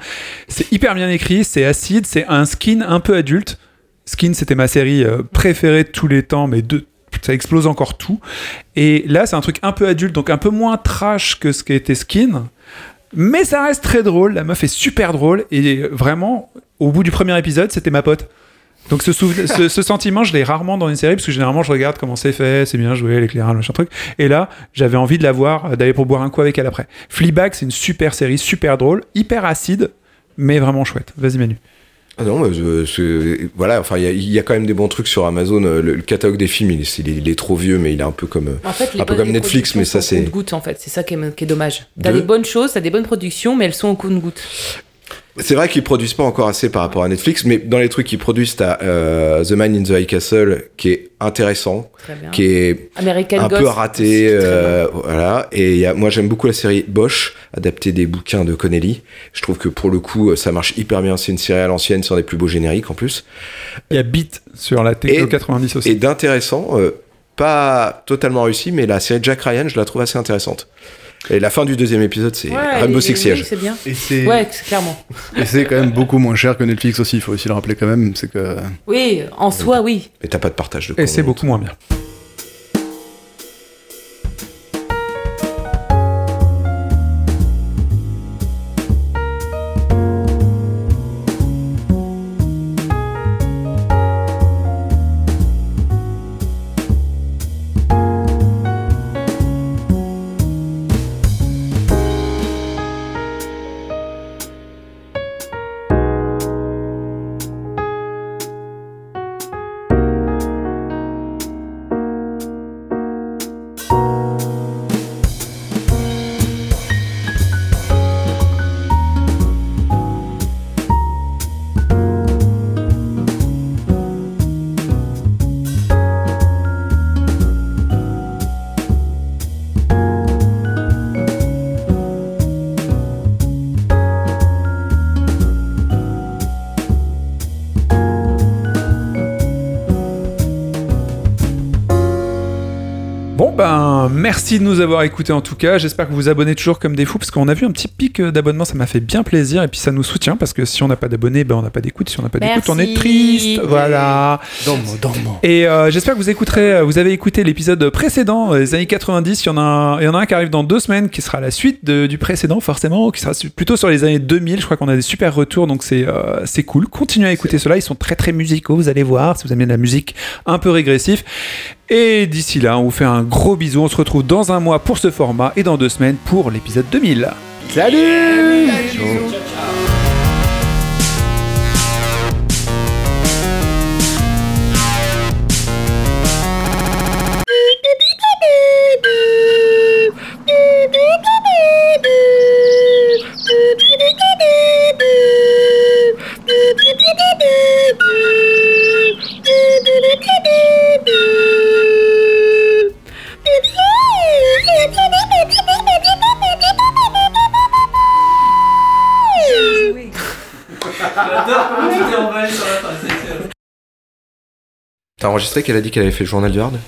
Speaker 1: C'est hyper bien écrit, c'est acide, c'est un skin un peu adulte. Skin, c'était ma série euh, préférée de tous les temps, mais de, ça explose encore tout. Et là, c'est un truc un peu adulte, donc un peu moins trash que ce qu'était Skin. Mais ça reste très drôle. La meuf est super drôle. Et vraiment, au bout du premier épisode, c'était ma pote. Donc ce, souven- ce, ce sentiment, je l'ai rarement dans une série parce que généralement je regarde comment c'est fait, c'est bien joué, l'éclairage, machin truc. Et là, j'avais envie de la voir, euh, d'aller pour boire un coup avec elle après. Fleabag, c'est une super série, super drôle, hyper acide, mais vraiment chouette. Vas-y Manu.
Speaker 7: Ah non, mais, euh, c'est- voilà, enfin, il y a- il y, a quand même des bons trucs sur Amazon. Euh, Le, le catalogue des films, il, est- il est- il est trop vieux, mais il est un peu comme. euh,
Speaker 5: En fait, les
Speaker 7: Un peu
Speaker 5: bonnes-
Speaker 7: comme
Speaker 5: les
Speaker 7: Netflix,
Speaker 5: productions
Speaker 7: mais ça,
Speaker 5: sont au
Speaker 7: c'est-
Speaker 5: compte-goutte en fait. C'est ça qui est, qui est dommage. T'as
Speaker 7: Deux.
Speaker 5: des bonnes choses, t'as des bonnes productions, mais elles sont au compte-goutte.
Speaker 7: C'est vrai qu'ils produisent pas encore assez par rapport à Netflix, mais dans les trucs qu'ils produisent, t'as euh, The Man in the High Castle, qui est intéressant,
Speaker 5: Très bien.
Speaker 7: qui est
Speaker 5: American
Speaker 7: un
Speaker 5: Ghost,
Speaker 7: peu
Speaker 5: Ah. aussi,
Speaker 7: raté,
Speaker 5: très bien.
Speaker 7: euh, voilà. Et il y a- moi, j'aime beaucoup la série Bosch, adaptée des bouquins de Connelly. Je trouve que pour le coup, euh, ça marche hyper bien. C'est une série à l'ancienne, sur des plus beaux génériques en plus.
Speaker 1: Il y a Beat sur la Techno
Speaker 7: Et-
Speaker 1: 90 aussi.
Speaker 7: Et d'intéressant, euh, pas totalement réussi, mais la série Jack Ryan, je la trouve assez intéressante. Et la fin du deuxième épisode, c'est
Speaker 5: Ouais,
Speaker 7: Rainbow
Speaker 5: les-
Speaker 7: Six
Speaker 5: les-
Speaker 7: Siege.
Speaker 5: oui, C'est bien.
Speaker 3: Et c'est
Speaker 5: Ouais, c'est- clairement.
Speaker 3: et c'est quand même beaucoup moins cher que Netflix aussi, il faut aussi le rappeler quand même. C'est que.
Speaker 5: Oui, en soi, oui.
Speaker 7: Mais t'as pas de partage de
Speaker 1: Et c'est
Speaker 7: contenu.
Speaker 1: beaucoup moins bien. Bon ben, merci de nous avoir écoutés en tout cas. J'espère que vous vous abonnez toujours comme des fous parce qu'on a vu un petit pic euh, d'abonnement, ça m'a fait bien plaisir et puis ça nous soutient parce que si on n'a pas d'abonnés, ben on n'a pas d'écoute. Si on n'a pas d'écoute, on est
Speaker 5: Merci.
Speaker 1: triste. Voilà.
Speaker 3: Dormo, dormo.
Speaker 1: Et euh, j'espère que vous écouterez, euh, vous avez écouté l'épisode précédent, euh, les années 90. Il y, en a un, il y en a un qui arrive dans deux semaines, qui sera la suite de- du précédent, forcément, qui sera su- plutôt sur les années 2000. Je crois qu'on a des super retours, donc c'est euh, c'est cool. Continuez à écouter cela, ils sont très très musicaux, vous allez voir, si vous aimez de la musique un peu régressif. Et d'ici là, on vous fait un gros bisou. On se retrouve dans un mois pour ce format et dans deux semaines pour l'épisode 2000.
Speaker 2: J'aime jouer.
Speaker 7: T'as enregistré qu'elle a dit qu'elle avait fait le journal du Hard